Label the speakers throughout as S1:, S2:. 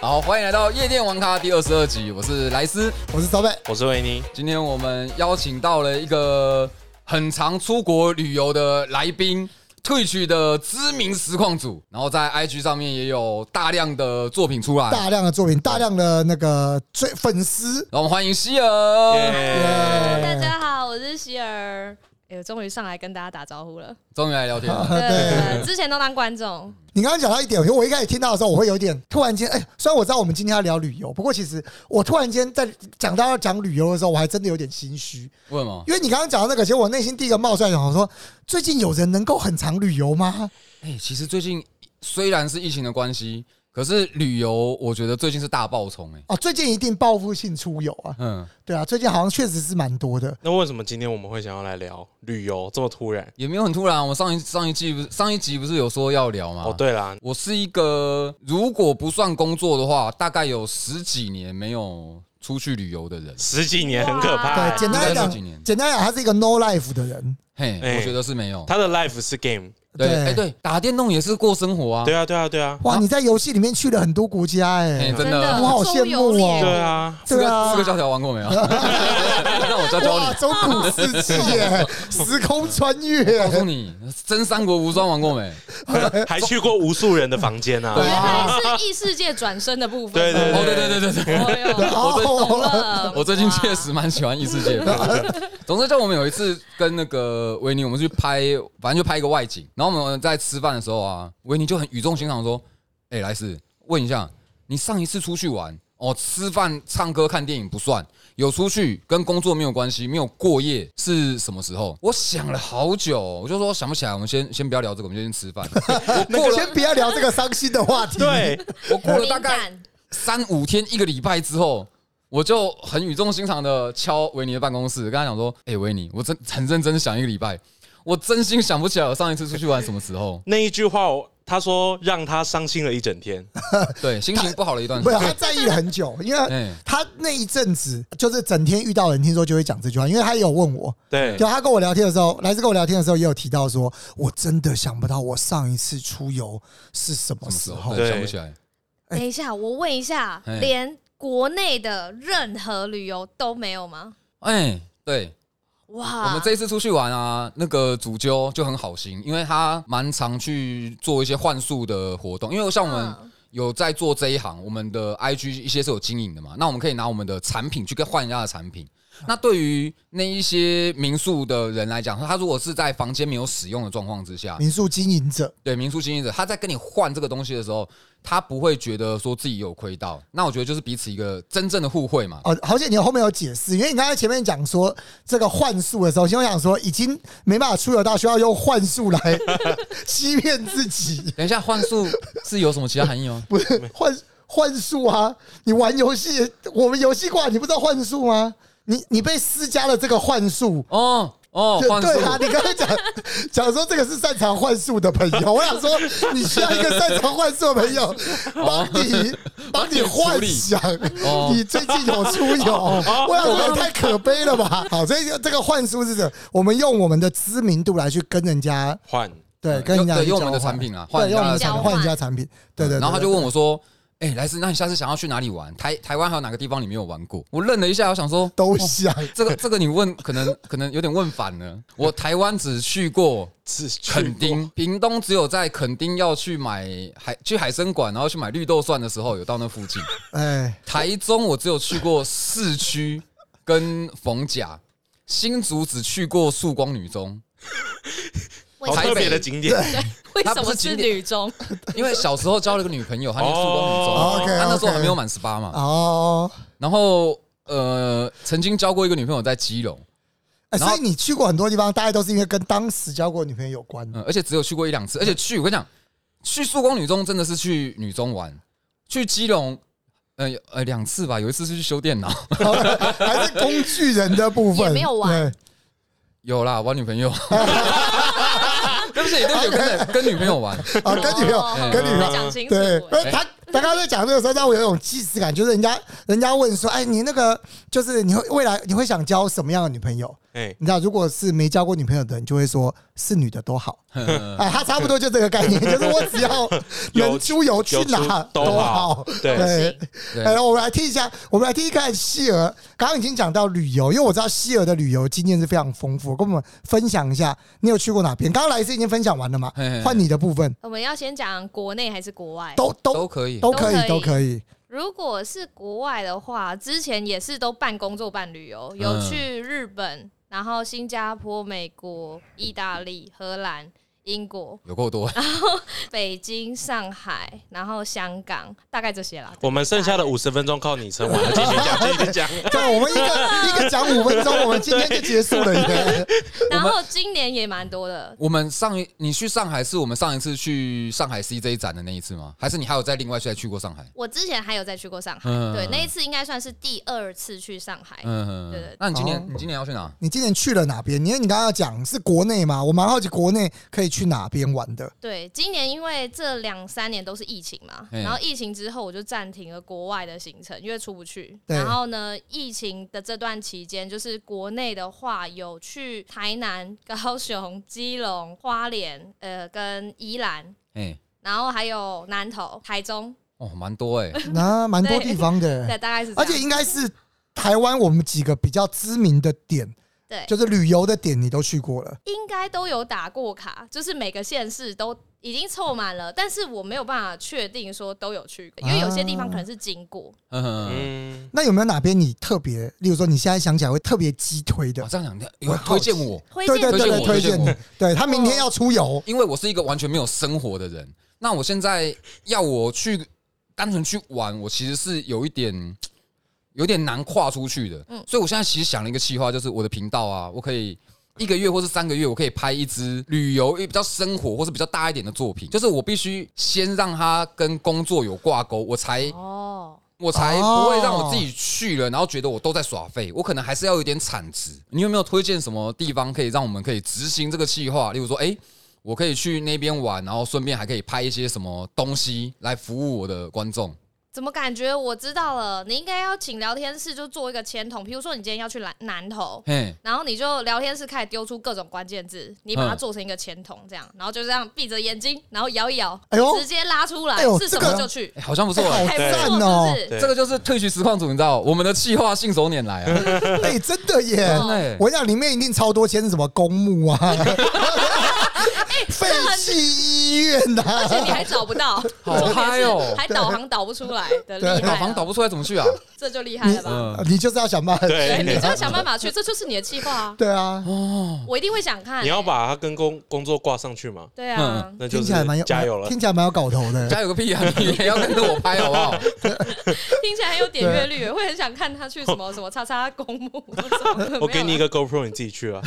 S1: 好，欢迎来到夜店玩咖第二十二集，我是莱斯。
S2: 我是赵贝，
S3: 我是维尼，
S1: 今天我们邀请到了一个很常出国旅游的来宾。Twitch 的知名实况组，然后在 IG 上面也有大量的作品出来。
S2: 大量的作品，大量的那个追粉丝，
S1: 让我们欢迎希尔，
S2: 耶
S4: 大家好，我是希儿。哎、我终于上来跟大家打招呼了。
S1: 终于来聊天了。
S2: 啊对
S4: 对，之前都当观众，
S2: 你刚刚讲到一点，我一开始听到的时候，我会有点突然间，哎、虽然我知道我们今天要聊旅游，不过其实我突然间在讲到要讲旅游的时候，我还真的有点心虚，
S1: 为什么？
S2: 因为你刚刚讲到那个，其实我内心第一个冒出来的想说，最近有人能够很常旅游吗？
S1: 哎、其实最近虽然是疫情的关系，可是旅游我觉得最近是大爆冲哎、
S2: 哦，最近一定报复性出游啊，
S1: 嗯，
S2: 对啊，最近好像确实是蛮多的。
S3: 那为什么今天我们会想要来聊旅游这么突然？
S1: 也没有很突然。我们上一上一季不是上一集不是有说要聊吗？
S3: 哦，，对啦，
S1: 我是一个如果不算工作的话，大概有十几年没有出去旅游的人。
S3: 十几年很可
S4: 哇
S2: 对，
S3: 怕欸。
S2: 简单来
S1: 应该是几年
S2: 讲，简单来讲，他是一个 no life 的人，
S1: 嘿，
S3: 哎
S1: 我觉得是没有。
S3: 他的 life 是 game，
S1: 对，
S2: 对
S1: 哎、对，打电动也是过生活啊。
S3: 对啊，对啊，对啊，
S2: 哇，你在游戏里面去了很多国家、
S1: 哎
S2: 哎、
S1: 真的
S2: 我好羡慕哦
S4: 周游列国
S3: 对啊，
S1: 四个
S2: 对啊
S1: 四个教条玩过 没有？让我教教
S2: 哇，
S1: 你。
S2: 中哦古世纪耶，时空穿
S1: 告诉
S2: 越，
S1: 你，真三国无双玩过没？
S3: 还去过无数人的房间啊。
S4: 原来是异世界转身的部分。
S3: 对对
S1: 哦，对对对对对，
S4: 对
S1: 我最
S4: 懂了。
S1: 我最近确实蛮喜欢异世界的。总之，就我们有一次跟那个维尼，我们去拍，反正就拍一个外景。然后我们在吃饭的时候啊，维尼就很语重心长地说：“哎、莱斯，问一下，你上一次出去玩，哦，吃饭、唱歌、看电影不算，有出去跟工作没有关系，没有过夜是什么时候？”我想了好久，我就说想不起来，我们先先不要聊这个，我们就先吃饭。我过了，
S2: 先不要聊这个伤心的话 题。
S3: 对，
S1: 我过了大
S4: 敏
S1: 概
S4: 感
S1: 三五天一个礼拜之后，我就很语重心长的敲维尼的办公室，跟他讲说：“哎、维尼，我真很认真地想一个礼拜，我真心想不起来我上一次出去玩什么时候。
S3: 那一句话我，他说让他伤心了一整天。
S1: 对，心情不好了一段时
S2: 没有，
S1: 间。
S2: 他在意了很久，因
S1: 哎
S2: 为他那一阵子就是整天遇到人，听说就会讲这句话。因为他也有问我，
S3: 对，
S2: 就他跟我聊天的时候，来自跟我聊天的时候也有提到说，我真的想不到我上一次出游是什么时
S1: 什么时候
S2: 候。
S1: 对
S3: 对
S1: 想不起来？
S4: 等一下，我问一下
S1: 嘿，
S4: 连国内的任何旅游都没有吗？
S1: 哎、对
S4: 哇，
S1: 我们这一次出去玩啊，那个主揪就很好心，因为他蛮常去做一些幻术的活动，因为像我们
S4: 嗯
S1: 有在做这一行，我们的 IG 一些是有经营的嘛，那我们可以拿我们的产品去跟换人家的产品。那对于那一些民宿的人来讲，他如果是在房间没有使用的状况之下，
S2: 民宿经营者，
S1: 对民宿经营者，他在跟你换这个东西的时候，他不会觉得说自己有亏到。那我觉得就是彼此一个真正的互惠嘛。
S2: 哦，好险你后面有解释，因为你刚才前面讲说这个幻术的时候，其实我想说已经没办法出游到需要用幻术来 欺骗自己，
S1: 等一下换宿是有什么其他含义吗？
S2: 不是幻幻术啊！你玩游戏，我们游戏挂你不知道幻术吗？你你被施加了这个幻术。
S1: 哦哦，
S2: 对
S1: 换
S2: 对啊，
S1: 宿
S2: 你刚才讲讲说这个是擅长幻术的朋 友，我想说你需要一个擅长幻术的朋友帮 你帮你幻想
S1: 哦
S2: 你最近有出游，我想说太可悲了吧？
S1: 哦
S2: 好，所以这个幻术是什么？我们用我们的知名度来去跟人家
S3: 换
S2: 对跟人家
S1: 对
S2: 去
S1: 用我们
S2: 交
S1: 的
S2: 换
S1: 产品啊换
S2: 对
S1: 人
S2: 用
S1: 家
S2: 我们
S1: 的
S2: 的产
S4: 产
S2: 品
S4: 品
S2: 换人家产品，对对。
S1: 然后他
S2: 对
S1: 就
S2: 对
S1: 问我说：“哎、莱斯，那你下次想要去哪里玩？台台湾还有哪个地方你没有玩过？”我愣了一下，我想说，
S2: 都想
S1: 这个这个你问可能可能有点问反了。我台湾只去 过
S3: 是去
S1: 垦丁，屏东只有在垦丁要去买海去海参馆，然后去买绿豆蒜的时候有到那附近。
S2: 哎，
S1: 台中我只有去过市区跟逢甲，新竹只去过曙光女中，
S3: 过好
S4: 为
S3: 特
S4: 什么
S3: 别的景点。
S4: 为
S1: 它
S4: 什
S1: 不
S4: 么
S1: 是景
S4: 是
S1: 点
S4: 女中？
S1: 因为小时候交了个女朋友，她念曙光女中，
S3: 哦
S1: 她、
S2: ，OK，
S1: 那时候还没有满十八嘛。
S2: 哦。
S1: 然后呃，曾经交过一个女朋友在基隆，
S2: 哎
S1: 然后
S2: 所以你去过很多地方，大概都是因为跟当时交过的女朋友有关 的。
S1: 嗯，而且只有去过一两次，而且去我跟你讲，去曙光女中真的是去女中玩，去基隆。呃有呃，两次吧，有一次是去修电脑，
S2: 还是工具人的部分
S4: 也没有玩
S1: 有啦，玩女朋友。 对不起，对不起，我跟跟女朋友玩，
S2: 对啊，跟女朋
S4: 哦
S2: 友，跟女朋
S4: 没
S2: 友。
S4: 讲清楚
S2: 对，
S4: 哎
S2: 而他他刚才在讲这个时候，让我有一种既视感，就是人家人家问说，哎，你那个就是你会未来你会想交什么样的女朋友？
S3: 哎，
S2: 你知道，如果是没交过女朋友的人，就会说是女的都 好。哎，他差不多就这个概念，就是我只要能出油去哪
S3: 有出都
S2: 好
S3: 好。对，
S2: 对，
S1: 对
S2: 哎，我们来听一下，我们来听一看希尔。刚刚已经讲到旅游，因为我知道希尔的旅游经验是非常丰富，跟我们分享一下你有去过哪边。刚刚来是已经分享完了嘛
S1: 嘿嘿嘿？
S2: 换你的部分，
S4: 我们要先讲国内还是国外？
S2: 都
S1: 都
S2: 都
S1: 可以。
S2: 都可以，都
S4: 都可以
S2: 可以。
S4: 如果是国外的话，之前也是都半工作半旅游，有去日本，然后新加坡、美国、意大利、荷兰、英国、
S1: 有够多，
S4: 北京、上海，然后香港，大概这些啦。
S3: 我们剩下的五十分钟靠你撑完，继续讲，继续讲。
S2: 对，我们一个一个讲五分钟，我们今天就结束了耶。
S4: 然后今年也蛮多的，
S1: 我们上一你去上海是我们上一次去上海 CJ 展的那一次吗？还是你还有再另外再去过上海？
S4: 我之前还有再去过上海，
S1: 嗯
S4: 对，那一次应该算是第二次去上海。
S1: 嗯
S4: 对对对
S1: 那你今年
S2: 哦
S1: 你今年要去哪？
S2: 你今年去了哪边？因为你刚刚要讲是国内嘛，我蛮好奇国内可以去哪边玩的。
S4: 对，今年因为这两三年都是疫情嘛，
S1: 嗯
S4: 然后疫情之后我就暂停了国外的行程，因为出不去。
S2: 对
S4: 然后呢，疫情的这段期间，就是国内的话有去台南、高雄、 基隆、花莲，呃，跟宜兰，
S1: 哎，
S4: 然后还有南投、台中，
S1: 哦，蛮多哎，
S2: 那蛮多地方的，
S4: 对，大概是这
S2: 而
S4: 样。
S2: 且应该是台湾我们几个比较知名的点，
S4: 对，
S2: 就是旅游的点，你都去过了。
S4: 应该都有打过卡，就是每个县市都。已经凑满了，但是我没有办法确定说都有去，因
S2: 啊
S4: 为有些地方可能是经过，
S1: 嗯嗯，
S3: 嗯，
S2: 那有没有哪边你特别，例如说你现在想起来会特别击推的
S1: 我？这样讲，你有人推荐我，
S4: 推
S2: 对
S4: 荐
S2: 对对对，
S4: 给
S2: 推
S1: 推
S2: 荐
S4: 你。
S1: 荐
S2: 你
S1: 我。
S2: 对他明天要 出游，
S1: 因为我是一个完全没有生活的人。那我现在要我去单纯去玩，我其实是有一点有点难跨出去的。
S4: 嗯
S1: 所以我现在其实想了一个计划，就是我的频道啊，我可以。一个月或是三个月，我可以拍一支旅游比较生活或是比较大一点的作品，就是我必须先让它跟工作有挂钩，我才
S4: 哦，
S1: 我才不会让我自己去了，然后觉得我都在耍废，我可能还是要有点产值。你有没有推荐什么地方可以让我们可以执行这个计划？例如说，哎、我可以去那边玩，然后顺便还可以拍一些什么东西来服务我的观众。
S4: 怎么感觉我知道了？你应该要请聊天室就做一个签筒，比如说你今天要去南南投，
S1: 嘿，
S4: 然后你就聊天室开始丢出各种关键字，你把它
S1: 嗯
S4: 做成一个签筒，这样，然后就这样闭着眼睛，然后摇一摇，
S2: 哎呦
S4: 直接拉出来、
S2: 哎呦
S4: 是什
S2: 这
S4: 么
S2: 个
S4: 就去，
S1: 哎好像不错、哎
S2: 哎好
S4: 还不
S2: 赞
S4: 错，
S2: 哦
S4: 是不是？
S3: 对
S1: 这个就是退学实况组，你知道，我们的计划信手拈来啊，哎
S2: 哎，真的耶！
S1: 真的耶、
S4: 啊
S2: 我想里面一定超多签是什么公墓 啊，
S4: 哎
S2: 废弃医院呐、
S4: 而且你还找不到，
S1: 好
S4: 重点
S1: 嗨
S4: 是
S1: 哦
S4: 还导航导不出来的厉
S2: 对
S4: 害了，
S1: 导航导不出来怎么去啊？
S4: 这就厉害了吧？
S1: 嗯，
S2: 啊你就是要想办法。
S4: 对，你
S3: 对，
S4: 就要想办法去，这就是你的计划啊！
S2: 对啊，
S4: 我一定会想看、
S3: 你要
S4: 欸
S3: 把它跟工工作挂上去嘛，
S4: 对
S1: 嗯
S4: 啊，
S3: 那就
S2: 听
S3: 是
S2: 起来蛮有
S3: 加油了
S2: 听。起来蛮有搞头的。
S1: 加油个屁啊！你也要跟着我拍好不好？
S4: 听起来很有点阅率，会很想看他去什么什么叉叉公墓。什么 的
S3: 我给你一。
S4: 没有啦
S3: 个 GoPro，你自 己去啊。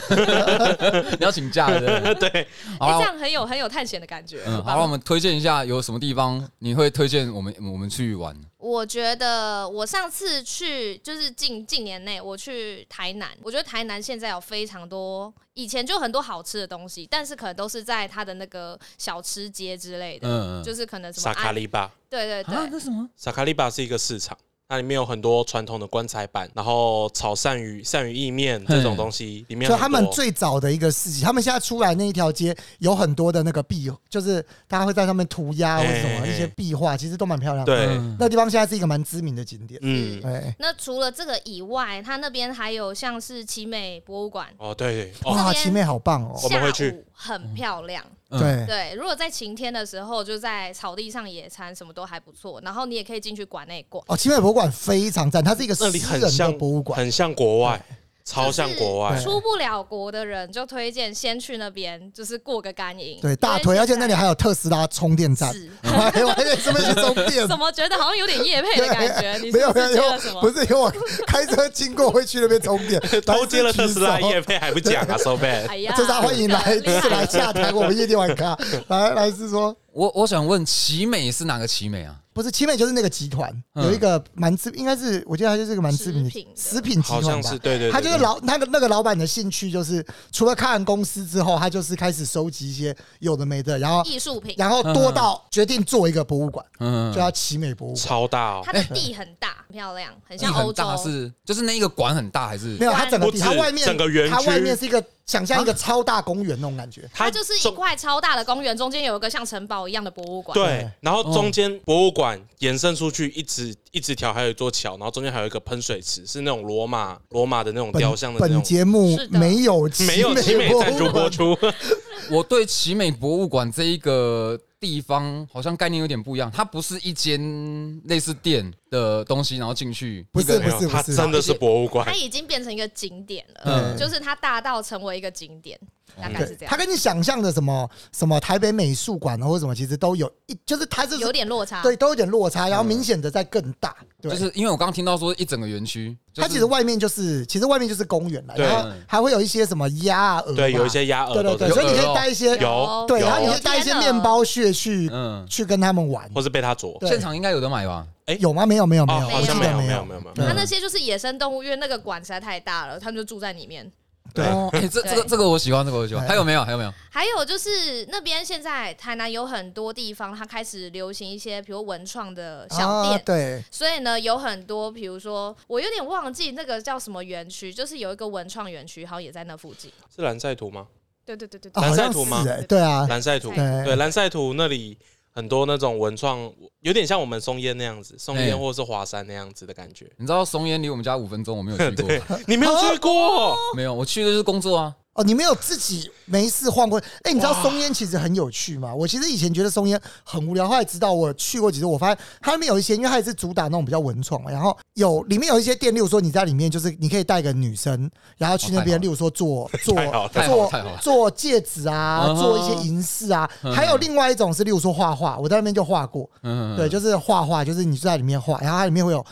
S1: 你要请假的。
S3: 对，
S1: 好
S4: 哎，
S1: 了
S4: 这，样很有很有探险的感觉。
S1: 嗯，
S4: 吧
S1: 好了，我们推荐一下有什么地方你会推荐我们我们去玩？
S4: 我觉得我上次去就是近近年内我去台南，我觉得台南现在有非常多，以前就很多好吃的东西，但是可能都是在它的那个小吃街之类的，
S1: 嗯，啊
S4: 就是可能什么
S3: 萨卡
S4: 安
S3: 利巴，
S4: 对对对，
S1: 那什么？
S3: 萨卡利巴是一个市场，它里面有很多传统的棺材板，然后炒鳝鱼、鳝鱼意面这种东西，里面
S2: 就
S3: 很
S2: 嗯他们
S3: 多
S2: 最早的一个事情，他们现在出来那一条街有很多的那个壁，就是大家会在上面涂鸦或者什么
S3: 哎
S2: 一些壁画，其实都蛮漂亮的。
S3: 对，
S1: 嗯
S2: 那地方现在是一个蛮知名的景点。
S3: 嗯，
S2: 哎，
S4: 那除了这个以外，它那边还有像是奇美博物馆，
S3: 哦对，哦
S2: 哇，
S4: 这边
S2: 奇美好棒哦！
S3: 我们会
S4: 下
S3: 去
S4: 午很漂亮。
S1: 嗯
S2: 对，
S4: 对，如果在晴天的时候，就在草地上野餐，什么都还不错。然后你也可以进去馆内逛，
S2: 哦，奇美博物馆非常赞，它是一个私
S3: 那里
S2: 人
S3: 很
S2: 的
S3: 像
S2: 博物馆。
S3: 很像国外，超像国外
S2: 对，
S4: 出不了国的人就推荐先去那边，就是过个干瘾。
S2: 对，大腿，而且那里还有特斯拉充电站，
S4: 是
S2: 我还我还在这边去充电
S4: 怎。么觉得好像有点夜配的感觉？你是
S2: 没有
S4: 不
S2: 没
S4: 是接
S2: 有
S4: 了什，
S2: 不
S4: 么？
S2: 是因为我开车经过会去那边充电，
S3: 偷接了特斯拉
S2: 白痴举手
S3: 夜配还不讲 啊，so bad。
S4: 哎呀，
S2: 这是欢迎来
S4: 很厉害
S2: 是来洽谈我们夜店玩 咖，来来是说
S1: 我我想问，奇美是哪个奇美啊？
S2: 不是奇美就是那个集团
S1: 嗯
S2: 有一个蛮知，应该是我记得它就是一个蛮知名的
S4: 食品的
S2: 食品集
S3: 好
S2: 团
S3: 像是
S2: 吧。
S3: 对对，对
S2: 他就是老那个那个老板的兴趣就是除了看公司之后，他就是开始收集一些有的没的，然后
S4: 艺术品，
S2: 然后多到决定做一个博物馆，
S1: 嗯
S2: 就，要奇美博物馆。
S3: 超大哦
S4: 它，的地很大，很漂亮，很
S1: 地
S4: 像欧
S1: 很
S4: 洲。
S1: 大是就是那一个馆很大还是
S2: 没有，它整个
S3: 不
S2: 地
S3: 止
S2: 它外面
S3: 整个园区啊
S2: 它外面是一个想象一个超大公园那种感觉，
S4: 它就是一
S3: 中
S4: 块超大的公园，中间有一个像城堡一样的博物馆。
S3: 对，然后中间
S2: 嗯
S3: 博物馆延伸出去一直一直条，还有一座桥，然后中间还有一个喷水池，是那种罗马罗马的那种
S2: 本
S3: 雕像的那
S2: 本
S3: 种。
S2: 节目
S4: 是的
S2: 没有集
S3: 没有集美
S2: 博
S3: 赞助
S2: 物
S3: 播
S2: 馆
S3: 出，
S1: 我对奇美博物馆这一个地方好像概念有点不一样，它不是一间类似店的东西，然后进去
S2: 不
S1: 一个
S2: 是不是
S3: 它
S2: 不是，
S3: 真的是博物
S4: 它
S3: 馆，
S4: 已经变成一个景点了，
S1: 嗯
S4: 就是它大到成为一个景点，大概
S2: 对
S4: 是这，
S2: 它
S4: 样，
S2: 跟你想象的什么什么台北美术馆啊或者什么，其实都有一，就是它是
S4: 有点落差。
S2: 对，都有点落
S3: 嗯
S2: 差，然后明显的在更大，对，
S1: 就是因为我刚刚听到说一整个园区，就
S2: 它其实外面就是，其实外面就是公园了，
S3: 对
S2: 然后还会有一些什么鸭啊鹅嘛，
S3: 对，有一些鸭
S2: 对对
S3: 耳朵
S2: 对，
S3: 的，
S2: 所以你可
S1: 有鹅肉
S2: 以带一些
S3: 有
S2: 对，
S4: 有
S2: 然后你可以带一些面包屑去
S1: 嗯，
S2: 去跟他们玩，
S3: 或是被它啄。
S2: 对
S1: 现场应该有的买吧？
S2: 有吗？没有没有没
S3: 哦，
S2: 有，
S3: 好
S2: 我记
S3: 像没
S2: 得
S3: 有
S2: 没
S3: 没有没有没有，
S4: 它那些就是野生动物，因为那个馆实在太大了，他们就住在里面。
S2: 对
S1: 哦，哎，这这个
S4: 对
S1: 这个我喜欢，这个我喜欢。
S2: 对
S1: 还有没有？还有没有？
S4: 还有就是那边现在台南有很多地方，它开始流行一些，比如文创的小
S2: 啊
S4: 店。
S2: 对，
S4: 所以呢，有很多，比如说，我有点忘记那个叫什么园区，就是有一个文创园区，好像也在那附近。
S3: 是蓝晒图吗？
S4: 对对对对
S2: 啊
S4: 对，
S2: 好
S3: 蓝赛
S2: 像
S3: 图吗
S2: 是哎，对啊，
S3: 蓝晒图，
S2: 对
S3: 对，蓝晒图那里很多那种文创，有点像我们松烟那样子，松
S1: 哎
S3: 烟或是华山那样子的感觉。
S1: 你知道松烟离我们家五分钟，我没有去过，
S2: 啊
S3: 你没有去过？
S1: 没有，我去的就是工作啊。
S2: 哦，你没有自己没事晃过？哎、你知道松烟其实很有趣吗？我其实以前觉得松烟很无聊，后来直到我去过几次，我发现它里面有一些，因为它也是主打那种比较文创嘛，然后有里面有一些店，例如说你在里面就是你可以带个女生，然后去
S1: 哦太
S2: 那
S1: 好了
S2: 边，例如说做做
S3: 太好了
S1: 太好了
S2: 做
S1: 太好了
S2: 做戒指啊，
S1: 嗯哼
S2: 做一些银饰啊，
S1: 嗯
S2: 还有另外一种是例如说画画，我在那边就画过，
S1: 嗯，
S2: 对，就是画画，就是你就在里面画，然后它里面会有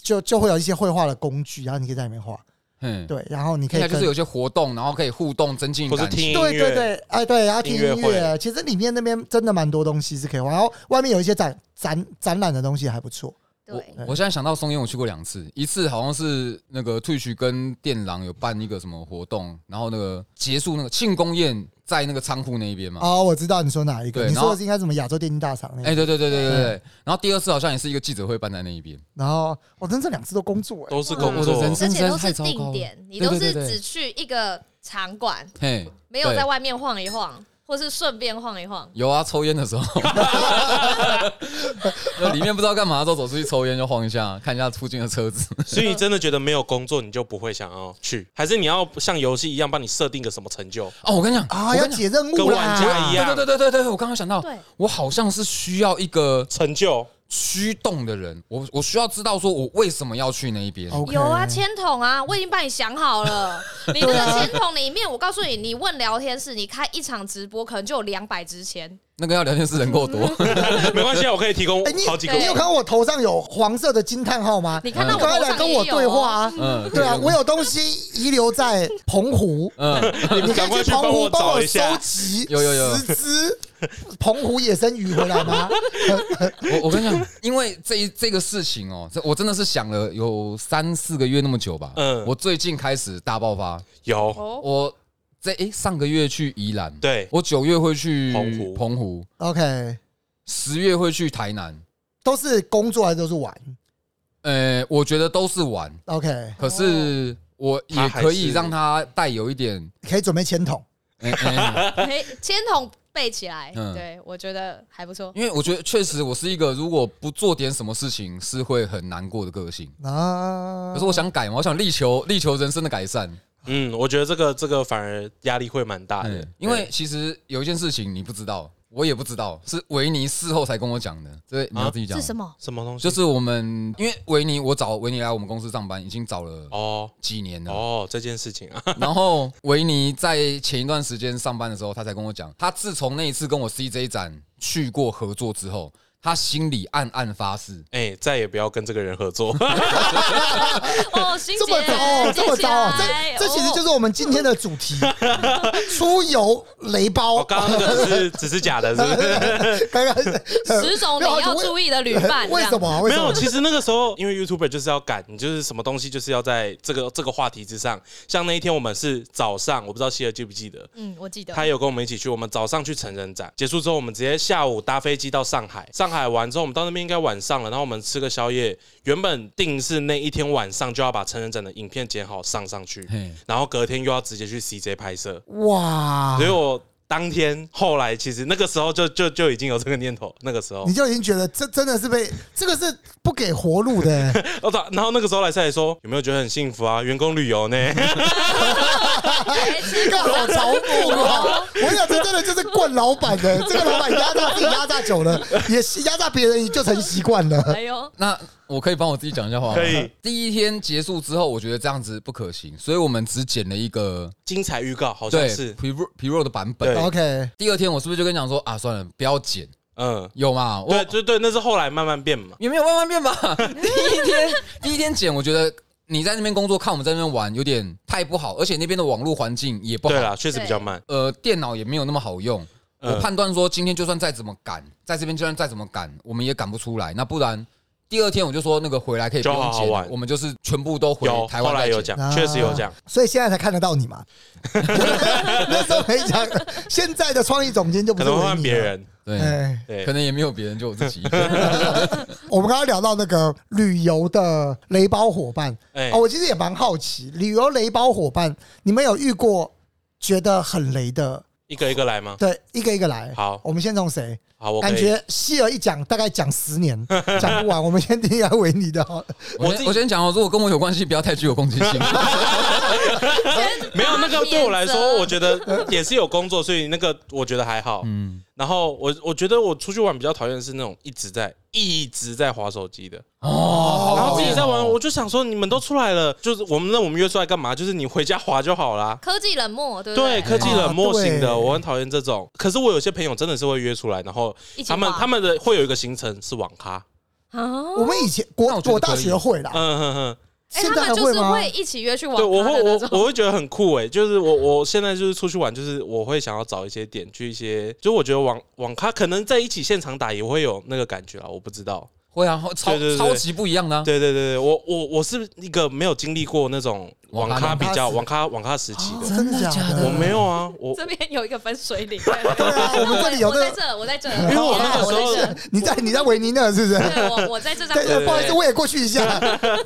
S2: 就就会有一些绘画的工具，然后你可以在里面画，
S1: 嗯，
S2: 对，然后你可
S1: 听
S2: 以
S1: 起来就
S2: 跟
S1: 是有些活动，然后可以互动，增进
S3: 或是
S1: 感情。
S3: 听音
S2: 对对
S3: 乐？
S2: 对，哎对，然后听
S3: 音乐
S2: 音乐，其实里面那边真的蛮多东西是可以玩，然后外面有一些展展展览的东西还不错。
S4: 对，
S1: 我现在想到松烟，我去过两次，一次好像是那个退区跟店郎有办一个什么活动，然后那个结束那个庆功宴在那个仓库那一
S3: 嗯
S1: 边嘛。
S2: 哦，我知道你说哪一个，
S1: 对
S2: 你
S1: 然后
S2: 说的是应该什么亚洲电竞大赏那
S1: 哎，
S2: 个，
S1: 对对对对对对。然后第二次好像也是一个记者会办在那一边，
S2: 然后我真这两次都工作哎，
S3: 都是工
S1: 我的
S3: 作，
S1: 人
S4: 而
S1: 生
S4: 且
S1: 真
S4: 都
S1: 的太
S4: 是
S1: 糟糕
S4: 定
S1: 了。
S4: 点，你都
S1: 对对
S4: 是
S1: 对对
S4: 只去一个场馆，
S1: 嘿，
S4: 没有
S1: 对
S4: 在外面晃一晃，或是顺便晃一晃。
S1: 有啊，抽烟的时候， 那里面不知道干嘛的时候走出去抽烟就晃一下，看一下附近的车子。
S3: 所以你真的觉得没有工作，你就不会想要去，还是你要像游戏一样帮你设定个什么成就？
S1: 哦，我跟你讲我
S2: 啊，要
S1: 跟你
S2: 解任
S3: 跟
S2: 务
S3: 玩家
S2: 啦
S3: 一，
S1: 讲，对
S3: 样，
S1: 对对对对对，我刚刚想到，
S4: 对，
S1: 我好像是需要一个
S3: 成就
S1: 驱动的人，我我需要知道说我为什么要去那一边。
S2: OK
S4: 有啊，签筒啊，我已经帮你想好了。 你那
S2: 啊
S4: 个签筒里面，我告诉你，你问聊天室，你开一场直播，可能就有两百支签。
S1: 那个要聊天室人够多，
S3: 没关系，啊，我可以提供
S2: 哎你
S3: 好几个
S4: 对
S2: 你有看到我头上有黄色的惊叹号吗？
S4: 你看到我
S2: 嗯刚才
S4: 头
S2: 来
S4: 上
S2: 跟
S4: 也
S2: 我
S4: 有哦
S2: 对话啊，
S1: 嗯，
S2: 对啊，我有东西遗留在澎湖，
S1: 嗯，
S2: 你可
S3: 赶快
S2: 以
S3: 去
S2: 澎
S3: 帮
S2: 湖
S3: 我
S2: 帮
S3: 找
S2: 我
S3: 一下
S2: 收集
S1: 有有有
S2: 十只澎湖野生鱼回来吗？
S1: 我我跟你讲，因为这一这个事情哦，这我真的是想了有三四个月那么久吧。
S3: 嗯
S1: 嗯，我最近开始大爆发，
S3: 有
S4: 哦，
S1: 我这诶上个月去宜兰，
S3: 对
S1: 我九月会去
S3: 澎湖
S1: 澎湖
S2: OK，
S1: 十月会去台南。
S2: 都是工作还是都是玩
S1: 呃，我觉得都是玩，
S2: ？OK，
S1: 可是我也可以让它带有一点，
S2: 可以准备签筒。
S1: 诶诶
S4: 嘿签筒背起来，
S1: 嗯
S4: 对我觉得还不错。
S1: 因为我觉得确实我是一个如果不做点什么事情是会很难过的个性。
S2: 啊！
S1: 可是我想改嘛，我想力求力求人生的改善。
S3: 嗯，我觉得这个这个反而压力会蛮大的
S1: 嗯，，因为其实有一件事情你不知道，我也不知道，是维尼事后才跟我讲的。对，你要自己讲。
S4: 是什么？
S3: 什么东西
S1: 就是我们，因为维尼，我找维尼来我们公司上班已经找了
S3: 哦
S1: 几年了。
S3: 哦这件事情啊，
S1: 然后维尼在前一段时间上班的时候，他才跟我讲，他自从那一次跟我 CJ 展去过合作之后，他心里暗暗发誓，
S3: 哎，再也不要跟这个人合作。
S4: 哦，心
S2: 这么
S4: 结
S2: 早哦，这么早哦，
S4: 接起来
S2: 这这其实就是
S4: 啊哦
S2: 我们今天的主 题：出游雷
S3: 我
S2: 包。
S3: 刚刚那个只是只是假的，是不是？
S2: 刚 刚
S4: 十种你要注意的旅伴。
S2: 啊 为什
S4: 这样？
S2: 么？为
S3: 没
S2: 什
S3: 有，
S2: 么？
S3: 其实那个时候因为 YouTuber 就是要赶，你就是什么东西就是要在这个这个话题之上。像那一天我们是早上，我不知道希尔记不记得，
S4: 嗯，我记得
S3: 他有跟我们一起去，我们早上去成人展，结束之后，我们直接下午搭飞机到上海。上海玩之后，我们到那边应该晚上了，然后我们吃个宵夜。原本定是那一天晚上就要把成人展的影片剪好上上去
S1: 嘿，
S3: 然后隔天又要直接去 CJ 拍摄。
S1: 啊
S2: 哇
S3: 所以，我当天后来其实那个时候就就就已经有这个念头，那个时候
S1: 嗯
S2: 你，就已经觉得这真的是被这个是不给活路的、 欸
S3: 哦，对然后那个时候来赛说有没有觉得很幸福啊？员工 旅游呢？
S4: 哎
S2: 哎干好嘲讽哦！我想这真的就是惯老板的，这个老板压榨自己压榨久了，也是压榨别人就成习惯了。
S4: 哎呦，
S1: 那我可以帮我自己讲一下话吗？
S3: 可以。
S1: 第一天结束之后，我觉得这样子不可行，所以我们只剪了一个
S3: 精彩预告好像
S1: 对
S3: 是，
S1: 皮肉皮肉的版本。
S3: 对
S2: OK，
S1: 第二天我是不是就跟你讲说啊，算了，不要剪，
S3: 嗯，
S1: 有嘛？我
S3: 对对对，那是后来慢慢变嘛。
S1: 也没有慢慢变吧。 第一天第一天剪，我觉得你在那边工作，看我们在那边玩，有点太不好，而且那边的网络环境也不
S3: 对
S1: 好，
S3: 啦，确实比较慢。
S1: 呃，电脑也没有那么好用。
S3: 嗯
S1: 我判断说，今天就算再怎么赶，在这边就算再怎么赶，我们也赶不出来。那不然第二天我就说那个回来可以不
S3: 就好
S1: 用
S3: 好
S1: 剪了
S3: 玩，
S1: 我们就是全部都回
S3: 有，
S1: 台
S3: 后
S1: 湾
S3: 来
S1: 再
S3: 有
S1: 剪。
S3: 讲， 确实有讲。
S2: 所以现在才看得到你嘛。 那时候没讲，现在的创意总监就不
S3: 可
S2: 是啊
S3: 能会
S2: 维
S3: 换
S2: 尼
S3: 别
S2: 了。
S3: 人。
S1: 对，
S2: 哎，
S3: 对
S1: 可，能也没有别人，就我自 己一个人。
S2: 我们刚刚聊到那个旅游的雷包伙伴
S3: 哎
S2: 啊，我其实也蛮好奇，旅游雷包伙伴，你们有遇过觉得很雷的？
S3: 一个一个来吗？
S2: 对，一个一个来。
S3: 好
S2: 我们先从谁？
S3: 好，我可
S2: 感
S3: 以。
S2: 觉希尔一讲大概讲十年，讲不完。我们先听一下维尼的好了，
S1: 我
S3: 自
S1: 先
S3: 己
S1: 我先讲哦，如果跟我有关系，不要太具有攻击 性。
S3: 没有那个对我来说，我
S4: 得
S3: 觉得 也是有工作，所以那个我觉得还好。
S1: 嗯，
S3: 然后我我觉得我出去玩比较讨厌的是那种一直在一直在划手机的，
S1: 哦
S3: 然后自己在玩，
S1: 哦
S3: 我就想说你们都出来了，就是我们那我们约出来干嘛？就是你回家划就好啦。
S4: 啊科技冷漠，对不
S3: 对，
S4: 对？
S3: 科技冷漠型
S2: 啊
S3: 的，
S2: 对
S3: 我很讨厌这种。可是我有些朋友真的是会约出来，然后
S4: 一起
S3: 他们
S4: 滑
S3: 他们的会有一个行程是网咖，
S4: 啊
S2: 我们以前
S1: 那
S2: 国
S1: 我觉得
S2: 我大
S1: 可以
S2: 学会啦，
S3: 嗯哼哼，
S4: 哎，
S2: 现
S4: 他
S2: 在还
S4: 们就是
S2: 吗？
S4: 会一起约去玩
S3: 对，我会
S4: 的
S3: 我
S4: 那种。
S3: 我会觉得很酷诶、就是我我现在就是出去玩，就是我会想要找一些点去一些，就我觉得网网咖可能在一起现场打也会有那个感觉啊，我不知道。
S1: 会啊，超
S3: 对对对
S1: 超级不一样的啊。
S3: 对对对对，我我我是一个没有经历过那种网
S1: 网咖
S3: 咖
S1: 年
S3: 比
S2: 代
S3: 较
S2: 是
S3: 网咖网咖时期
S4: 哦
S3: 的，
S2: 真的假的？
S3: 我没有啊，我
S4: 这边有一个分水岭，
S2: 对啊，我们这里有
S4: 我在
S2: 那个，
S4: 这，我在这，
S3: 因为我那个时候
S4: 我在这
S2: 你在你在维尼那是不是？
S4: 对，我我在这张
S2: 对
S3: 对
S2: 对，
S3: 对
S2: 不好意思，我也过去一下，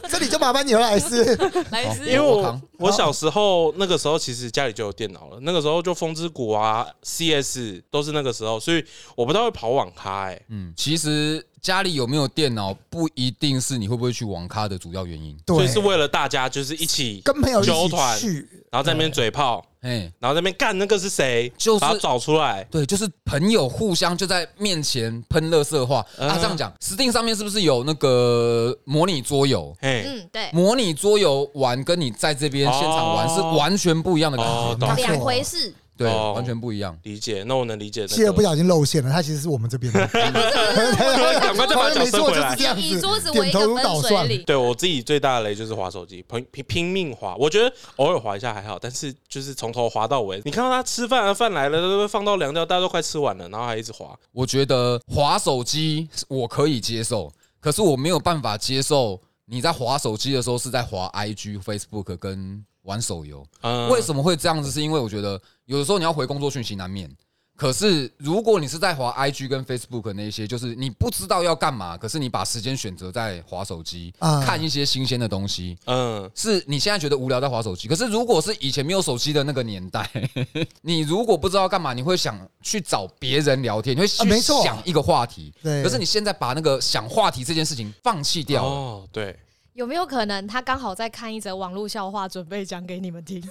S2: 这里就麻烦你了，莱斯。
S4: 来自
S1: 好
S3: 因为
S1: 我
S3: 我
S1: 扛
S3: 我小时候那个时候其实家里就有电脑了，那个时候就风之谷啊、CS 都是那个时候，所以我不太会跑网咖哎、
S1: 嗯，其实家里有没有电脑，不一定是你会不会去网咖的主要原因。
S3: 所
S2: 对
S3: 以，是为了大家就是一起，
S2: 跟朋友一
S3: 纠
S2: 起
S3: 团
S2: 去，
S3: 然后在那边嘴炮，
S1: 哎，
S3: 然后在那边干那个是谁，
S1: 就是
S3: 把他找出来。
S1: 对，就是朋友互相就在面前喷乐色话
S3: 嗯
S1: 啊。这样讲，Steam 上面是不是有那个模拟桌游？
S3: 嘿，
S4: 嗯，对，
S1: 模拟桌游玩跟你在这边现场玩
S3: 哦
S1: 是完全不一样的感
S3: 哦
S1: 觉，
S3: 懂
S2: 那
S4: 两回事，
S1: 对，
S3: 哦
S1: 完全不一样。
S3: 理解。那我能理解、
S2: 希
S3: 那
S2: 尔不
S3: 个。
S2: 小心露馅了，他其实是我们这边的。
S3: 赶快再把脚
S2: 没
S3: 伸
S2: 错，
S3: 回
S2: 就是
S3: 来
S2: 这。样子，
S4: 以桌子
S2: 点
S4: 为一
S2: 头
S4: 个
S2: 如捣
S4: 分水
S2: 蒜。
S4: 岭，
S3: 对我自己最大的雷就是滑手机，拼拼拼命滑。我觉得偶尔滑一下还好，但是就是从头滑到尾。你看到他吃饭啊，饭来了都放到凉掉，大家都快吃完了，然后还一直滑。
S1: 我觉得滑手机我可以接受，可是我没有办法接受你在滑手机的时候是在滑 IG、Facebook 跟玩手游。
S3: 嗯，
S1: 为什么会这样子？是因为我觉得有的时候你要回工作讯息难免。可是如果你是在滑 IG 跟 Facebook 那一些，就是你不知道要干嘛，可是你把时间选择在滑手机，
S2: 啊
S1: 看一些新鲜的东西。
S3: 嗯，
S1: 是你现在觉得无聊在滑手机，可是如果是以前没有手机的那个年代， 你如果不知道干嘛，你会想去找别人聊天，你会去
S2: 啊没错
S1: 想一个话题。
S2: 对
S1: 可是你现在把那个想话题这件事情放弃掉了，
S3: 哦，对，
S4: 有没有可能他刚好在看一则网络笑话，准备讲给你们听？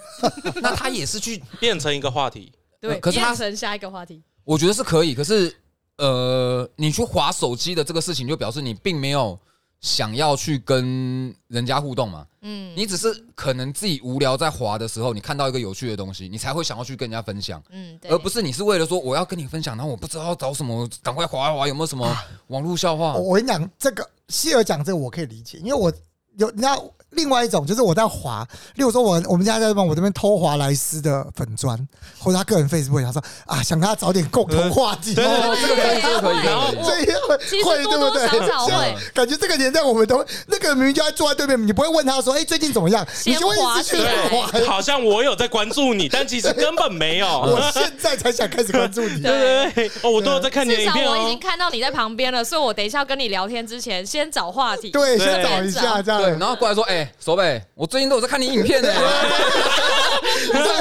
S1: 那他也是去
S3: 变成一个话题。
S4: 对，
S1: 可是他
S4: 变成下一个话题。
S1: 我觉得是可以，可是呃，你去划手机的这个事情，就表示你并没有想要去跟人家互动嘛，
S4: 嗯
S1: 你只是可能自己无聊在划的时候，你看到一个有趣的东西，你才会想要去跟人家分享。
S4: 嗯，对
S1: 而不是你是为了说我要跟你分享，然后我不知道找什么，赶快划一划，有没有什
S4: 啊
S1: 么网络笑话
S4: 哦
S2: 我？我跟你讲，这个希尔讲这个我可以理解，因为我有那另外一种就是我在滑，例如说我我们家在帮我这边偷滑莱斯的粉砖，或者他个人 Facebook，他说啊，想跟他找点共同话题，
S3: 对
S1: 哦，这个可以，这个可以，
S4: 然后
S1: 这个可以
S2: 所以会
S4: 哦其实
S2: 会
S4: 多多
S2: 对不
S4: 少
S2: 对？
S4: 少会。
S2: 感觉这个年代我们都那个明明就在坐在对面，你不会问他说：“哎、最近怎么样？”你
S4: 先
S2: 就会一直去
S4: 滑
S2: 滑。
S3: 对，好像我有在关注你， 但其实根本没有。
S2: 我现在才想开始关注你，
S4: 对
S3: 对对对，哦，我都有在看你的
S4: 至
S3: 影
S4: 少
S3: 片
S4: 我已
S3: 哦
S4: 经。看到你在旁边了，所以我等一下要跟你聊天之前，先找话题。
S2: 对，
S3: 对
S2: 先找一下这
S1: 对，
S2: 样
S1: 然。后过来说，哎，手北，我最近都有在看你影 片呢，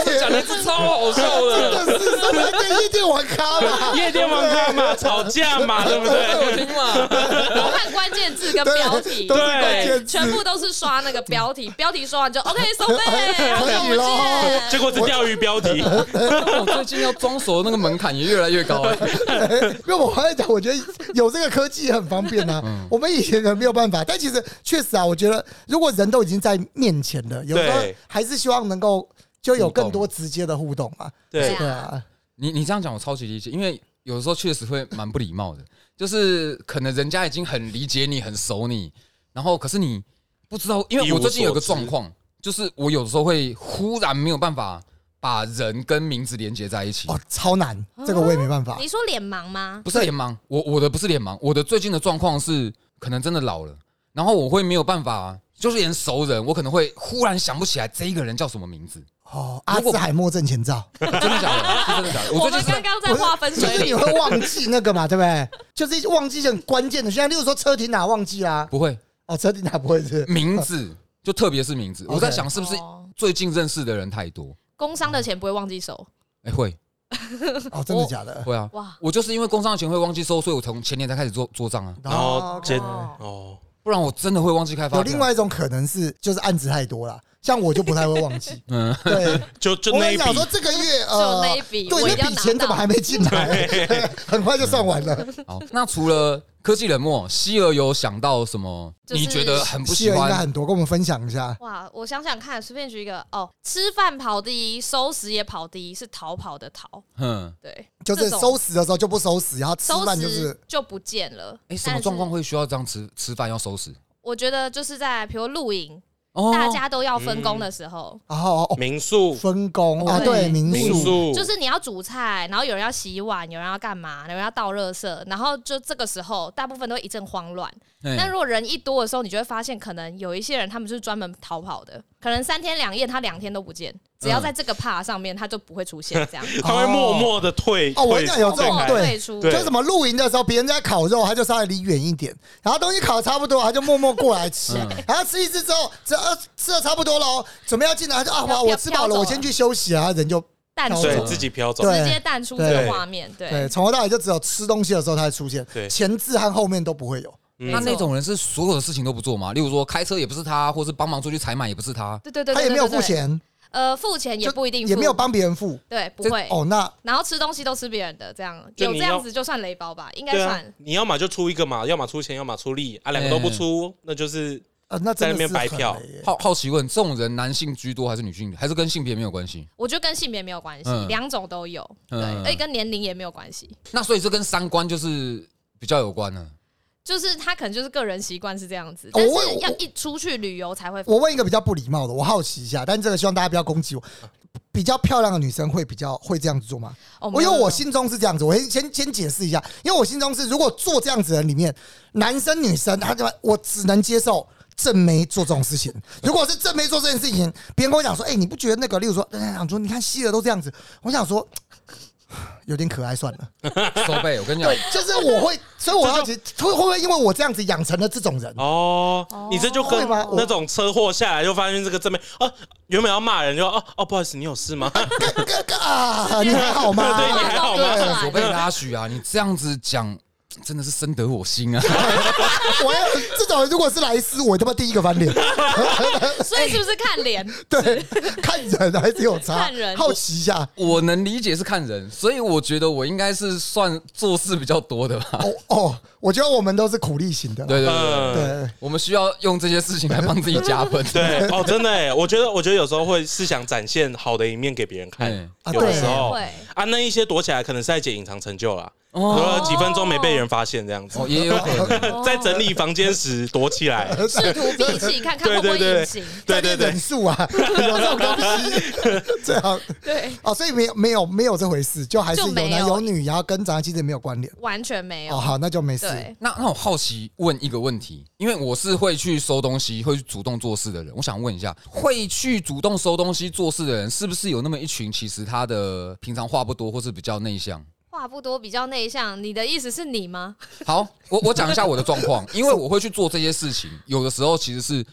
S2: 对
S1: 讲的是超好笑
S2: 真
S1: 的，
S2: 的是，真的跟夜店玩咖嘛？
S3: 夜店网咖嘛，吵架嘛，对 不
S1: 我
S3: 对？
S1: 听嘛，
S4: 我看关键字跟标题，
S2: 啊都是
S3: 对
S2: 关键字
S4: 全部都是刷那个标题，标题刷 完就 OK，收费，然后
S2: 可以咯
S4: 我们
S3: 结
S4: 见。
S3: 果是钓鱼标题，
S1: 我最近要装熟的那个门槛也越来越高了。
S2: 因为我刚才讲，我觉得有这个科技很方便啊。我们以前人没有办法，但其实确实啊，我觉得如果人都已经在面前了，有时候
S3: 对
S2: 还是希望能够就有
S1: 互动
S2: 更多直接的互动嘛。
S3: 对
S4: 啊
S2: 对啊，
S1: 你你这样讲我超级理解，因为有时候确实会蛮不礼貌的，就是可能人家已经很理解你、很熟你，然后可是你不知道，因为我最近有个状况，就是我有时候会忽然没有办法把人跟名字连接在一起。
S2: 哦，超难，这个我也没办法。
S4: 啊你说脸盲吗？
S1: 不是脸盲，我我的不是脸盲，我的最近的状况是可能真的老了，然后我会没有办法，就是连熟人，我可能会忽然想不起来这一个人叫什么名字，
S2: 哦，阿
S1: 如果
S2: 兹海默症前 兆。
S1: 真的假的？是真的假的？
S4: 我
S1: 我最
S4: 们
S1: 近
S4: 刚
S1: 是
S4: 刚在划分
S2: 就
S4: 水
S2: 是你
S4: 岭，
S2: 会忘记那个嘛，对不对？就是忘记一些很关键的，像例如说车停哪忘记啦、
S1: 不会
S2: 哦，车停哪不会是
S1: 名字，就特别是名字，我在
S2: OK
S1: 想是不是
S4: 哦
S1: 最近认识的人太多？
S4: 工商的钱不会忘记收。
S1: 哎、会
S2: 哦，真的假的？
S1: 会啊，
S4: 哇，
S1: 我就是因为工商的钱会忘记收，所以我从前年才开始做做账啊，
S3: 然后
S2: 哦
S3: 接
S4: 哦
S3: 哦，
S1: 不然我真的会忘记开发
S2: 有
S1: 票。
S2: 另外一种可能是，就是案子太多了，像我就不太会忘 记。
S1: 嗯，
S2: 对，
S3: 就就
S2: 我
S3: 那
S2: 跟
S3: 一
S2: 你
S3: 笔
S2: 讲说这个月
S4: 就
S2: 呃
S4: 那一，笔，我
S2: 对，
S4: 一定
S2: 那
S4: 要
S2: 笔
S4: 拿
S2: 钱怎么
S4: 到。
S2: 还没进 来？很快就算完了。
S1: 好，那除了科技冷漠，希儿有想到什么？
S4: 就是
S1: 你觉得很不喜
S2: 戏人应该
S1: 欢？
S2: 很多，跟我们分享一下。
S4: 哇，我想想看，随便举一个哦，吃饭跑第一，收拾也跑第一，是逃跑的逃，
S1: 嗯，
S4: 对，
S2: 就是
S4: 这种
S2: 收拾的时候就不收拾，然后吃
S4: 收
S2: 饭就是
S4: 拾就不见了。
S1: 哎、什么
S4: 但是
S1: 状况会需要这样吃吃饭要收拾？
S4: 我觉得就是在比如露营，
S1: 哦
S4: 大家都要分工的时候，
S2: 然后哦
S3: 民宿
S2: 分工啊，对，
S4: 哦对
S2: 民
S3: 民
S2: 宿
S3: 宿
S4: 就是你要煮菜，然后有人要洗碗，有人要干嘛，有人要倒垃圾，然后就这个时候大部分都一阵慌乱。
S1: 哎
S4: 但如果人一多的时候，你就会发现，可能有一些人他们就是专门逃跑的，可能三天两夜他两天都不见，
S3: 嗯
S4: 只要在这个帕上面他就不会出现这样。
S3: 他会默默的退。
S2: 哦我跟你讲有这
S4: 默
S2: 种
S4: 默
S3: 退
S2: 对
S4: 退出，
S3: 对
S2: 就是什么露营的时候，别人在烤肉，他就稍微离远一点，然后东西烤的差不多，他就默默过来吃，
S3: 嗯
S2: 然后吃一次之后，这呃吃的差不多了哦，准备要进来，他就啊，
S4: 飘
S2: 我我吃饱
S4: 飘
S2: 了，
S4: 走
S2: 我
S4: 了
S2: 先去休息啊，人就
S4: 淡出，
S3: 对啊
S1: 嗯
S3: 自己飘走。
S2: 对
S4: 直接淡出这
S3: 对
S4: 个画面。对
S2: 对，，从头到尾就只有吃东西的时候他才出现，
S3: 对
S2: 前置和后面都不会有。
S3: 嗯
S1: 那那种人是所有的事情都不做吗？例如说开车也不是他，或是帮忙出去采买也不是他，
S4: 对对对，
S2: 他
S4: 对
S2: 也没有
S4: 对
S2: 付
S4: 对
S2: 钱，
S4: 呃，付钱也不一定付，
S2: 也没有帮别人付。
S4: 对，不会。
S2: 哦，那
S4: 然后吃东西都吃别人的，这样
S3: 就
S4: 有
S3: 你
S4: 这
S3: 要
S4: 样子就算雷包吧，应该
S3: 对啊
S4: 算。，
S3: 你要么就出一个嘛，要么出钱，要么出力啊，两个都不出，那就是
S2: 呃那真的
S3: 在那边
S2: 是
S3: 白
S2: 很
S3: 嫖
S2: 累耶
S1: 好好奇问，这种人男性居多还是女性？还是跟性别没有关系？
S4: 我觉得跟性别没有关系
S1: 嗯，
S4: 两、种都有，对，
S1: 嗯
S4: 而且跟年龄也没有关系，
S1: 那所以这跟三观就是比较有关啊呢。
S4: 就是他可能就是个人习惯是这样子，
S2: 我
S4: 但
S2: 问
S4: 是
S2: 我
S4: 要一出去旅游才会
S2: 我问一个比较不礼貌的，我好奇一下，但这个希望大家不要攻击我。比较漂亮的女生会比较会这样子做吗？
S4: 哦
S2: 我因
S4: 没有
S2: 为我
S4: 没有
S2: 心中是这样子，我先先先解释一下，啊因为我心中是，如果做这样子的人里面，男生女生，他就啊我只能接受正妹做这种事情。如果是正妹做这件事情，别人跟我讲说，哎、你不觉得那个，例如说，人家讲说，你看希尔都这样子，我想说。有点可爱算了，
S1: 收贝，我跟你讲
S2: 对，， 就是我会，所以我要解会会不会因为我这样子养成了这种人？
S3: 哦，你这就跟
S2: 会吗我
S3: 那种车祸下来就发现这个正面哦，原本要骂人就哦哦，不好意思，你有事吗？
S2: 哥哥啊，你还好吗？
S3: 对你还好吗
S2: 对
S1: 手被拉许啊，你这样子讲真的是深得我心啊！
S2: 我要这种人如果是莱斯，我他妈第一个翻脸。
S4: 所以是不是看脸？
S2: 对，看人还是有差，
S4: 看人
S2: 好奇一下。
S1: 我能理解是看人，所以我觉得我应该是算做事比较多的吧。
S2: 哦哦，我觉得我们都是苦力型的。
S1: 对对对，
S3: 嗯，
S2: 对，
S1: 我们需要用这些事情来帮自己加分。
S3: 对，哦，真的哎，我觉得我觉得有时候会是想展现好的一面给别人看
S1: 嗯，
S2: 啊
S3: 有的
S2: 对
S3: 时候
S4: 会
S3: 啊，那一些躲起来可能是在解隐藏成就啦，可
S1: 哦
S3: 能几分钟没被人发现这样子
S1: 哦，，也有可能。
S3: 在整理房间时躲起来。
S4: 试图比起 看看会不会隐形，
S2: 在
S3: 对对
S2: 练
S3: 对
S2: 人，数 啊，有这种东西，最好
S4: 对，
S2: 哦，所以没有没有没有这回事，就还是有
S4: 就没
S2: 男
S4: 有
S2: 有女，然后跟长相其实也没有关联。
S4: 完全没
S2: 哦，
S4: 有。
S2: 好，那就没事。
S4: 对，
S1: 那那我好奇问一个问题，因为我是会去收东西、会去主动做事的人，我想问一下，会去主动收东西做事的人，是不是有那么一群其实他的平常话不多，或是比较内向？
S4: 话不多，比较内向。你的意思是你吗？
S1: 好，我我讲一下我的状况， 因为我会去做这些事情，有的时候其实是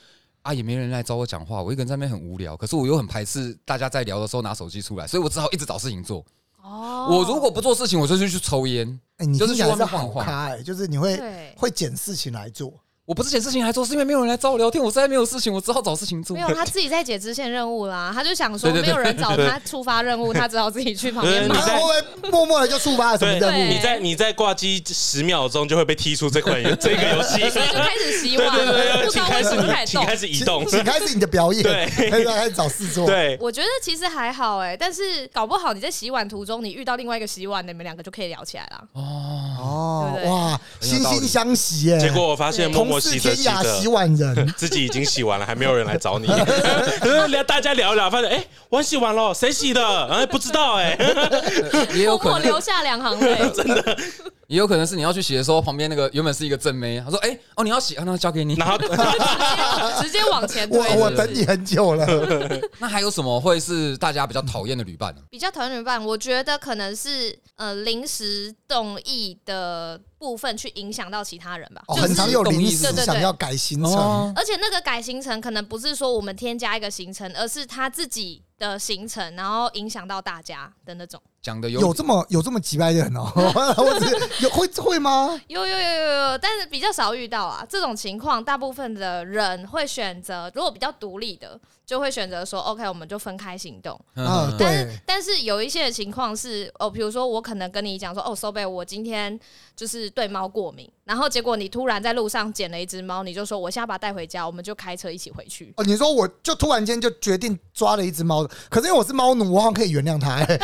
S1: 啊，也没人来找我讲话，我一个人在那边很无聊，可是我又很排斥大家在聊的时候拿手机出来，所以我只好一直找事情做。
S4: 哦，
S1: 我如果不做事情，我就去去抽烟。
S2: 哎，你
S1: 就
S2: 听
S1: 是
S2: 起来
S1: 去
S2: 是
S1: 外面晃
S2: 好
S1: 晃
S2: 咖哎，就是你会
S4: 对
S2: 会捡事情来做。
S1: 我不是捡事情来做，是因为没有人来找我聊天，我实在没有事情，我只好找事情做
S4: 没。有，他自己在解支线任务啦，他就想说
S1: 对对
S4: 没
S1: 对
S4: 有人找他触发任务，他只好自己去旁边
S3: 你
S2: 然
S4: 忙。
S3: 在
S2: 后会不会默默的就触发了什么任
S3: 对
S2: 务？
S4: 对
S3: 你在你在挂机十秒钟就会被踢出这款游这个游 戏。
S4: 所以就开始洗
S3: 对
S4: 碗
S3: 对
S4: 了，
S3: 对，
S4: 不知
S3: 请
S4: 道
S3: 开
S4: 为
S3: 始
S4: 什么开
S3: 你，
S4: 始
S3: 请
S4: 动。
S3: 开始移动。
S2: 请开始你的表演，
S3: 对
S2: 开始 开始找事做。
S3: 对，
S4: 我觉得其实还好哎、但是搞不好你在洗碗途中，你遇到另外一个洗碗，你们两个就可以聊起来了。
S2: 哦
S4: 对不，对
S2: 哇，
S1: 很有
S2: 惺
S1: 道理
S2: 惺相惜耶！
S3: 结果我发现默默
S2: 同
S3: 洗
S2: 是天
S3: 着洗
S2: 涯洗
S3: 着，
S2: 碗人，
S3: 自己已经洗完了，还没有人来找你。 聊大家聊一聊，发现哎，我洗完了，谁洗的？哎，不知道哎。
S1: 也有
S4: 默
S1: 可
S4: 默
S1: 能
S4: 留下两行 泪，
S1: 也有可能是你要去洗的时候，旁边那个原本是一个正妹，她说：“哎、哦，你要洗，啊、那交给你。
S3: 然 后
S4: 直接往前推
S2: 我。我
S1: 对
S2: 等你很久 了。”
S1: 那还有什么会是大家比较讨厌的旅伴啊呢、
S4: 比较讨厌女伴，我觉得可能是呃临时动议的部分去影响到其他人吧。
S2: 哦，
S1: 就是
S2: 很常有临时
S4: 对对哦对
S2: 想要改行程，
S4: 而且那个改行程可能不是说我们添加一个行程，而是他自己的行程，然后影响到大家的那种。
S1: 讲的有
S2: 有这么有这么几百人 哦， 我只有会会吗？
S4: 有有有有有，但是比较少遇到啊。这种情况，大部分的人会选择，如果比较独立的，就会选择说，OK，我们就分开行动。
S1: 嗯
S2: 啊，
S4: 但是
S2: 对，
S4: 但是有一些情况是，哦，比如说我可能跟你讲说，哦，收贝，我今天就是对猫过敏，然后结果你突然在路上捡了一只猫，你就说我现在把它带回家，我们就开车一起回去。
S2: 哦，你说我就突然间就决定抓了一只猫，可是因为我是猫奴，我好像可以原谅它。哎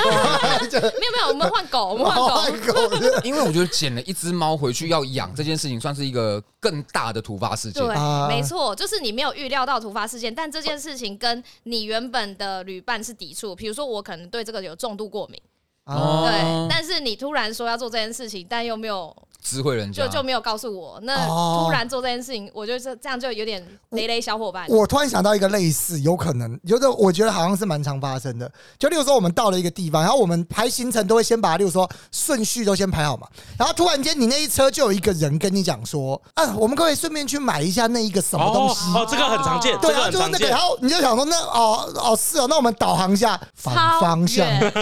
S2: 就
S4: 没有没有，我们换狗，我们 换
S2: 哦
S4: 狗。
S2: 狗是
S1: 因为我觉得捡了一只猫回去要养这件事情，算是一个更大的突发事件。
S2: 啊
S4: 对，没错，就是你没有预料到突发事件，但这件事情跟你原本的旅伴是抵触。比如说，我可能对这个有重度过敏，
S1: 哦
S2: 啊，
S4: 对，但是你突然说要做这件事情，但又没有
S1: 知会人家
S4: 就就没有告诉我，那
S2: 嗯啊哦
S4: 突然做这件事情，我就这这样就有点雷雷小伙伴。
S2: 我突然想到一个类似，有可能，就是我觉得好像是蛮常发生的。就例如说，我们到了一个地方，然后我们排行程都会先把，例如说顺序都先排好嘛。然后突然间，你那一车就有一个人跟你讲说：“啊，我们可不可以顺便去买一下那一个什么东
S3: 哦
S2: 西。
S3: 哦，这个很常见，这
S2: 对
S3: 个
S2: 啊，
S3: 很
S2: 就是
S3: 常
S2: 那个，
S3: 见
S2: 然。后你就想说，那哦哦是哦，那我们导航一下，反方向
S4: 超远，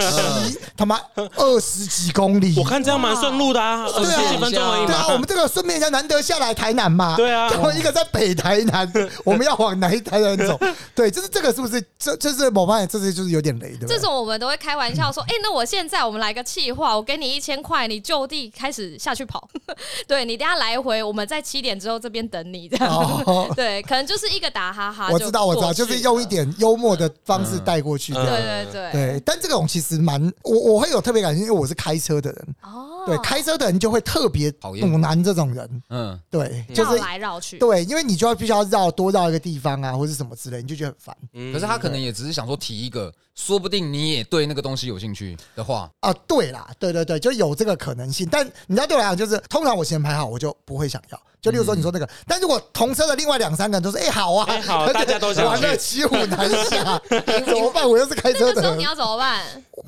S2: 十他妈二十几公里。
S3: 我看这样蛮顺路的啊，二
S2: 对啊
S3: 十几分钟而已
S2: 对 啊，我
S3: 嘛
S2: 们。这个顺便一下，难得下来台南嘛。
S3: 对啊
S2: 然后一个在北台 南，我们要往南台南走。对，就是这个是不是？这这是某方面，这是就是有点雷，对不对
S4: 这？种我们都会开玩 笑说，哎、那我现在我们来个气话，我给你一千块，你就地开始下去跑， 对你等一下来回，我们在七点之后这边等你这样。
S2: 哦，
S4: 对，可能就是一个打哈哈。
S2: 我知道，我知道，就是用一。点幽默的方式带过去。
S3: 嗯
S2: 这
S4: 对
S2: 样
S4: 对对。
S2: 对，但这种其实蛮我我会有特别感觉，因为我是开车的人，
S4: 哦。
S2: 对，开车的人就会特别
S1: 讨厌
S2: 堵难这种人，
S1: 嗯，
S2: 对，就
S4: 绕
S2: 是
S4: 来绕去。
S2: 对，因为你就要必须要绕多绕一个地方啊，或是什么之类，你就觉得很烦
S3: 嗯
S1: 可是他可能也只是想说提一个，说不定你也对那个东西有兴趣的话，
S2: 啊。对啦，对对对，就有这个可能性。但你知道对我来讲，就是通常我先排好，我就不会想要。就例如说你说那个，但如果同车的另外两三个人都说：“哎、好啊，
S3: 嗯哎 好大家都想去
S2: 玩的骑虎难 下，怎么办？我又是开车
S4: 那
S2: 的
S4: 个时候你
S2: 人，
S4: 要怎么办？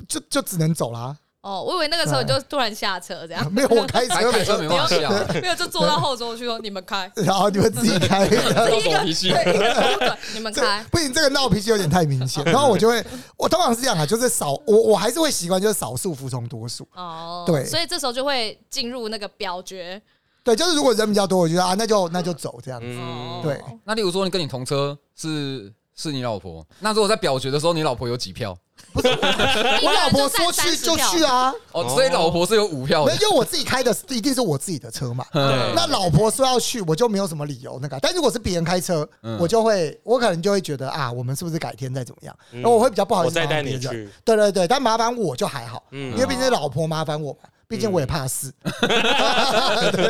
S2: 就就只能走啦。
S4: 哦，我以为那个时候你就突然下车这样，
S2: 哎 没有我开车
S1: 开车
S2: 的，
S1: 没办法下。
S4: 没有就坐到后座去说你们 开，
S2: 然后你们自己开。
S4: 这一
S3: 什么
S4: 个
S3: 脾气
S4: 对你们
S2: 这
S4: 开。
S2: 不行，这个闹脾气有点太明显。然后我就会，我通常是这样啊，就是少我我还是会习惯，就是少数服从多数。
S4: 哦，
S2: 对
S4: 所以这时候就会进入那个表决。
S2: 对，就是如果人比较多，我觉得啊，那就那就走这样
S3: 嗯
S1: 嗯
S2: 子。
S4: 哦，
S2: 对
S1: 那例如说，你跟你同车是是你老婆，那如果在表决的时候，你老婆有几票？
S2: 我老婆说去就去啊，
S1: 哦，
S3: 哦
S1: 所以老婆是有五票
S2: 没
S1: 的
S2: 有，因。为我自己开的是一定是我自己的车嘛。
S3: 对
S2: 那老婆说要去，我就没有什么理由那个。但如果是别人开车，
S1: 嗯
S2: 我就会，我可能就会觉得啊，我们是不是改天再怎么样？然后我会比较不好意
S3: 嗯我
S2: 思麻
S3: 再
S2: 烦
S3: 带
S2: 别
S3: 你
S2: 人。
S3: 去，
S2: 对对对，但麻烦我就还好，
S3: 嗯
S2: 因为毕竟是老婆麻烦我嘛。毕竟我也怕死。
S4: 嗯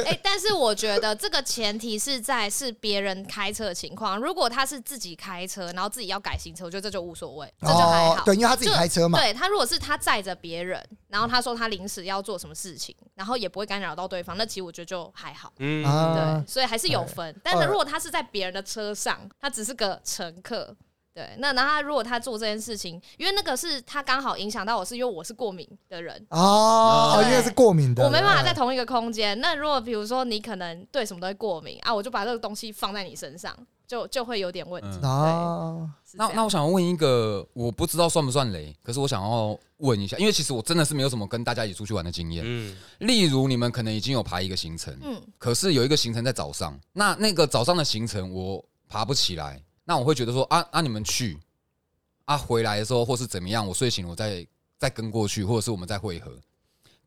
S4: 哎、但是我觉得这个前提是在是别人开车的情况，如果他是自己开车，然后自己要改行车，我觉得这就无所谓，这就还好。
S2: 哦对，因为他自己开车嘛。
S4: 对他，如果是他载着别人，然后他说他临时要做什么事情，然后也不会干扰到对方，那其实我觉得就还好。
S3: 嗯，
S2: 啊
S4: 对，，所以还是有分。但是如果他是在别人的车上，他只是个乘客，对，那然后他如果他做这件事情，因为那个是他刚好影响到我，是因为我是过敏的人，
S2: 哦，
S4: 对
S2: 因为是过敏的，
S4: 我没办法在同一个空间。那如果比如说你可能对什么都会过敏啊，我就把这个东西放在你身上，就就会有点问题。
S1: 嗯
S2: 啊。
S4: 是这
S1: 那
S4: 样
S1: 那我想问一个，我不知道算不算雷，可是我想要问一下，因为其实我真的是没有什么跟大家一起出去玩的经验。
S3: 嗯，
S1: 例如你们可能已经有排一个行程，
S4: 嗯，
S1: 可是有一个行程在早上，那那个早上的行程我爬不起来，那我会觉得说啊啊你们去啊回来的时候或是怎么样，我睡醒了我再再跟过去，或者是我们再会合，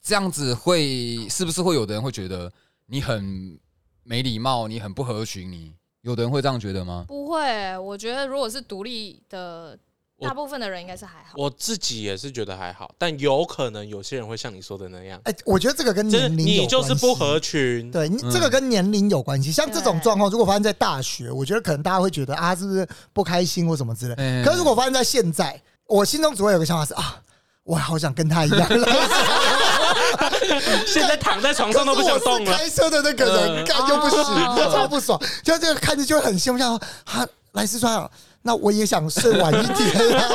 S1: 这样子会是不是会有的人会觉得你很没礼貌，你很不合群，你有的人会这样觉得吗？
S4: 不会，我觉得如果是独立的，
S3: 我
S4: 大部分的人应该是还好。
S3: 我自己也是觉得还好，但有可能有些人会像你说的那样，
S2: 哎，我觉得这个跟
S3: 就是
S2: 年龄有
S3: 你就是不
S2: 关系
S3: 合群，
S2: 对，你
S1: 嗯
S2: 这个跟年龄有关系。像这种
S4: 对
S2: 状况，如果发生在大学，我觉得可能大家会觉得啊，是不是不开心或什么之类。
S1: 嗯
S2: 可是如果发生在现在，我心中只会有个想法是啊，我好想跟他一 样，
S3: 现在躺在床
S2: 可
S3: 上
S2: 是
S3: 都不想
S2: 我
S3: 动
S1: 嗯
S2: 是
S3: 了。
S2: 开车的那个人，
S3: 嗯
S2: 干就不行，
S1: 啊
S4: 哦
S2: 超不爽。就这个看着就很羡慕，想说啊，莱斯川啊，那我也想睡晚一点 啊。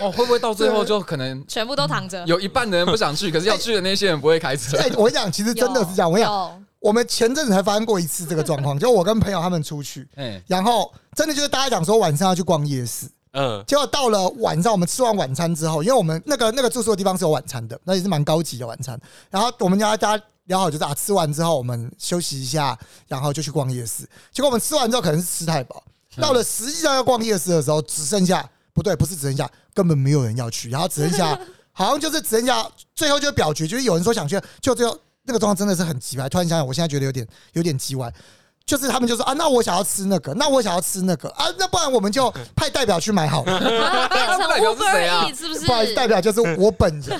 S1: 哦，会不会到最后就可能
S4: 全部都躺着，
S1: 有一半的人不想去，可是要去的那些人不会开车？
S2: 哎，我跟你讲，其实真的是这样。我跟你讲，
S4: 有
S2: 我们前阵子才发生过一次这个状况，就我跟朋友他们出去，
S1: 哎，
S2: 然后真的就是大家讲说晚上要去逛夜市。
S3: 嗯，
S2: 结果到了晚上，我们吃完晚餐之后，因为我们那个那个住宿的地方是有晚餐的，那也是蛮高级的晚餐。然后我们家大家聊好，就是啊，吃完之后我们休息一下，然后就去逛夜市。结果我们吃完之后可能是吃太饱，到了实际上要逛夜市的时候，只剩下不对，不是只剩下， 根本没有人要去，然后只剩下好像就是只剩下最后就表决，就是有人说想去，就最后那个状况真的是很奇怪。突然想想，我现在觉得有点有点奇怪。就是他们就说啊，那我想要吃那个，那我想要吃那个啊，那不然我们就派代表去买好了。
S4: 啊变成
S1: 代表是谁
S4: Uber
S1: 啊
S4: E 是不是？
S2: 不好意思，代表就是我 本人，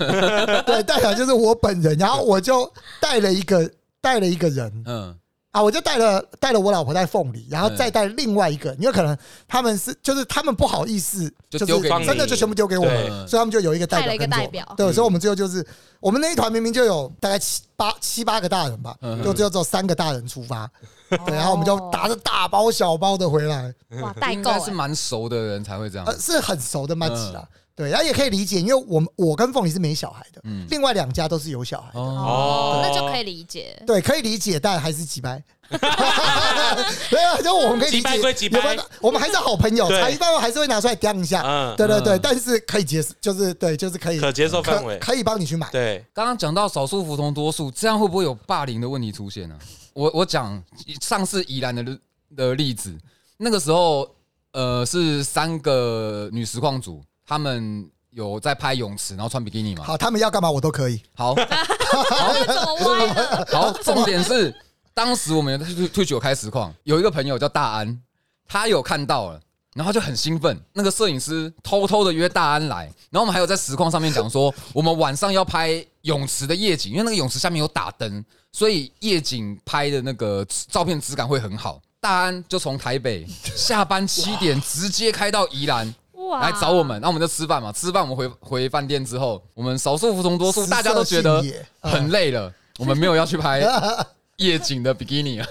S2: 对，代表就是我本人。然后我就带了一个带了一个人
S1: 嗯，
S2: 啊，我就带了带了我老婆带凤梨，然后
S1: 嗯
S2: 再带另外一个，因为可能他们是就是他们不好意思，
S1: 就是丢给
S3: 你
S2: 真的就全部丢给我
S3: 对
S1: 嗯
S2: 们，所以他们就有一个代
S4: 带
S2: 表
S4: 了一个
S2: 跟着我
S4: 代
S2: 们
S4: 表
S2: 对，所以我们最后就是我们那一团明明就有大概七八七八个大人吧
S1: 嗯，
S2: 就最后只有三个大人出发，对，
S4: 哦
S2: 然后我们就打着大包小包的回来，
S1: 嗯
S4: 哇代
S1: 应
S4: 购
S1: 该是
S4: 欸，
S1: 蛮熟的人才会这样。
S2: 呃，是很熟的麦吉啦。对，然后也可以理解，因为我们我跟凤梨是没小孩的，
S1: 嗯
S2: 另外两家都是有小孩的。
S1: 哦，
S4: 哦
S3: 哦，
S4: 那就可以理 解。
S2: 对，可以理解，但还是几 掰。没有，就我们可以理解，
S3: 几掰归几掰
S2: 有没有我们还是好朋友，
S3: 对
S2: 茶余饭后还是会拿出来掂一下。
S3: 嗯，
S2: 对对对，
S1: 嗯
S2: 但是可以接受，就是对，就是可以
S3: 可接受范
S2: 可
S3: 围，
S2: 可以帮你去买。
S3: 对，
S1: 刚刚讲到少数服从多数，这样会不会有霸凌的问题出现呢、我我讲上次宜兰的例的例子，那个时候呃是三个女实况组，她们有在拍泳池，然后穿比基尼嘛。
S2: 好，他们要干嘛我都 可以。
S1: 好
S3: 啊
S4: 这怎么歪了？
S1: 好，重点是当时我们退退九开实况，有一个朋友叫大安，他有看到了。然后他就很兴奋，那个摄影师偷偷的约大安来，然后我们还有在实况上面讲说，我们晚上要拍泳池的夜景，因为那个泳池下面有打灯，所以夜景拍的那个照片质感会很好。大安就从台北下班七点直接开到宜兰
S4: 哇
S1: 来找我们，那我们就吃饭嘛，吃饭我们回回饭店之后，我们少数服从多数，
S2: 食
S1: 大家都
S2: 色
S1: 觉得
S2: 性也嗯
S1: 很累了，我们没有要去 拍
S3: 哎
S1: 夜景的比基尼了。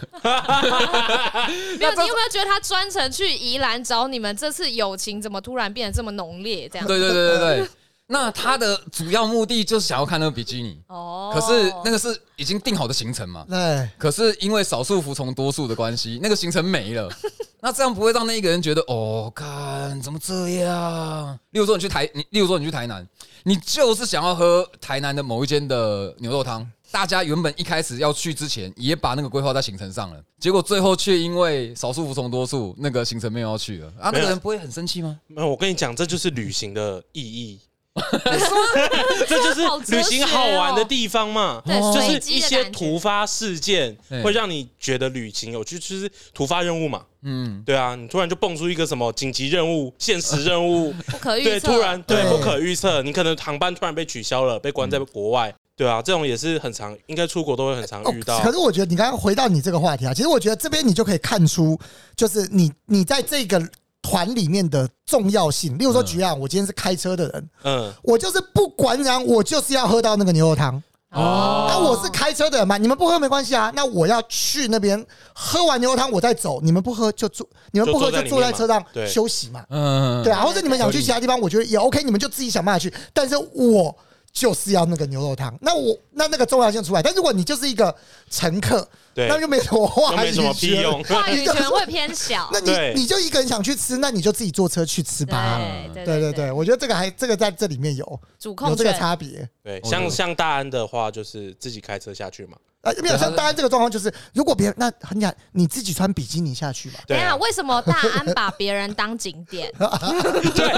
S4: 没有，你有没有觉得他专程去宜兰找你们？这次友情怎么突然变得这么浓烈？这样
S1: 对对对对对，那他的主要目的就是想要看那个比基尼，
S4: 哦
S1: 可是那个是已经定好的行程嘛。
S2: 对，
S1: 可是因为少数服从多数的关系，那个行程没了。那这样不会让那一个人觉得哦，看怎么这样？例如说你去台，你例如说你去台南，你就是想要喝台南的某一间的牛肉汤。大家原本一开始要去之前，也把那个规划在行程上了，结果最后却因为少数服从多数，那个行程没有要去了。啊，那个人不会很生气吗？
S3: 嗯那我跟你讲，这就是旅行的意义，
S4: 这
S3: 就是旅行好玩的地方嘛。
S4: 哦对
S2: 哦
S3: 就
S4: 随
S3: 是
S4: 机
S3: 一
S4: 的
S3: 些
S4: 感觉
S3: 突发事件
S1: 对
S3: 会让你觉得旅行有趣，就是突发任务嘛。
S1: 嗯，
S3: 对啊，你突然就蹦出一个什么紧急任务、限时任务，
S4: 不可预
S3: 对，
S4: 测，
S3: 突然对
S2: 对
S3: 不可预测，你可能航班突然被取消了，被关在国外，对啊，这种也是很常，应该出国都会很常遇到
S2: 哦。可是我觉得你刚刚回到你这个话题啊，其实我觉得这边你就可以看出，就是你你在这个团里面的重要性。例如说，举案，我今天是开车的人，
S3: 嗯，
S2: 我就是不管怎样，我就是要喝到那个牛肉汤。
S1: 哦
S2: 那、
S4: 那
S2: 啊我是开车的人嘛，你们不喝没关系啊。那我要去那边喝完牛肉汤，我再走。你们不喝就坐，你们不喝就
S3: 就
S2: 坐
S3: 坐在
S2: 在
S3: 里面嘛
S2: 车上
S3: 对
S2: 休息嘛。
S1: 嗯，
S2: 对啊，
S4: 嗯
S2: 或者你们想去其他地方，我觉得也 OK，你们就自己想办法去。但是我就是要那个牛肉汤，那我那那个重要性出来。但如果你就是一个乘客，
S3: 对，
S2: 那就没什么话
S3: 那没什么
S2: 语
S3: 屁
S2: 权。
S3: 用。
S4: 话语权会偏小
S2: 那。
S3: 对
S2: 你你就一个人想去吃，那你就自己坐车去吃吧。
S4: 对
S2: 对对
S4: 对
S2: 对，，我觉得这个还这个在这里面有
S4: 主控
S2: 有这个
S4: 权
S2: 差别。
S3: 对，
S1: 哦
S3: 像
S1: 对
S3: 像大安的话，就是自己开车下去嘛。
S2: 呃，没有
S1: 对
S2: 像大安这个状况，就是如果别人那很简单，你自己穿比基尼下去嘛。
S3: 对
S4: 等一
S3: 啊
S4: 下，为什么大安把别人当景 点？
S3: 对，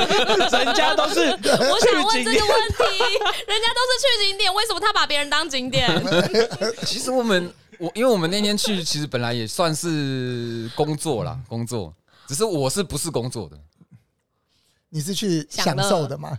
S3: 人家都是
S4: 我想问
S3: 去
S4: 这
S3: 景
S4: 个
S3: 点，
S4: 问题，人家都是去景点，为什么他把别人当景点？
S1: 其实我们我因为我们那天去，其实本来也算是工作啦，工作，只是我是不是工作的？
S2: 你是去享受的嘛？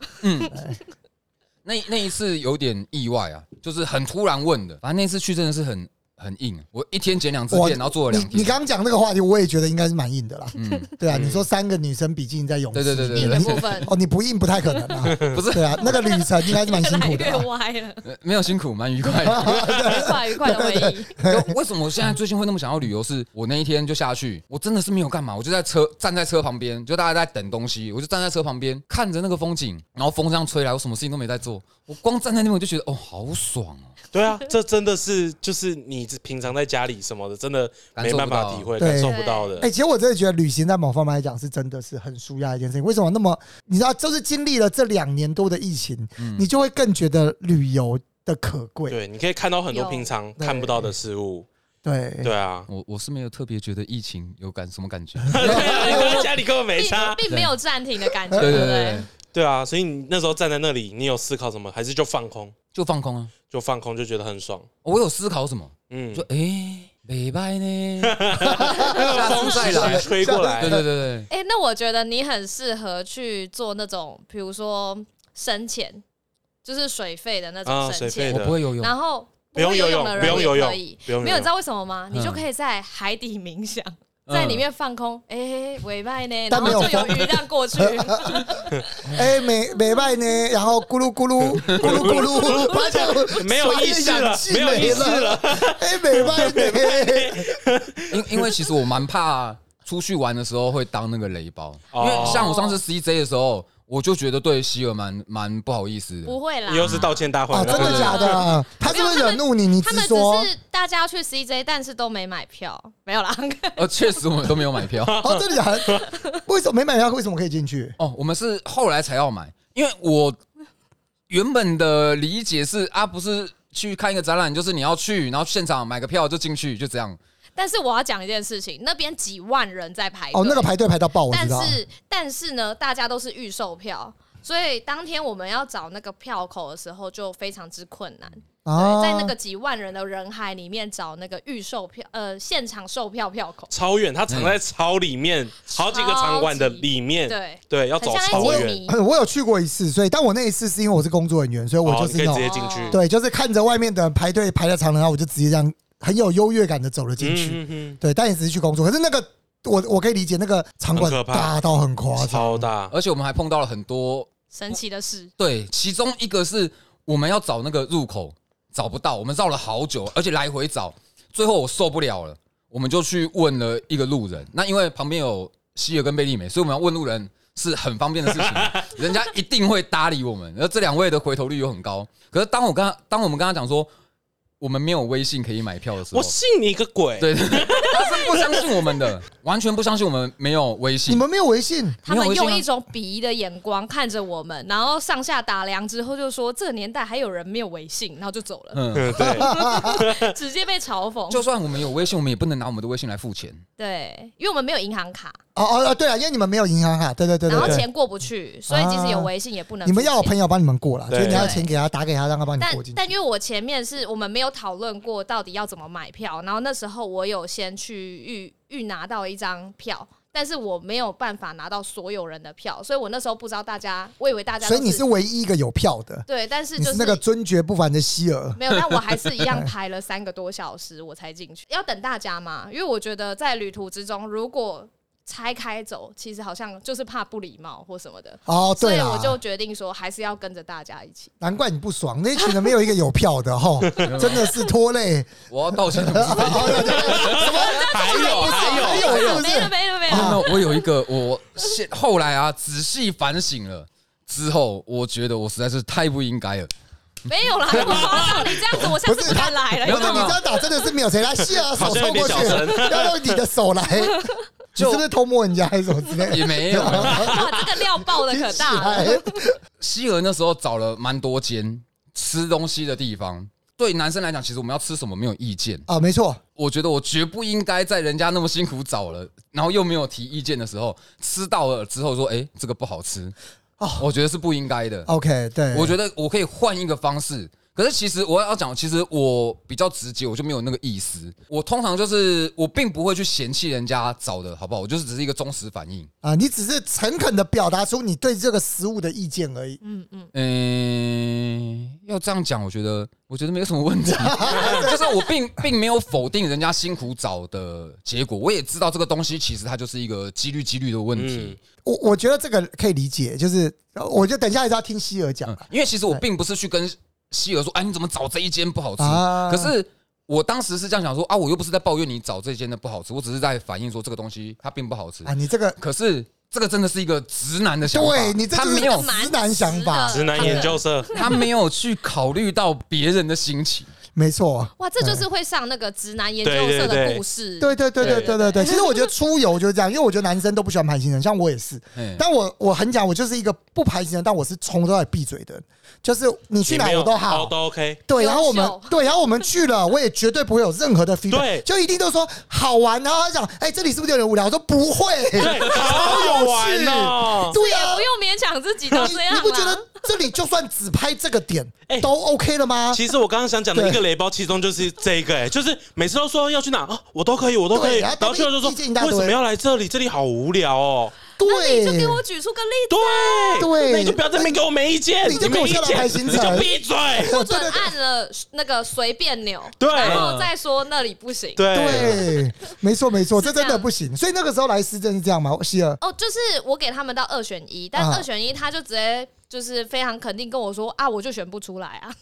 S1: 那那一次有点意外啊，就是很突然问的。反正那次去真的是很很硬，啊我一天剪两次片，然后做了
S2: 你
S1: 两
S2: 你
S1: 天。
S2: 刚刚讲那个话题，我也觉得应该是蛮硬的啦。
S1: 嗯，
S2: 对啊，
S3: 嗯
S2: 你说三个女生比基尼在泳池
S1: 对对
S2: 里面，
S1: 对对
S4: 你
S1: 对
S4: 的部分
S2: 哦，你不硬不太可能啊。
S1: 不是
S2: 对啊，那个旅程应该是蛮
S4: 越
S2: 辛
S4: 来
S2: 苦的
S4: 越
S2: 啊、
S4: 歪 了，
S1: 呃没有辛苦，蛮愉快的。
S4: 愉快愉快的回忆。
S1: 就为什么我现在最近会那么想要旅游？是我那一天就下去，我真的是没有干嘛，我就在车站在车旁边，就大家在等东西，我就站在车旁边看着那个风景，然后风这样吹来，我什么事情都没在做，我光站在那边我就觉得哦，好爽哦。
S3: 对啊，这真的是就是你平常在家里什么的，真的
S1: 感
S3: 没
S1: 受不
S3: 办
S1: 到
S3: 法体会，
S2: 对
S3: 感受不到
S2: 哎、
S3: 的。
S2: 其实我真的觉得旅行在某方面来讲是真的是很舒压的一件事情。为什么那么？你知道，就是经历了这两年多的疫情，
S1: 嗯
S2: 你就会更觉得旅游的可贵。
S3: 对，你可以看到很多平常
S2: 对
S3: 看不到的事物。
S2: 对
S3: 对啊，
S1: 我我是没有特别觉得疫情有感什么感觉，
S4: 哎
S3: 你都 在家里根本没
S4: 并
S3: 差。
S4: 并没有暂停的感觉，
S1: 对对
S4: 不
S1: 对对，，
S3: 对啊，所以你那时候站在那里，你有思考什么？还是就放空？
S1: 就放空啊。
S3: 就放空就觉得很爽。
S1: 我有思考什么？
S3: 嗯
S1: 我，说哎，北拜 呢，下次再
S3: 来
S1: 来。
S3: 吹过来
S1: 对，对对对，
S4: 哎、那我觉得你很适合去做那种，比如说深潜，就是水肺的那
S3: 啊
S4: 种深
S3: 水肺对
S4: 潜，
S1: 我
S3: 的
S1: 不会游泳，
S4: 然后
S3: 不用
S4: 会
S3: 游
S4: 泳
S3: 泳
S4: 的，人
S3: 不用
S4: 也
S3: 游
S4: 可
S3: 泳
S4: 以，，
S3: 不用
S4: 没
S3: 游泳
S4: 有，你知道为什么吗？你就
S1: 嗯
S4: 可以在海底冥想，
S1: 嗯
S4: 在里面放空，哎、尾巴呢，
S2: 但
S4: 然
S2: 没
S4: 后
S2: 有
S4: 就有
S2: 风
S4: 鱼这样过去，
S2: 哎、美美拜呢，然后咕噜咕 噜咕噜咕噜，发现
S3: 没有意识了
S2: 气
S3: 没有意识
S2: 了。哎、美拜 呢，
S1: 因因为其实我蛮怕出去玩的时候会当那个雷包，因
S3: 哦
S1: 为像我上次 CJ 的时候，我就觉得对希尔蛮蛮不好意思
S4: 不
S1: 的。
S4: 会啦
S3: 你。又是道歉大会
S2: 哦，
S3: 了，
S2: 真的假的？他是不是惹怒你？你
S4: 他
S2: 直
S4: 们只
S2: 说。
S4: 是大家去 CJ，但是都没买票，没有啦。
S1: 呃，确实我们都没有买 票
S2: 哦，真的假的？为什么没买票？为什么可以进去？
S1: 哦，我们是后来才要买，因为我原本的理解是啊，不是去看一个展览，就是你要去，然后现场买个票就进去，就这样。
S4: 但是我要讲一件事情，那边几万人在排队，
S2: 哦，那个排队排到爆，我
S4: 哎但
S2: 知道。
S4: 是但是呢，大家都是预售票，所以当天我们要找那个票口的时候就非常之困难。
S2: 啊
S4: 对，在那个几万人的人海里面找那个预售票，呃，现场售票票口，
S3: 超远，它藏在超里面，好几个场馆的里面，
S4: 对，
S3: 对，要
S4: 很
S3: 走
S4: 像
S3: 超
S4: 在解
S3: 远，
S4: 谜。
S2: 哎我有去过一次，所以但我那一次是因为我是工作人员，所以我
S3: 哦
S2: 就
S3: 你
S2: 是那
S3: 可以直
S2: 种、
S3: 接进去，
S2: 对，就是看着外面的排队排的长人啊，我就直接这样很有优越感的走了进去。
S3: 嗯嗯
S2: 对，但也只是去工作，可是那个我我可以理解，那个场馆
S3: 很可怕
S2: 大到很夸
S3: 嗯
S2: 张，
S3: 超大，
S1: 而且我们还碰到了很多
S4: 神奇的事，
S1: 对，其中一个是我们要找那个入口找不到，我们绕了好久，而且来回找，最后我受不了了，我们就去问了一个路人。那因为旁边有希尔跟贝利美，所以我们要问路人是很方便的事 情，人家一定会搭理我们。而这两位的回头率又很高。可是当我跟他，当我们跟他讲说我们没有微信可以买票的时候
S3: 我，信你个鬼！
S1: 对，对对他是不相信我们的，完全不相信我们没有微
S2: 你
S1: 信。
S2: 们没有微信？
S4: 他
S1: 没
S4: 们
S1: 有微信
S4: 用
S1: 吗
S4: 一种鄙夷的眼光看着我们，然后上下打量之后就说：“这个年代还有人没有微信？”然后就走 了，
S1: 嗯，
S3: 嗯 对，
S4: 直接被嘲讽。
S1: 就算我们有微信，我们也不能拿我们的微信来付钱。
S4: 对，因为我们没有银行卡，
S2: 哦哦哦，对了，因为你们没有银行卡，对对对
S4: 然
S2: 对
S4: 后
S2: 对，
S4: 钱过不去，所以即使有微信也不能付钱。
S2: 你们要有朋友帮你们过啦，
S3: 对
S2: 所以你要钱给他，打给他，让他帮你
S4: 但
S2: 过进去。
S4: 但因为我前面是我们没有讨论过到底要怎么买票，然后那时候我有先去预预拿到一张票，但是我没有办法拿到所有人的票，所以我那时候不知道大家，我以为大家都
S2: 所以你是唯一一个有票的，
S4: 对，但是
S2: 你
S4: 就是
S2: 那个尊爵不凡的希尔。
S4: 没有，但我还是一 样排了三个多小时，我才进去。要等大家嘛，因为我觉得在旅途之中，如果拆开走，其实好像就是怕不礼貌或什么的，
S2: 哦，
S4: 所
S2: 对
S4: 以
S2: 啦，
S4: 我就决定说还是要跟着大家一起。
S2: 难怪你不爽，那群人没有一个有票的 哈， 真的是拖累。
S1: 我要道歉。不是
S3: 还有还有，
S2: 还有是啊不是？
S4: 没了没了没
S1: 没有
S4: 了，
S1: 没有，我有一个，我现后来啊，仔细反省了之后，我觉得我实在是太不应该了。
S4: 没有啦！ 如果滑到你这样子，我下次不敢来了。
S1: 没
S2: 不
S1: 有
S4: 有
S1: 没有
S2: 是
S4: 没有
S2: 你这样打真的是没有谁来，希尔手
S3: 好像
S2: 抽
S3: 有点
S2: 过
S3: 小
S2: 去
S3: 声，
S2: 要用你的手来。 你是不是偷摸人家还是什么之类的？
S1: 也没有，
S3: 啊
S4: 哇，这个料爆的可大了。
S2: 了。
S1: 西河那时候找了蛮多间吃东西的地方。对男生来讲，其实我们要吃什么没有意见。
S2: 啊，没错，
S1: 我觉得我绝不应该在人家那么辛苦找了，然后又没有提意见的时候，吃到了之后说：“哎、这个不好吃。”
S2: 哦
S1: 我觉得是不应该的。
S2: OK，对，
S1: 我觉得我可以换一个方式。可是其实我要讲，其实我比较直接，我就没有那个意思。我通常就是我并不会去嫌弃人家找的好不好，我就是只是一个忠实反应。
S2: 啊，你只是诚恳的表达出你对这个食物的意见而已。
S4: 嗯嗯，
S1: 嗯，要这样讲，我觉得我觉得没有什么问题，就是我并并没有否定人家辛苦找的结果，我也知道这个东西其实它就是一个几率几率的问
S3: 嗯
S1: 题，，
S2: 我我觉得这个可以理解，就是我就等一下还是要听希尔讲
S1: 嗯
S2: 了，
S1: 因为其实我并不是去跟希尔说，哎，你怎么找这一间不好吃？
S2: 啊。
S1: 可是我当时是这样想说啊，我又不是在抱怨你找这间的不好吃，我只是在反映说这个东西它并不好吃
S2: 啊，。你这个
S1: 可是这个真的是一个直男的想法，
S2: 对你这
S1: 他
S2: 就是
S1: 没有
S4: 蛮
S2: 直男想法
S4: 直的
S3: 直男研究社，
S1: 他没有去考虑到别人的心情。
S2: 没错，
S4: 哇，这就是会上那个直男研究社的故事。
S2: 对对对对
S3: 对
S2: 对对对。其实我觉得出游就是这样，因为我觉得男生都不喜欢排行程，像我也是。
S1: 嗯
S2: 但我我很讲，我就是一个不排行程，但我是从头到尾闭嘴的人，就是你去
S3: 你
S2: 哪
S3: 没有
S2: 我都
S3: 哦
S2: 好。
S3: 都 OK，
S2: 对，然后我们
S4: 优秀
S2: 对，然后我们去了，我也绝对不会有任何的 feedback，
S3: 对
S2: 就一定都说好玩。然后他讲，哎，这里是不是有点无聊？我说不会，
S3: 对，好有玩哦。
S2: 对
S4: 也
S2: 啊
S4: 不，用勉强自己都
S2: 你
S4: 这样
S2: 你
S4: 啊啦
S2: 不觉得这里就算只拍这个点
S3: 哎
S2: 都 OK 了 吗？
S3: 其实我刚刚想讲的
S2: 对
S3: 一个雷包，其中就是这个，哎，就是每次都说要去哪，啊我都可以，我都可以，
S2: 对
S3: 然
S2: 然后
S3: 后去了就说
S2: 意见一大堆
S3: 为什么要来这里？这里好无聊哦。
S4: 那你就
S2: 对
S4: 给， 我举出个例
S3: 对
S4: 子，
S2: 对
S3: 那你就不要在那边给我没意见，
S2: 你就
S3: 没
S2: 跟我
S3: 意
S2: 下来
S3: 见，
S2: 开心
S3: 你就
S2: 才
S3: 闭嘴。
S2: 我真
S4: 准
S2: 的
S4: 按了那个随便钮，
S3: 对
S4: 然后再说那里不行。
S3: 对，
S2: 对，没错没错，
S4: 是
S2: 这
S4: 这
S2: 真的
S4: 样
S2: 不行。所以那个时候来斯真是这样吗？希尔，
S4: 哦，就是我给他们到二选一，但
S2: 啊
S4: 二选一他就直接就是非常肯定跟我说啊，我就选不出来啊，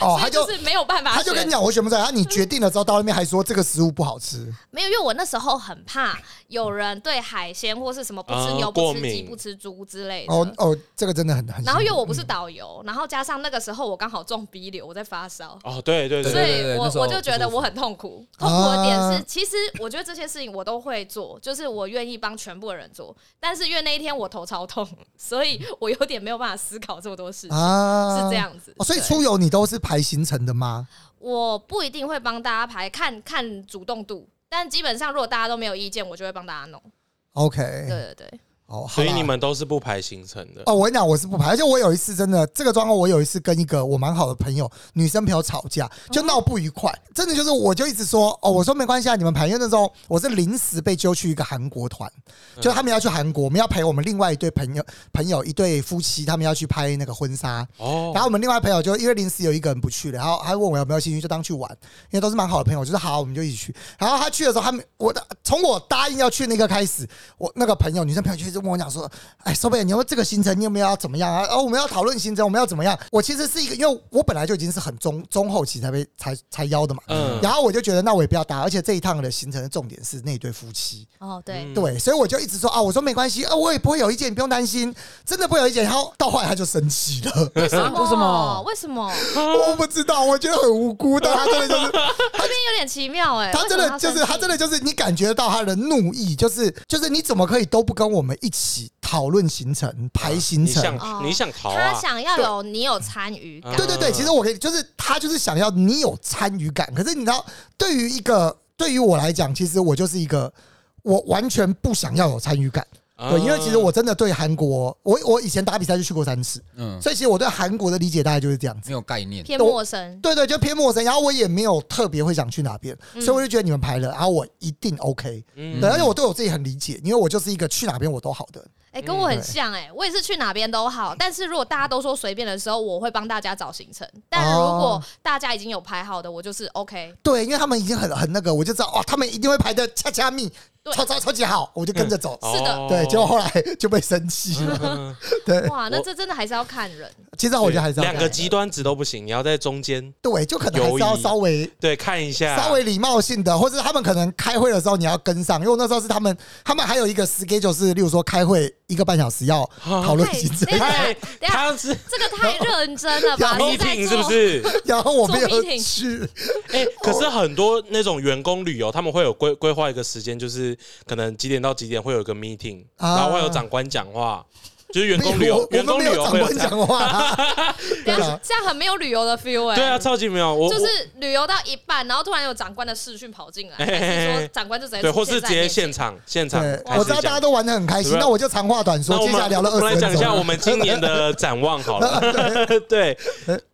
S2: 哦，
S4: 所
S2: 他
S4: 以
S2: 就
S4: 就是没有办法
S2: 他就
S4: 选
S2: 跟你。讲，我选不出来。然后你决定了之后，到那边还说这个食物不好吃，
S4: 没有，因为我那时候很怕有人对海鲜或是什么不吃
S3: 啊
S4: 牛、
S3: 过
S4: 不吃鸡、
S3: 敏
S4: 不吃猪之类的。
S2: 哦哦，这个真的很很辛苦。
S4: 然后因为我不是导游，然后加上那个时候我刚好中鼻瘤，我在发烧。
S3: 哦，对对
S1: 对
S4: 所
S3: 对，
S4: 以我
S1: 那时候
S4: 我就觉得我很痛苦，
S2: 啊
S4: 痛苦的点是，其实我觉得这些事情我都会做，就是我愿意帮全部的人做，但是因为那一天我头超痛，所以我有点没有办法思考这么多事情，
S2: 啊
S4: 是这。样子。
S2: 哦所以
S4: 对
S2: 出游你都是排行程的吗？
S4: 我不一定会帮大家排，看看主动度，但基本上如果大家都没有意见，我就会帮大家弄。
S2: OK，
S4: 对对对，
S2: 哦，好
S3: 所以
S2: 啦
S3: 你们都是不排行程的。
S2: 哦，我跟你讲，我是不排，而且我有一次真的这个状况，我有一次跟一个我蛮好的朋友，女生朋友吵架，
S4: 嗯
S2: 就闹不愉快，真的就是我就一直说哦，我说没关系啊，你们排，因为那时候我是临时被揪去一个韩国团，
S3: 嗯
S2: 就他们要去韩国，我们要陪我们另外一对朋友朋友一对夫妻，他们要去拍那个婚纱，
S3: 哦
S2: 然，后我们另外朋友就因为临时有一个人不去了，然后还问我有没有兴趣，就当去玩，因为都是蛮好的朋友，就是好，我们就一起去。然后他去的时候，他们我的从我哎答应要去那个开始，我那个朋友女生朋友就一直问我讲说，哎，收贝，你要这个行程你有没有要怎么样啊？哦，我们要讨论行程，我们要怎么样？啊我其实是一个，因为我本来就已经是很中中后期才被才才邀的嘛，
S3: 嗯
S2: 然后我就觉得那我也不要搭，而且这一趟的行程的重点是那对夫妻，
S4: 哦
S3: 嗯
S4: 对，
S2: 对，所以我就一直说啊，我说没关系，啊，我也不会有意见，你不用担心，真的不会有意见。然后到后来他就生气了，
S4: 为什么？
S1: 为什么
S4: 为什么？
S2: 我不知道，我觉得很无辜，但他真的 就是，
S4: 这边有点奇妙哎、
S2: 他真
S4: 为什
S2: 的
S4: 么
S2: 就是，
S4: 生气
S2: 他真的就是，你感觉到他的怒意，就是就是，你怎么可以都不跟我们一起讨论行程、排行
S3: 你
S2: 程？
S4: 哦
S3: 想你想逃
S4: 他
S3: 啊？
S4: 想要有你有参与感，
S3: 嗯
S2: 对对对，其实我可以，就是他就是想要你有参与感。可是你知道，对于一个对于我来讲，其实我就是一个我完全不想要有参与感。
S3: 啊
S2: 对，因为其实我真的对韩国，我我以前打比赛就去过三次，
S1: 嗯，
S2: 所以其实我对韩国的理解大概就是这样子。
S1: 没有概念，
S4: 偏陌生。
S2: 对对，就偏陌生，然后我也没有特别会想去哪边，所以我就觉得你们排了，然后我一定 OK。
S3: 嗯
S2: 对，而且我对我自己很理解，因为我就是一个去哪边我都好的。
S4: 哎、跟
S2: 嗯
S4: 我很像哎、我也是去哪边都好，但是如果大家都说随便的时候，我会帮大家找行程。
S2: 哦
S4: 但如果大家已经有排好的，我就是 OK。
S2: 对，因为他们已经很很那个，我就知道哦，他们一定会排的恰恰密，
S4: 对
S2: 超超超级好，我就跟着
S3: 哦
S2: 走。
S4: 是的
S2: 对， 结果后来就被生气了。
S3: 嗯
S2: 对，
S4: 哇，那
S3: 我
S4: 这真的还是要看人。
S2: 其实我觉得还是要
S3: 两
S2: 看
S3: 个极端值都不行，你要在中间，
S2: 对，就可能还是要
S3: 犹疑
S2: 稍微
S3: 对，啊看一下，
S2: 稍微礼貌性的，或者他们可能开会的时候你要跟上，因为我那时候是他们，他们还有一个 schedule 是，例如说开会一个半小时要
S3: 啊
S2: 讨论行程，
S4: 哎
S3: 太
S4: 等一下
S3: 他是
S4: 这个 太认真了吧？
S3: 批
S4: 是在
S3: 评是不
S4: 做？
S3: 是？
S2: 然后我没
S4: 做
S2: 有
S4: meeting
S2: 去，
S3: 哎、可
S2: 哦
S3: 是很多那种员工旅游，他们会有规规划一个时间，就是可能几点到几点会有一个 meeting，、
S2: 啊
S3: 然后会有长官讲话，就是 员工旅
S2: 我
S3: 游，
S2: 我
S3: 员
S2: 们
S3: 工
S2: 没有
S3: 旅游
S2: 长
S3: 会有
S2: 官
S3: 这样
S2: 讲话 啊，对
S4: 对
S2: 啊
S4: 啊，这样很没有旅游的 feel 哎、
S3: 对啊，。超级没有，我
S4: 就是旅游到一半，然后突然有长官的视讯跑进来，
S3: 哎
S4: 还是说长官就直
S3: 我
S4: 接
S3: 对，
S4: 出
S3: 或
S4: 现
S3: 是
S4: 在
S3: 直接
S4: 面前
S3: 现场现场
S2: 对，
S3: 开
S2: 我
S3: 始
S2: 知道大家
S3: 讲。
S2: 都玩的很开心，
S3: 对吧啊
S2: 那我就长话短说，
S3: 那我
S2: 接下
S3: 们
S2: 来聊了
S3: 我
S2: 二
S3: 们来
S2: 十
S3: 讲
S2: 分
S3: 一下
S2: 钟。
S3: 我们今年的展望 好了。 对，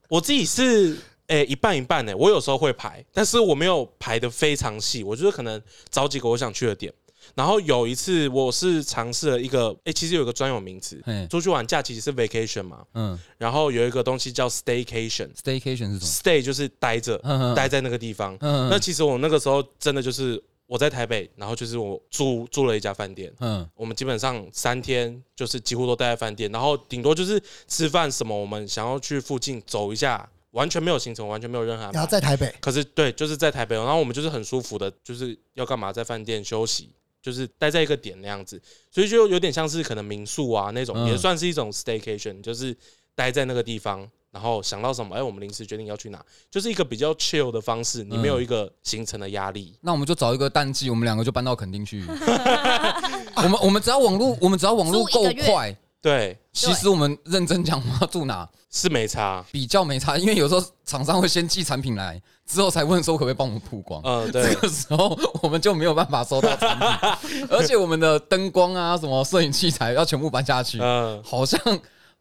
S3: 我自己是诶、一半一半诶、我有时候会排，但是我没有排的非常细，我就是可能找几个我想去的点。然后有一次我是尝试了一个，诶、其实有一个专有名词
S1: 嘿，
S3: 出去玩假期是 vacation 嘛，
S1: 嗯
S3: 然后有一个东西叫 staycation。
S1: ，staycation 是什么？
S3: stay 就是待着
S1: 嗯嗯，
S3: 待在那个地方。
S1: 嗯嗯
S3: 那其实我那个时候真的就是我在台北，然后就是我住住了一家饭店，
S1: 嗯
S3: 我们基本上三天就是几乎都待在饭店，然后顶多就是吃饭什么，我们想要去附近走一下，完全没有行程，完全没有任何安
S2: 然后
S3: 排。
S2: 在台北，
S3: 可是对，就是在台北，然后我们就是很舒服的，就是要干嘛在饭店休息，就是待在一个点那样子，所以就有点像是可能民宿啊那种，
S1: 嗯
S3: 也算是一种 staycation，就是待在那个地方。然后想到什么，哎，我们临时决定要去哪，就是一个比较 chill 的方式，你没有一个行程的压力。
S1: 那我们就找一个淡季，我们两个就搬到垦丁 去。我们我们只要网络，我们只要网络
S4: 租
S1: 够
S4: 一个月
S1: 快，
S3: 对，
S1: 其实我们认真讲，我们要住哪
S3: 是没差。
S1: 比较没差，因为有时候厂商会先寄产品来，之后才问说可不可以帮我们曝光。
S3: 嗯、对
S1: 这，个时候我们就没有办法收到产 品，而且我们的灯光啊、什么摄影器材要全部搬下去，
S3: 嗯、
S1: 好像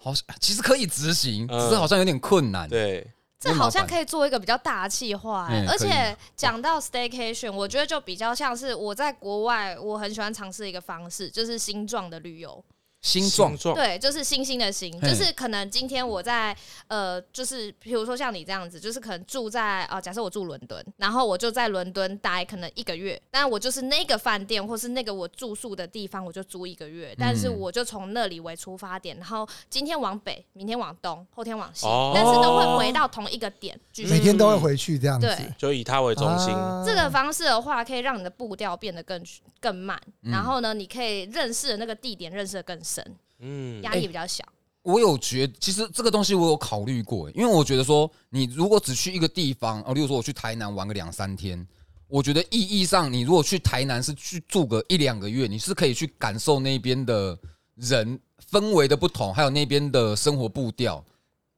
S1: 好像其实可以执行，
S3: 嗯
S1: 只是好像有点困难。
S3: 对，
S4: 这好像可以做一个比较大的气化、欸，
S1: 嗯
S4: 而且
S1: 可
S4: 讲到 staycation，我觉得就比较像是我在国外，我很喜欢尝试一个方式，就是新壮的旅游。
S1: 新状
S2: 哦
S3: 状
S4: 对，就是星星的星，
S1: 嘿
S4: 就是可能今天我在呃，就是比如说像你这样子，就是可能住在啊、呃假设我住伦敦，然后我就在伦敦待可能一个月，但我就是那个饭店或是那个我住宿的地方，我就租一个月，但
S2: 嗯
S4: 是我就从那里为出发点，然后今天往北，明天往东，后天往西，
S3: 哦
S4: 但是都会回到同一个点。继续
S2: 每天都会回去这样子。
S4: 对
S3: 就以它为中心。
S2: 啊
S4: 嗯这个方式的话，可以让你的步调变得更更慢，
S2: 嗯
S4: 然后呢，你可以认识的那个地点认识的更深，
S3: 嗯，
S2: 哎
S4: 压力比较小。
S1: 我有觉，其实这个东西我有考虑过，欸因为我觉得说，你如果只去一个地方，哦，例如说我去台南玩个两三天，我觉得意义上，你如果去台南是去住个一两个月，你是可以去感受那边的人氛围的不同，还有那边的生活步调，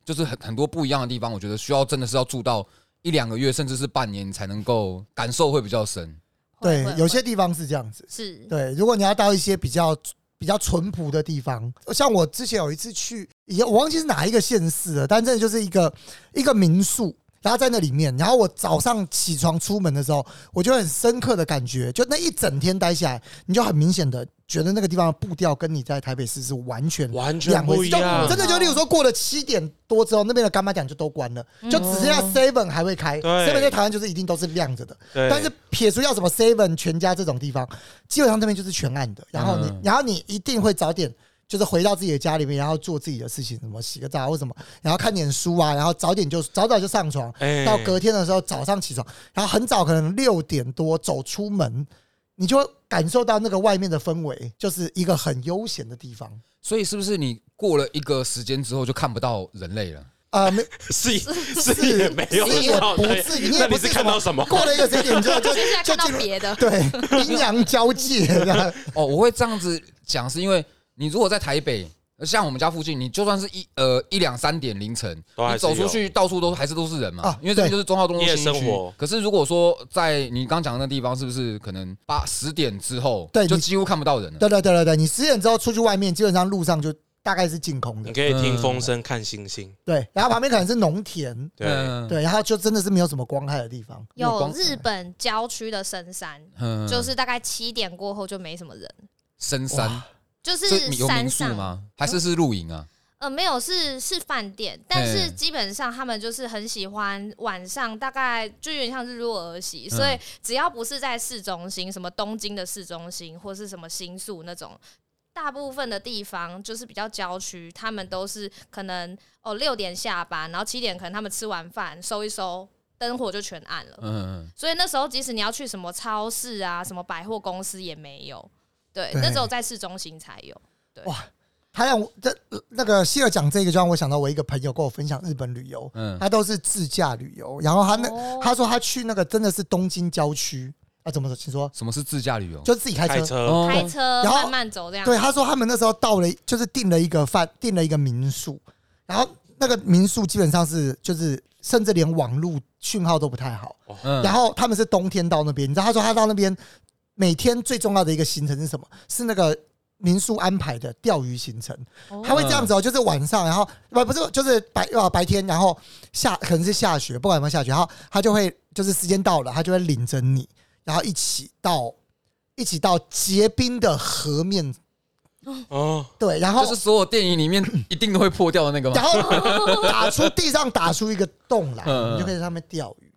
S1: 就是很很多不一样的地方。我觉得需要真的是要住到一两个月，甚至是半年，你才能够感受会比较深。
S4: 会
S2: 对，
S4: 会
S2: 有
S4: 会
S2: 些地方是这样子。
S4: 是
S2: 对，如果你要到一些比较比较淳朴的地方，像我之前有一次去，也我忘记是哪一个县市了，但真的就是一个一个民宿。然后在那里面，然后我早上起床出门的时候，我就很深刻的感觉，就那一整天待下来，你就很明显的觉得那个地方的步调跟你在台北市是完全
S3: 完全
S2: 两回
S3: 不
S2: 事。
S3: 一
S2: 就
S3: 样。
S2: 真的就例如说过了七点多之后，那边的干妈店就都关了，就只剩下 Seven 还会开。
S3: 嗯对
S2: Seven 在台湾就是一定都是亮着的，
S3: 对，
S2: 但是撇除掉什么 Seven、全家这种地方，基本上这边就是全暗的。然后你，
S1: 嗯
S2: 然后你一定会早点，就是回到自己的家里面，然后做自己的事情，什么洗个澡或什么，然后看点书啊，然后早点就早早就上床，
S3: 哎
S2: 到隔天的时候早上起床，然后很早，可能六点多走出门，你就会感受到那个外面的氛围，就是一个很悠闲的地方。
S1: 所以是不是你过了一个时间之后就看不到人类了？
S2: 啊，没
S3: 是是也没 有
S2: 是也
S3: 到
S2: 不
S3: 对
S2: 至于，你
S3: 那
S2: 也不
S3: 你是
S2: 什
S3: 看到 什么？
S2: 过了一个时间就 就
S4: 接下来
S2: 就
S4: 看到
S2: 进入
S4: 别的，
S2: 对阴阳交界这样。
S1: 哦，我会这样子讲，是因为你如果在台北，像我们家附近，你就算是一呃一两三点凌晨，
S3: 都还
S1: 你
S3: 是
S1: 走
S3: 有
S1: 出去到处都还是都是人嘛，
S2: 啊
S1: 因为这
S2: 对
S1: 边就是中号东路
S3: 夜
S1: 新
S3: 生
S1: 区
S3: 活。
S1: 可是如果说在你刚讲的那地方，是不是可能八十点之后，
S2: 对
S1: 就
S2: 你
S1: 几乎看不到人了？
S2: 对对对对对，你十点之后出去外面，基本上路上就大概是净空的
S3: 你。可以听风声、看星星。
S2: 对，然后旁边可能是农田，
S3: 对，
S1: 嗯，
S2: 对，然后就真的是没有什么光害的地方。
S1: 有
S4: 有
S1: 光
S4: 日本郊区的深山，
S1: 嗯
S4: 就是大概七点过后就没什么人，
S1: 深山，
S4: 就
S1: 这
S4: 是
S1: 有
S4: 山
S1: 民宿
S4: 上
S1: 吗？还是是露营啊？
S4: 呃，没有，是是饭店，但
S1: 嘿
S4: 是基本上他们就是很喜欢晚上，大概就有点像日落而息，所
S1: 嗯
S4: 以只要不是在市中心，什么东京的市中心或是什么新宿那种。大部分的地方就是比较郊区，他们都是可能哦六点下班，然后七点可能他们吃完饭收一收，灯火就全暗了。
S1: 嗯，
S4: 所以那时候即使你要去什么超市啊、什么百货公司也没有，对，
S2: 对
S4: 那只有在市中心才有。
S2: 他让我这那个希尔讲这个，就让我想到我一个朋友跟我分享日本旅游，
S1: 嗯
S2: 他都是自驾旅游，然后他啊那、
S4: 哦
S2: 他说他去那个真的是东京郊区啊，怎么说？请说，
S1: 什么是自驾旅游？
S2: 就自己开车。
S3: 开车
S1: 哦
S4: 开车
S2: 然后
S4: 慢慢走这样。
S2: 对，他说他们那时候到了，就是订了一个饭，订了一个民宿，然后那个民宿基本上是就是甚至连网络讯号都不太好，
S1: 嗯
S2: 然后他们是冬天到那边，你知道他说他到那边每天最重要的一个行程是什么？是那个民宿安排的钓鱼行程。他会这样子哦，就是晚上，然后不不是就是白啊白天，然后下可能是下雪，不管有没有下雪，然后他就会就是时间到了，他就会领着你，然后一起到一起到结冰的河面，嗯
S3: 哦，
S2: 对，然后
S1: 就是所有电影里面一定都会破掉的那个
S2: 然
S1: 吗？
S2: 后打出地上打出一个洞来，
S1: 嗯嗯
S2: 你就可以在上面钓鱼。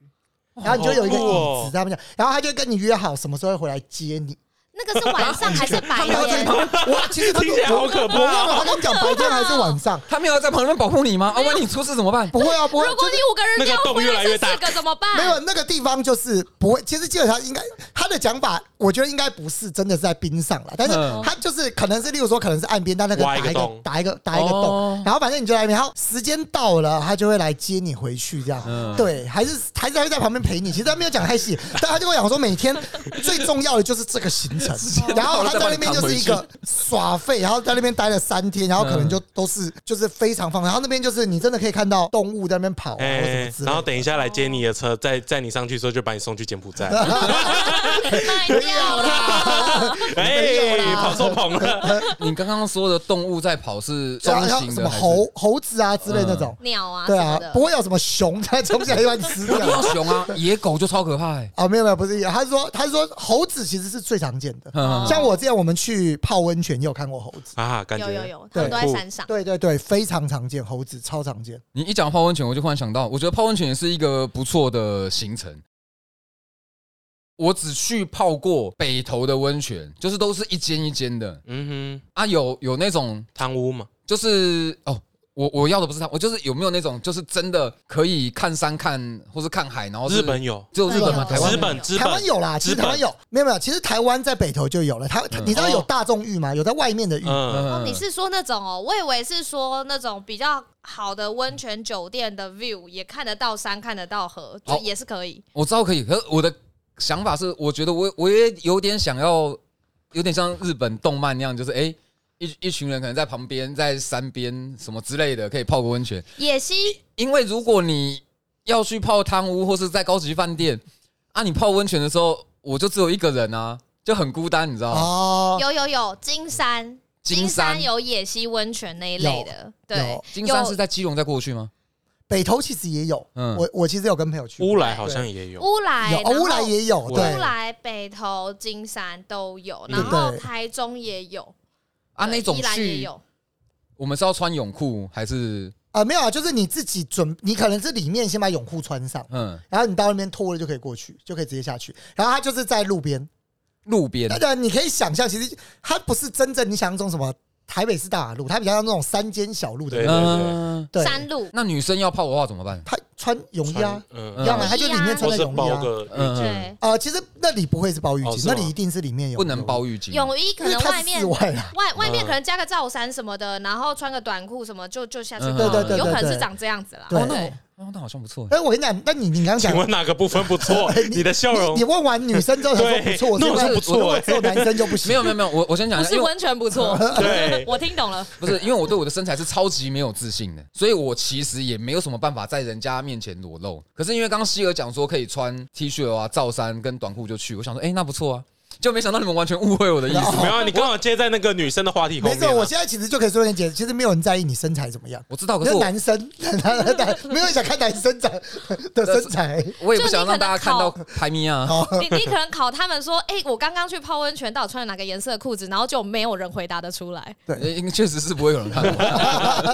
S2: 然后你就有一个
S3: 好酷哦
S2: 椅子在那边，然后他就跟你约好什么时候会回来接你。
S4: 那个是晚上还是白
S2: 然后在
S4: 天？
S2: 旁边，我其实他
S3: 听起来好可
S2: 我忘
S3: 怕。
S2: 了他跟你讲白天还是晚上，
S1: 他没有在旁边保护你吗？啊，万一你出事怎么办？
S2: 不会啊， 不会啊。
S4: 如果你五个人
S3: 那个
S4: 掉
S3: 洞
S4: 回
S3: 越
S4: 来
S3: 来越
S4: 是
S3: 大
S4: 四个怎么办？
S2: 没有那个地方就是不会，其实基本上应该他的讲法，我觉得应该不是真的是在冰上了，但是
S1: 嗯
S2: 他就是可能是，例如说可能是岸边，但那个
S3: 挖
S2: 打
S3: 一
S2: 一
S3: 个
S2: 个
S3: 洞
S2: 打一个打一个
S1: 哦
S2: 洞，然后反正你就在那边，然后时间到了，他就会来接你回去这样
S1: 嗯。
S2: 对，还是还是他会在旁边陪你。其实他没有讲太细， 但他就会讲说每天最重要的就是这个行 程，
S3: 啊
S2: 然后他在那边就是一
S1: 再把
S2: 个耍废，然后在那边待了三天，然后可能就都是就是非常放松，然后那边就是你真的可以看到动物在那边跑啊或什么
S3: 哎
S2: 之，类
S3: 然后
S2: 的。
S3: 等一下来接你的车，载载你上去之后就把你送去柬埔 寨。
S4: 卖啊掉啦！
S3: 哎，跑错棚 了。
S1: 你刚刚说的动物在跑是
S2: 对
S1: 中
S2: 啊然后
S1: 型
S2: 什
S1: 的
S2: 么
S1: 还是？嗯
S2: 猴猴子啊之类那种，
S4: 鸟啊，
S2: 对
S4: 什么
S2: 啊
S4: 的，
S2: 不会有什么熊在冲下来乱吃
S1: 不 要
S2: 掉。
S1: 熊啊，野狗就超可怕欸。
S2: 啊，没有没有，不是，他说他说猴子其实是最常见的，
S1: 嗯
S2: 像我之前我们去泡温泉也有看过猴子，
S3: 啊，感觉
S4: 有有有，他们都在山上。
S2: 对对对，非常常见，猴子超常见。
S1: 你一讲泡温泉，我就忽然想到，我觉得泡温泉也是一个不错的行程。我只去泡过北投的温泉，就是都是一间一间的
S3: 嗯哼，
S1: 啊，有有那种
S3: 贪污嘛，
S1: 就是哦，我我要的不是它，我就是有没有那种就是真的可以看山看或是看海，然后是
S3: 日本有，
S1: 只有日本吗？
S4: 有
S1: 台湾
S3: 日
S1: 没有
S3: 本资
S2: 哦台湾
S3: 本
S2: 有啦，其实
S3: 资本
S2: 台湾有，没有没有，其实台湾在北投就有了。它
S1: 嗯
S2: 它你知道有大众浴吗？有在外面的浴，
S3: 嗯，
S4: 哦，你是说那种哦？我以为是说那种比较好的温泉酒店的 view，也看得到山，看得到河，就
S2: 哦
S1: 好
S4: 也是可以。
S1: 我知道可以，可是我的想法是，我觉得我我也有点想要，有点像日本动漫那样，就是哎、诶一一群人可能在旁边，在山边什么之类的，可以泡个温泉。
S2: 哦
S4: 野溪
S1: 因为如果你要去泡汤屋或是在高级饭店啊，你泡温泉的时候，我就只有一个人啊，就很孤单，你知道吗？
S2: 哦，
S4: 有有有金山，
S1: 金
S4: 金
S1: 山
S4: 山有野溪温泉那一类的，对
S2: 有，
S1: 金山
S4: 有
S1: 是在基隆再过去吗？
S2: 北投其实也有，
S1: 嗯
S2: 我我其实有跟朋友去过，
S3: 乌来好像也有，
S4: 乌来，
S2: 有
S4: 然后
S2: 哦乌来也有，
S3: 乌
S2: 对，
S4: 乌来、北投、金山都有，
S3: 嗯
S4: 然后
S2: 对
S4: 台中也有，
S1: 啊，
S4: 对
S1: 那种
S4: 宜兰也
S1: 去
S4: 有，
S1: 我们是要穿泳裤还是
S2: 啊没有啊，就是你自己准，你可能是里面先把泳裤穿上。
S1: 嗯
S2: 然后你到那边脱了就可以过去，就可以直接下去。然后它就是在路边，
S1: 路边
S2: 那？然你可以想象，其实它不是真正你想象中什么台北市大马路，它比较像那种山间小路的
S3: 对
S2: 那
S3: 对
S2: 种。
S1: 嗯，
S2: 对，
S4: 山路，
S1: 那女生要泡的话怎么办？
S2: 它穿泳衣啊，
S3: 嗯，
S2: 一样的，
S1: 嗯
S2: 它就里面穿
S3: 或
S2: 的
S3: 是
S2: 泳衣
S3: 包
S2: 啊。
S3: 个浴
S1: 嗯
S3: 巾，
S4: 对，
S2: 啊、其实那里不会是包浴巾，
S3: 哦是吗
S2: 那里一定是里面有
S1: 不能包浴巾，
S4: 泳衣可
S2: 因为
S4: 能
S2: 它
S4: 外
S2: 是室
S4: 面
S2: 外啊。
S4: 外外面
S3: 嗯
S4: 可能加个罩衫什么的，然后穿个短裤什么就就下去
S1: 嗯
S4: 泡
S1: 对对
S4: 了
S2: 对对
S4: 有可能
S2: 对
S4: 是长这样子啦。
S2: 对
S4: 对，
S1: 哦，那好像不错欸。
S2: 哎，我跟你讲，那你你刚刚
S3: 请
S2: 讲，
S3: 问哪个部分不错？你的笑容
S2: 你你问完女生之后才说不错，我
S3: 对
S2: 说
S3: 那我说不错
S2: 我说只有男生就不行。
S1: 没有没有没有，我 我先讲
S4: 不
S1: 一下，
S4: 是
S1: 因为
S4: 温泉不 错，
S3: 对
S4: 我听 懂了。
S1: 不是因为我对我的身材是超级没有自信的，所以我其实也没有什么办法在人家面前裸露。可是因为刚刚希尔讲说可以穿 T 恤啊、罩衫跟短裤就去，我想说，哎、那不错啊，就没想到你们完全误会我的意 思。
S3: 没有啊，你刚好接在那个女生的话题后
S2: 哦没
S3: 面
S2: 错，我
S3: 啊。
S2: 现在其实就可以说一点解释，其实没有人在意你身材怎么样。
S1: 我知道，可是
S2: 那
S1: 我
S2: 男生， 没有人想看男生长的身材，
S1: 我也不
S4: 就
S1: 想
S4: 你可
S1: 让大家
S4: 能
S1: 看到
S4: 考
S1: 排咪啊。
S4: 你你可能考他们说，哎、我刚刚去泡温泉，到底穿了哪个颜色的裤子？然后就没有人回答得出来，
S1: 呃因为确实是不会有人 看我。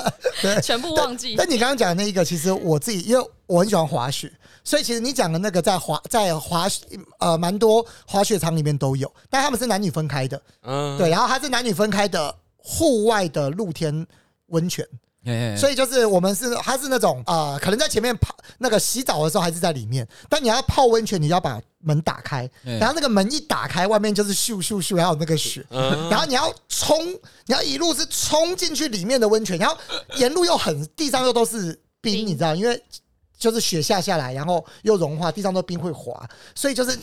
S4: 全部忘记
S2: 哎但。你刚刚讲的那一个，其实我自己因为我很喜欢滑雪，所以其实你讲的那个在滑在滑雪呃蛮多滑雪场里面都有，但他们是男女分开的，
S3: 嗯，
S2: 对，然后它是男女分开的户外的露天温泉，
S1: 嘿嘿
S2: 所以就是我们是它是那种呃可能在前面泡那个洗澡的时候还是在里面，但你要泡温泉，你就要把门打开，
S1: 嗯
S2: 然后那个门一打开，外面就是咻咻咻，还有那个雪。
S3: 嗯
S2: 然后你要冲，你要一路是冲进去里面的温泉，然后沿路又很地上又都是冰，
S4: 冰
S2: 你知道，因为就是雪下下来，然后又融化，地上都冰会滑，所以就是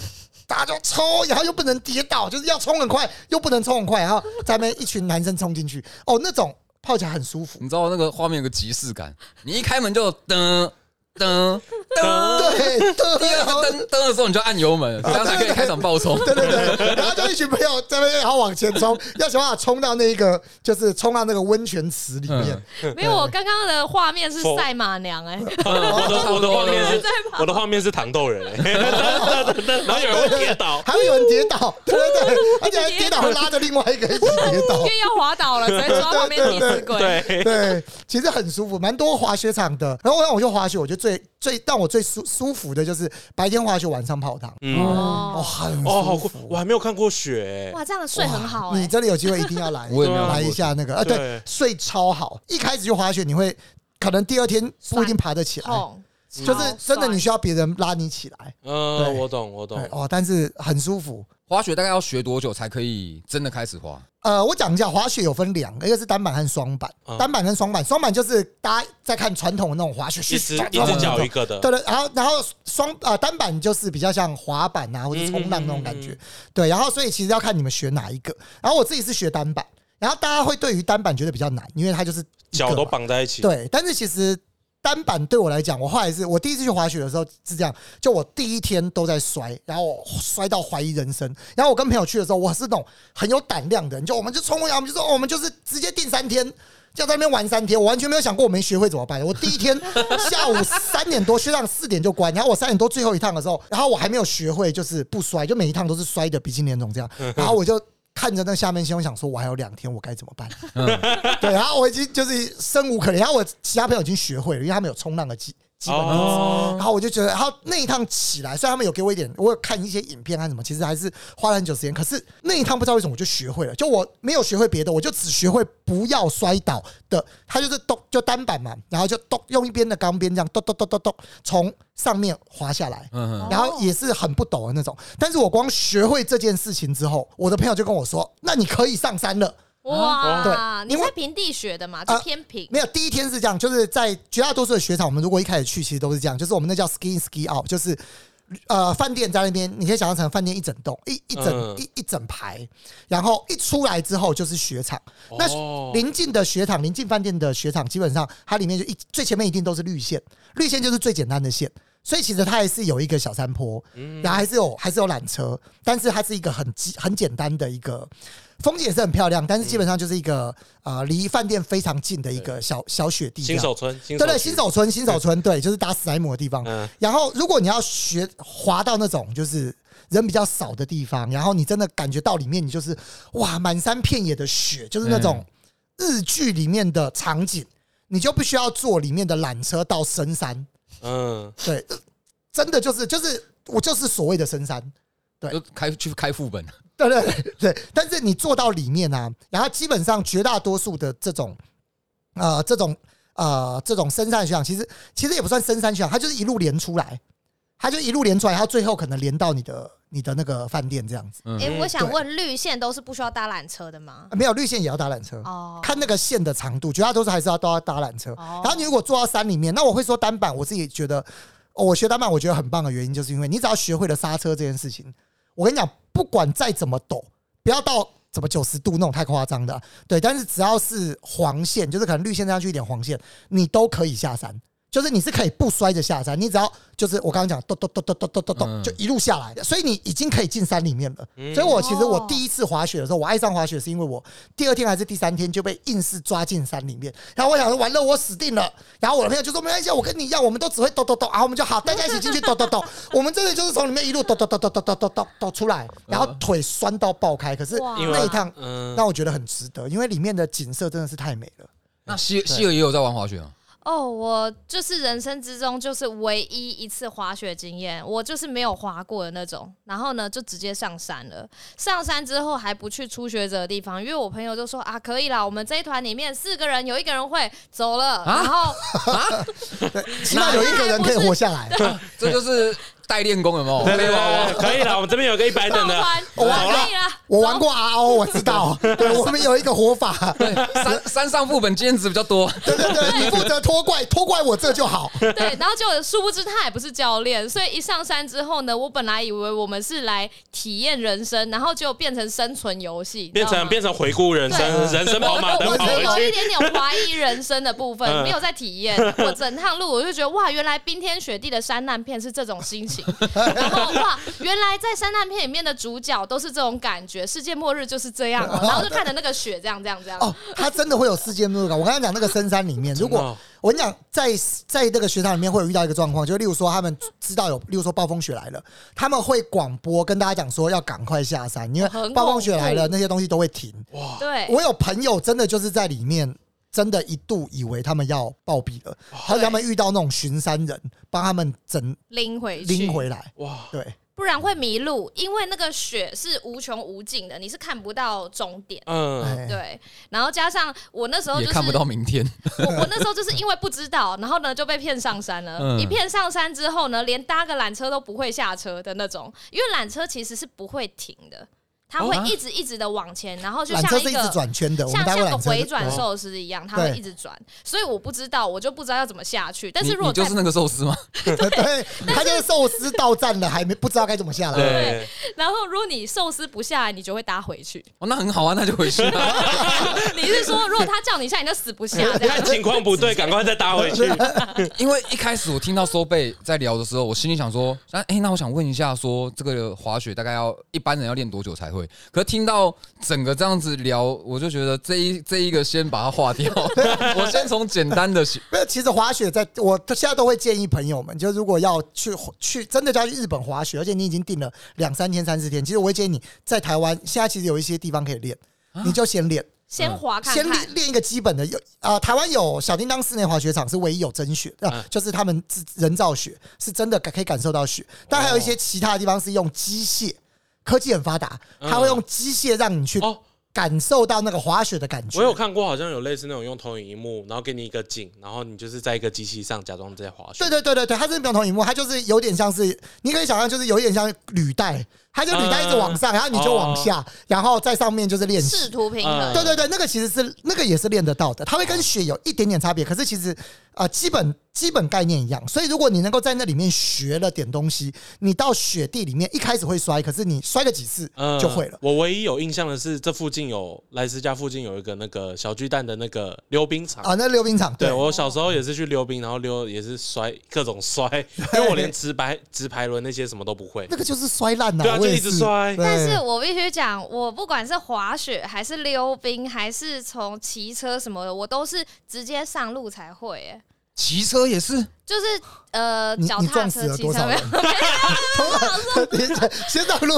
S2: 大家就冲，然后又不能跌倒，就是要冲很快，又不能冲很快，然后咱们一群男生冲进去，哦，那种泡起来很舒服，
S1: 你知道那个画面有个即视感，你一开门就噔噔噔，
S2: 对
S1: 第
S2: 对，
S1: 二个
S2: 然后
S1: 噔噔的时候你就按油 门，这样才可以开场爆冲。
S2: 对对对，然后就一群朋友在那边，然后往前冲，要想办法冲到那个，就是冲到那个温泉池里面。
S4: 没有，我刚刚的画面是赛马娘、 哎，
S3: 我的嗯我的画面是
S4: 在跑
S3: 我的画面是糖豆人， 欸然后有人会跌倒，
S2: 还会有人跌倒，对对对，而且还跌倒会拉着另外一个一起跌倒
S4: 因。为要滑倒了，直接抓旁边替死鬼。
S3: 对，
S2: 对，其实很舒服，蛮多滑雪场的。然后让我去滑雪，我觉得最最让我最舒舒服的就是白天滑雪，晚上泡汤，
S3: 嗯，
S2: 哦，
S4: 哦，
S2: 很
S3: 哦，好
S2: 舒
S3: 酷
S2: 服。，
S3: 我还没有看过雪，欸
S4: 哇，这样睡很好、
S2: 你
S4: 哎，
S2: 真的有机会一定要来，
S1: 我也没有
S2: 来一下那个啊，对
S3: 对，
S2: 睡超好。一开始去滑雪，你会可能第二天不一定爬得起来，
S4: 痛，
S2: 哎
S4: 哦
S2: 就是真的你需
S4: 要
S2: 要别人拉你起来。对
S3: 嗯，我懂我懂
S2: 对，哦，但是很舒服。
S1: 滑雪大概要学多久才可以真的开始滑？
S2: 呃，我讲一下，滑雪有分两个，一个是单板和双板。
S3: 嗯
S2: 单板跟双板，双板就是大家在看传统的那种滑雪，
S3: 一只
S2: 咻
S3: 一只脚一个的，
S2: 对对，然后然后双呃单板就是比较像滑板啊或者冲浪那种感觉，
S3: 嗯嗯嗯
S2: 对，然后所以其实要看你们学哪一个。然后我自己是学单板，然后大家会对于单板觉得比较难，因为它就是一个
S3: 脚都
S2: 嘛
S3: 绑在一起，
S2: 对，但是其实单板对我来讲，我后来是我第一次去滑雪的时候是这样，就我第一天都在摔，然后我摔到怀疑人生。然后我跟朋友去的时候，我是那种很有胆量的人，就我们就冲过去，我们就说、哦我们就是直接定三天。就在那边玩三天，我完全没有想过我没学会怎么办。我第一天下午三点多，学长四点就关，然后我三点多最后一趟的时候，然后我还没有学会就是不摔，就每一趟都是摔的鼻青脸肿这样。然后我就看着那下面星空，想说我还有两天，我该怎么办？ 对，然后我已经就是生无可恋，然后我其他朋友已经学会了，因为他们有冲浪的基基本知识。然
S3: 哦，
S2: 后我就觉得，然后那一趟起来，虽然他们有给我一点，我有看一些影片和啊什么，其实还是花了很久时间。可是那一趟不知道为什么我就学会了，就我没有学会别的，我就只学会不要摔倒的。它就是咚，就单板嘛，然后就咚，用一边的钢边这样咚咚咚咚咚从上面滑下来，
S1: 嗯
S4: 哦
S2: 然后也是很不陡的那种。但是我光学会这件事情之后，我的朋友就跟我说：“那你可以上山了。”
S3: 嗯
S4: 哇，
S2: 对
S4: 你
S2: 因为
S4: 在平地学的嘛，就
S2: 啊
S4: 偏平，
S2: 没有，第一天是这样，就是在绝大多数的雪场，我们如果一开始去，其实都是这样，就是我们那叫 ski in ski out，就是呃饭店在那边，你可以想象成饭店一整栋，一一整、
S3: 嗯
S2: 一一整排，然后一出来之后就是雪场。那
S3: 哦
S2: 临近的雪场，临近饭店的雪场，基本上它里面就一最前面一定都是绿线，绿线就是最简单的线。所以其实它还是有一个小山坡，
S3: 嗯
S2: 然后还是有还是有缆车，但是它是一个很基很简单的一个风景也是很漂亮，但是基本上就是一个呃离饭店非常近的一个小小雪地这
S3: 新
S2: 样。
S3: 手村，新
S2: 对对，
S3: 区
S2: 新手村，新手村，对，就是打史莱姆的地方。
S3: 嗯
S2: 然后，如果你要学滑到那种就是人比较少的地方，然后你真的感觉到里面，你就是哇，满山遍野的雪，就是那种
S3: 嗯
S2: 日剧里面的场景，你就不需要坐里面的缆车到深山。
S3: 嗯，
S2: 对，呃真的就是就是我就是所谓的深山。
S1: 哼，就开去开副本。
S2: 对对 对对，但是你坐到里面啊，然后基本上绝大多数的这种，呃，这种呃这种深山学长，其实其实也不算深山学长，它就是一路连出来，它就一路连出来，它最后可能连到你的你的那个饭店这样子。
S4: 哎、
S3: 嗯
S4: 我想
S2: 对
S4: 问，绿线都是不需要搭缆车的吗？
S2: 没有绿线也要搭缆车，
S4: 哦，
S2: 看那个线的长度，绝大多数还是要都要搭缆车。
S4: 哦
S2: 然后你如果坐到山里面，那我会说单板，我自己觉得、哦我学单板我觉得很棒的原因，就是因为你只要学会了刹车这件事情，我跟你讲，不管再怎么陡，不要到。怎么九十度那种太夸张的啊，对，但是只要是黄线，就是可能绿线上去一点黄线，你都可以下山，就是你是可以不摔着下山，你只要就是我刚刚讲咚咚咚咚咚咚咚咚
S1: 嗯
S2: 就一路下来，所以你已经可以进山里面了。
S3: 嗯
S2: 所以我其实我
S4: 哦
S2: 第一次滑雪的时候，我爱上滑雪是因为我第二天还是第三天就被硬是抓进山里面，然后我想说完了我死定了，然后我的朋友就说没关系，我跟你一样，我们都只会抖抖抖，然后我们就好，大家一起进去抖抖抖，我们真的就是从里面一路抖抖抖抖抖抖抖抖抖出来，然后腿酸到爆开，可是
S4: 哇
S3: 因为
S2: 那一趟
S3: 嗯，
S2: 让我觉得很值得，因为里面的景色真的是太美了。
S1: 那希希尔也有在玩滑雪啊？
S4: 哦，我就是人生之中就是唯一一次滑雪经验，我就是没有滑过的那种。然后呢，就直接上山了。上山之后还不去初学者的地方，因为我朋友就说啊，可以啦，我们这一团里面四个人有一个人会走了，
S1: 啊
S4: 然 后
S2: 起码有一个人可以活下来，
S1: 这就是代练功有没有？
S3: 对对
S1: 背娃
S3: 对，
S1: 娃
S3: 可以了，我们这边有个一百
S4: 抱
S3: 等 的，
S4: 团，
S2: 我玩
S4: 可以啦，
S2: 我玩过 RO，我知道， 对我们有一个活 法，
S1: 对山山上副本兼职比较多，
S2: 对对对，你负责拖怪，拖怪我这就 好。
S4: 对，然后结果殊不知他也不是教练，所以一上山之后呢，我本来以为我们是来体验人生，然后就变成生存游戏，你知
S3: 变
S4: 道
S3: 成
S4: 吗
S3: 变成回顾人生，人生跑马灯
S4: 我
S3: 跑
S4: 是有
S3: 回去。
S4: 一点点怀疑人生的部分，
S3: 嗯
S4: 没有在体验。我整趟路我就觉得哇，原来冰天雪地的山难片是这种心 情，然后哇，原来在山难片里面的主角都是这种感觉，世界末日就是这样、哦，然后就看着那个雪这样这样这样。
S2: 哦，它真的会有世界末日感。我刚刚讲那个深山里面，如
S3: 真的
S2: 果
S3: 哦
S2: 我跟你讲，在在那个学堂里面会有遇到一个状况，就例如说他们知道有，例如说暴风雪来了，他们会广播跟大家讲说要赶快下山，因为
S4: 哦很恐怖
S2: 暴风雪来了，那些东西都会停。
S3: 哦
S4: 对，
S2: 我有朋友真的就是在里面。真的，一度以为他们要暴毙了，还有他们遇到那种巡山人，帮他们整
S4: 拎回去，
S2: 拎回来。
S3: 哇，
S2: 对，
S4: 不然会迷路，因为那个雪是无穷无尽的，你是看不到终点。
S3: 嗯，
S2: 哎，
S4: 对，然后加上我那时候就
S1: 也
S4: 是
S1: 看不到明天。
S4: 我我那时候就是因为不知道，然后呢就被骗上山了。
S1: 嗯
S4: 一骗上山之后呢，连搭个缆车都不会下车的那种，因为缆车其实是不会停的，它会
S1: 哦
S4: 一直一直的往前，然后就
S2: 啊缆
S4: 像
S2: 车
S4: 一
S2: 是一
S4: 个
S2: 直转圈的，我
S4: 像
S2: 们搭
S4: 像
S2: 过
S4: 个
S2: 缆车
S4: 回 转
S2: 对
S4: 寿司一样，它会
S2: 对
S4: 一直转，所以我不知道，我就不知道要怎么下去。但
S1: 你
S4: 是如果
S1: 你就是
S4: 在
S1: 那个寿司吗？
S2: 对，他就是寿司到站了，还没不知道该怎么 下来。
S3: 对，
S4: 然后如果你寿司不下来，你就会搭回去。
S1: 哦，那很好啊，那就回去啊。
S4: 你是说，如果他叫你下，你就死 不下这样
S3: 看？情况不对，赶快再搭回去。
S1: 因为一开始我听到收贝在聊的时候，我心里想说，那、哎，那我想问一下说这个滑雪大概要一般人要练多久才会？可是听到整个这样子聊，我就觉得这一这一个先把它划掉，我先从简单的学
S2: 没有，其实滑雪在我现在都会建议朋友们，就如果要去去真的就要去日本滑雪，而且你已经订了两三天、三四天，其实我会建议你在台湾现在其实有一些地方可以练，
S3: 啊
S2: 你就先练，
S4: 先滑看
S2: 先
S4: 看
S2: 练，练一个基本的。有啊、台湾有小叮当室内滑雪场是唯一有真雪啊、
S3: 嗯
S2: 就是他们自人造雪是真的感可以感受到雪，但还有一
S3: 哦
S2: 些其他的地方是用机械，科技很发达，
S3: 嗯
S2: 它会用机械让你去
S3: 哦，
S2: 感受到那个滑雪的感觉。
S3: 我有看过，好像有类似那种用投影荧幕，然后给你一个景，然后你就是在一个机器上假装在滑雪。
S2: 对对对对对，它是不用投影幕，它就是有点像是，你可以想象，就是有点像履带，它就履带一直往
S3: 啊
S2: 上，然后你就往
S3: 哦
S2: 下，然后在上面就是练习。
S4: 试图平
S3: 嗯。
S4: 衡
S2: 对对对，那个其实是那个也是练得到的，它会跟雪有一点点差别，可是其实啊、呃基本基本概念一样。所以如果你能够在那里面学了点东西，你到雪地里面一开始会摔，可是你摔个几次
S3: 嗯
S2: 就会了。
S3: 我唯一有印象的是，这附近有莱斯家附近有一个那个小巨蛋的那个溜冰场。
S2: 啊，那溜冰场
S3: 对我小时候也是去溜冰，然后溜也是摔 各种摔，因为我连直排直排轮那些什么都不会。
S2: 那个就是摔烂了、
S3: 对啊
S2: 我也
S3: 就一直
S2: 是
S3: 摔
S2: 对
S4: 但是我必须讲，我不管是滑雪还是溜冰，还是从骑车什么的，我都是直接上路才会、欸。
S1: 骑车也是，
S4: 就是呃，
S2: 你
S4: 脚
S2: 你
S4: 踏
S2: 撞死
S4: 车、
S2: 了
S4: 骑
S2: 多
S4: 车
S2: 少
S4: 没有
S2: 人？？ 先上路，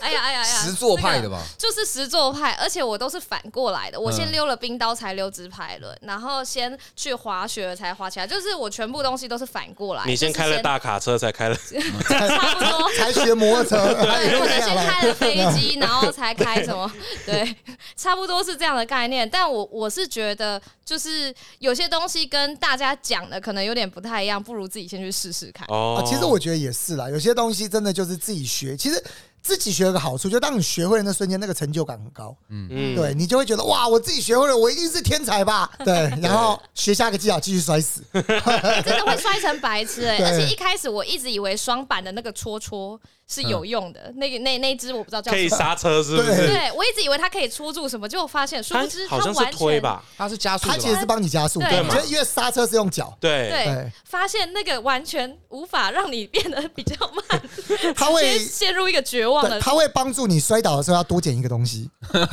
S4: 哎呀哎呀哎呀！
S1: 实作派的吧？
S4: 这个就是实作派，而且我都是反过来的。我先
S1: 嗯
S4: 溜了冰刀，才溜直排轮，然后先去滑雪，才滑起来。就是我全部东西都是反过来。
S3: 你先开了大卡车，才开了
S4: 就是 先，差不多。
S2: 才学摩托车，
S4: 对，
S2: 又
S4: 可能
S2: 下
S4: 先
S2: 来
S4: 开了飞机，然后才开 什么，对，差不多是这样的概念。但我我是觉得，就是有些东西跟大家讲的，可可能有点不太一样，不如自己先去试试看。
S2: 啊，
S3: 哦
S2: 其实我觉得也是啦，有些东西真的就是自己学。其实自己学有个好处，就当你学会的那瞬间，那个成就感很高，
S3: 嗯
S2: 对你就会觉得哇，我自己学会了，我一定是天才吧？对，然后学下个技巧继续摔死。
S4: 真的会摔成白 痴哎、
S2: 对嗯
S4: 而且一开始我一直以为双板的那个戳戳是有用的，那个那那一只我不知道叫
S3: 哦可以
S4: 什么。
S3: 刹车是不是？
S4: 对，我一直以为它可以戳住什么，结果发现殊
S3: 它
S4: 不知它
S3: 好像是
S4: 完
S3: 推
S4: 全
S3: 吧？
S1: 它是加速
S2: 它
S1: 的
S2: 其实
S1: 吧？
S2: 是帮你加速，
S4: 对
S3: 嘛
S2: 就是因为刹车是用脚，
S3: 对，
S4: 对
S2: 对，
S4: 发现那个完全无法让你变得比较慢，
S2: 它
S4: 先
S2: 会
S4: 陷入一个绝望
S2: 对
S4: 的。
S2: 它会帮助你摔倒的时候要多捡一个东西，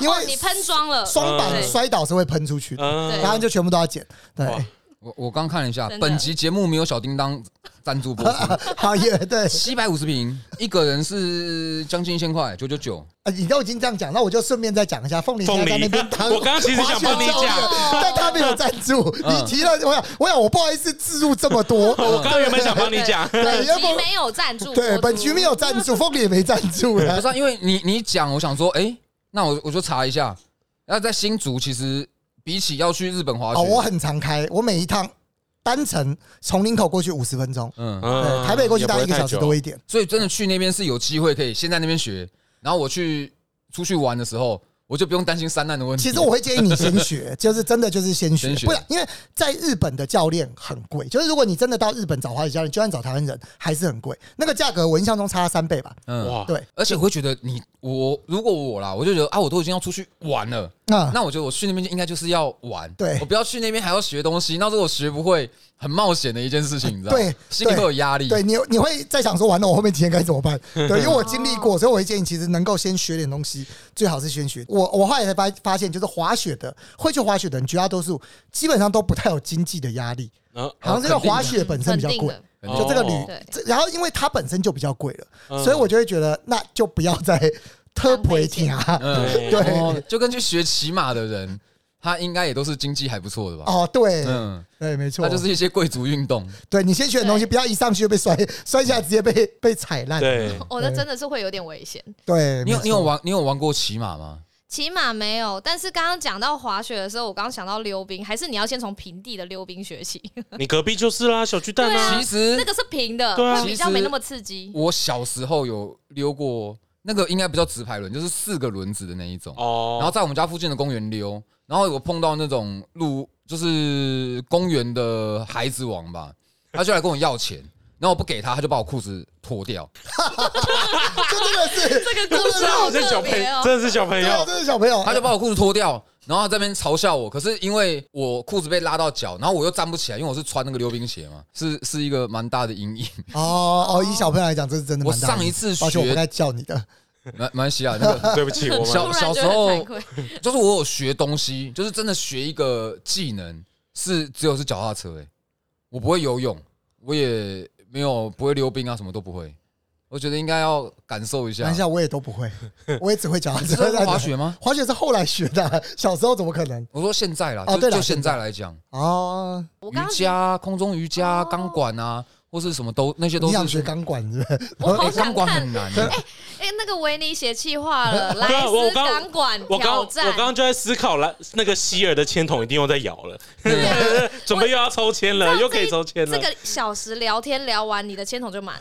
S2: 因
S4: 哦，
S2: 为
S4: 你喷装了，
S2: 双板
S4: 对
S2: 摔倒是会喷出去的，
S4: 对
S2: 然后就全部都要捡。对，
S3: 哇
S1: 我我刚看了一下
S4: 真，的
S1: 本集节目没有小叮当赞助播 出，
S2: 好也对，
S1: 七百五十平，一个人是将近一千块，九九九。
S2: 啊你都已经这样讲，那我就顺便再讲一下凤梨现
S3: 凤
S2: 在在
S3: 梨
S2: 那边当，
S3: 我刚刚其实想帮你
S2: 滑雪教
S3: 讲
S2: 练， 但哦他没 有赞助。你提了，我想，我想，我不好意思置入这么多。
S3: 我刚刚原本想帮你讲，
S4: 本
S2: 对，要
S4: 局
S2: 不
S4: 没有赞助，
S2: 对本局没有赞助，凤梨也没赞 助
S1: 不
S2: 了。
S1: 是、啊，因为你你讲，我想说，哎、那我我就查一下。那在新竹，其实比起要去日本滑雪，
S2: 哦，我很常开，我每一趟单程从林口过去五十分钟，
S1: 嗯，
S2: 对，
S3: 嗯
S2: 台北过去大概
S3: 也
S2: 一
S3: 不
S2: 个
S3: 会太
S2: 小时
S3: 久
S2: 多一点。
S1: 所以真的去那边是有机会可以先在那边学，然后我去出去玩的时候，我就不用担心三难 的问题。
S2: 其实我会建议你先学，就是真的就是先学
S1: 先，学
S2: 不然因为在日本的教练很贵，就是如果你真的到日本找滑雪教练，就算找台湾人还是很贵，那个价格我印象中差三倍吧。
S1: 嗯，
S3: 哇，
S2: 对，
S1: 而且我会觉得你我如果我啦，我就觉得啊，我都已经要出去玩了，
S2: 那
S1: 那我觉得我去那边就应该就是要玩，
S2: 啊对
S1: 我不要去那边还要学东西，那如果学不会，很冒险的一件事情，你知道吗？
S2: 对
S1: 心里会有压力。
S2: 对你你会在想说，完了我后面几天该怎么办？对，因为我经历过，所以我会建议，其实能够先学点东西，最好是先学。我我后来才发发现，就是滑雪的会去滑雪的人，绝大多数基本上都不太有经济的压力，
S3: 然后
S2: 好像这个滑雪本身比较
S4: 肯定
S2: 贵
S4: 的。
S1: 肯定
S2: 就这个旅
S3: 哦
S4: 对，
S2: 这然后因为它本身就比较贵
S1: 嗯
S2: 了，所以我就会觉得那就不要再特赔钱啊。
S1: 嗯，
S3: 对
S2: 对
S1: 哦就跟去学骑马的人，他应该也都是经济还不错的吧？
S2: 哦，对，
S1: 嗯，
S2: 对，没错，
S1: 那就是一些贵族运动。
S2: 对你先学点东西，不要一上去就被摔摔下来，直接被被踩烂。
S3: 对，
S4: 哦，那真的是会有点危险。
S2: 对，
S1: 你有
S2: 没错
S1: 你有玩你有玩过骑马吗？
S4: 骑马没有，但是刚刚讲到滑雪的时候，我刚刚想到溜冰，还是你要先从平地的溜冰学起，
S3: 你隔壁就是啦，小巨蛋啊
S1: 其，实
S4: 那个是平的，
S3: 对啊
S4: 会比较没那么刺激。
S1: 我小时候有溜过那个，应该不叫直排轮，就是四个轮子的那一种。
S3: 哦，
S1: 然后在我们家附近的公园溜，然后我碰到那种路就是公园的孩子王吧，他就来跟我要钱，然后我不给他，他就把我裤子脱掉。
S2: 这真的是
S4: 这 个故事好
S3: 这小
S4: 特
S3: 朋
S4: 别
S3: 友
S4: 哦，
S3: 真的是小朋
S2: 对啊，
S3: 友，
S2: 这是小朋友，
S1: 哎他就把我裤子脱掉，然后他这边嘲笑我。可是因为我裤子被拉到脚，然后我又站不起来，因为我是穿那个溜冰鞋嘛，是是一个蛮大的阴影。
S2: 哦哦，以小朋友来讲，这是真的蛮大的。
S1: 我上一次学
S2: 抱歉，我不该叫你的。
S1: 蛮蛮西亚那
S2: 啊
S1: 个，
S3: 对不起，我
S1: 小
S3: 们
S4: 突然
S1: 小
S4: 觉得
S1: 时候
S4: 很惭愧
S1: 就是我有学东西，就是真的学一个技能，是只有是脚踏车、欸。我不会游泳，我也没有不会溜冰啊，什么都不会。我觉得应该要感受一下
S2: 等一。下，我也都 不会，我也只会脚踏
S1: 你知道
S2: 车。
S1: 滑雪吗？
S2: 滑雪是后来学的，小时候怎么可能？
S1: 我说现在啦，
S2: 哦
S1: 就
S2: 对啦
S1: 就现在来讲，
S2: 哦，
S4: 我刚
S1: 瑜
S4: 刚
S1: 伽啊、空中瑜伽啊、
S4: 哦
S1: 钢管啊，或是什么都那些
S2: 你
S1: 都
S2: 想学
S1: 是。
S2: 钢管是不是？
S4: 我好
S1: 欸
S4: 想
S1: 钢管
S4: 看
S1: 很难欸。
S4: 哎、那个维尼写气话了，
S3: 对
S4: 莱
S3: 啊我
S4: 斯
S3: 刚
S4: 钢管
S3: 我刚
S4: 挑
S3: 我
S4: 战，
S3: 刚刚就在思考了，那个希尔的签筒一定又在摇 了，
S1: 啊
S4: 啊
S3: 准备又要抽签了，又可以抽签
S4: 这
S3: 了。
S4: 个小时聊天聊完，你的签筒就满，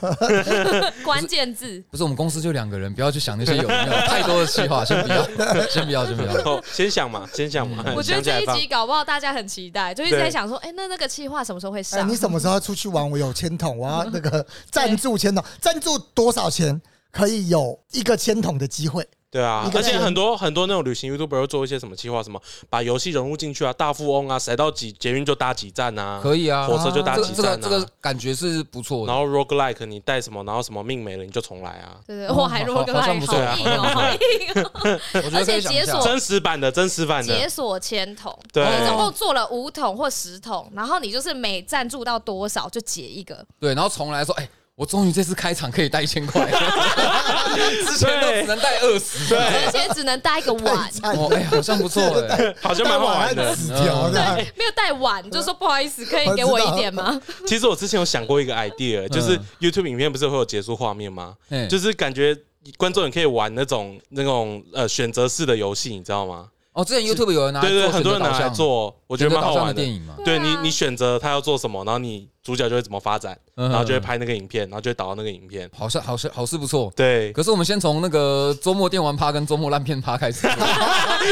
S4: 关键字
S1: 不是我们公司就两个人，不要去想那些有没有太多的计划，先 不要，先不要，先不要。
S3: 哦，先想嘛，先想
S2: 嗯
S3: 嘛。
S4: 我觉
S3: 想
S4: 得
S3: 起
S4: 这
S3: 来
S4: 一
S3: 放
S4: 集搞不好大家很期待，就一直
S3: 对
S4: 在想说，哎、那那个气话什么时候会
S2: 哎，
S4: 上？
S2: 你什么时候要出去玩？我有签筒，我要那个赞助签 筒，赞助多少钱可以有一个签筒的机会？
S3: 对啊
S2: 一，个
S3: 而且
S2: 人
S3: 很多很多那种旅行 YouTuber 会做一些什么计划，什么把游戏融入进去啊，大富翁啊，塞到几捷运就搭几站啊，
S1: 可以啊，
S3: 火车就搭
S1: 这
S3: 几
S1: 个这个
S3: 站
S1: 这个
S3: 啊。
S1: 感觉是不错
S3: 然
S1: 的。
S3: 后 roguelike 你带什么，然后什么命没了你就重来啊。
S4: 对对，
S1: 哦
S4: 哇，还
S1: 好
S4: 若个
S1: 好
S4: 还
S1: 像不
S4: 好
S1: 错
S4: 硬哦、好硬哦、
S1: 我觉得可以
S4: 而且
S1: 想一
S4: 解
S1: 下
S4: 锁。
S3: 真实版的，真实版
S4: 解
S3: 的，
S4: 锁哦签筒，
S3: 对
S4: 你总共做了五桶或十桶，然后你就是每赞助到多少就解一个，
S1: 对，然后重来说，哎、我终于这次开场可以带一千块， 之前都只能带二十。
S4: 而
S3: 对，
S4: 且只能带一个碗
S2: 太，惨
S1: 哦，
S2: 了，
S1: 哎、好像不 错哎、
S3: 好像蛮好
S2: 带晚
S3: 玩的嗯
S2: 安。纸条的。
S4: 没有带碗，就说不好意思，可以给我一点吗？
S3: 其实我之前有想过一个 idea，就是 YouTube 影片不是会有结束画面吗？
S1: 嗯
S3: 就是感觉观众也可以玩那种那种呃选择式的游戏，你知道吗？
S1: 哦，之前 YouTube 有人拿来
S3: 对对，
S1: 做
S3: 很多人
S1: 选择
S3: 拿
S1: 导
S3: 来
S1: 向，
S3: 做，我觉得蛮好
S1: 选择导向
S3: 玩
S1: 的
S3: 的
S1: 电。影嘛。
S3: 对
S4: 对
S3: 你
S4: 啊，
S3: 你选择他要做什么，然后你主角就会怎么发展，
S1: 然
S3: 嗯然后就会，拍那个影片，然后就会导到那个影片。
S1: 嗯好像好像好事不错。
S3: 对，
S1: 可是我们先从那个周末电玩趴跟周末烂片趴开 始。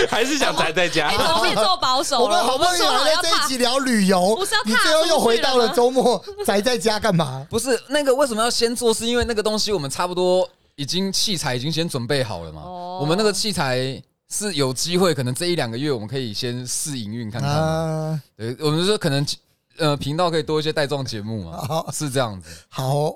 S3: 还是想宅在家
S4: 哎，。怎么变做保守了？
S2: 我们好不容易
S4: 说好
S2: 来
S4: 要
S2: 到这一
S4: 怕
S2: 集聊旅游
S4: 不是要，
S2: 你
S4: 踏
S2: 最后
S4: 出
S2: 又
S4: 去
S2: 回
S4: 了
S2: 到了
S4: 吗
S2: 周末宅在家干嘛？
S1: 不是那个为什么要先做？是因为那个东西我们差不多已经器材已经先准备好了嘛。
S4: 哦
S1: 我们那个器材是有机会，可能这一两个月我们可以先试营运看看。
S2: 啊，
S1: 对，我们就说可能呃频道可以多一些带状节目 嘛，
S2: 好
S1: 是这样子。
S2: 好，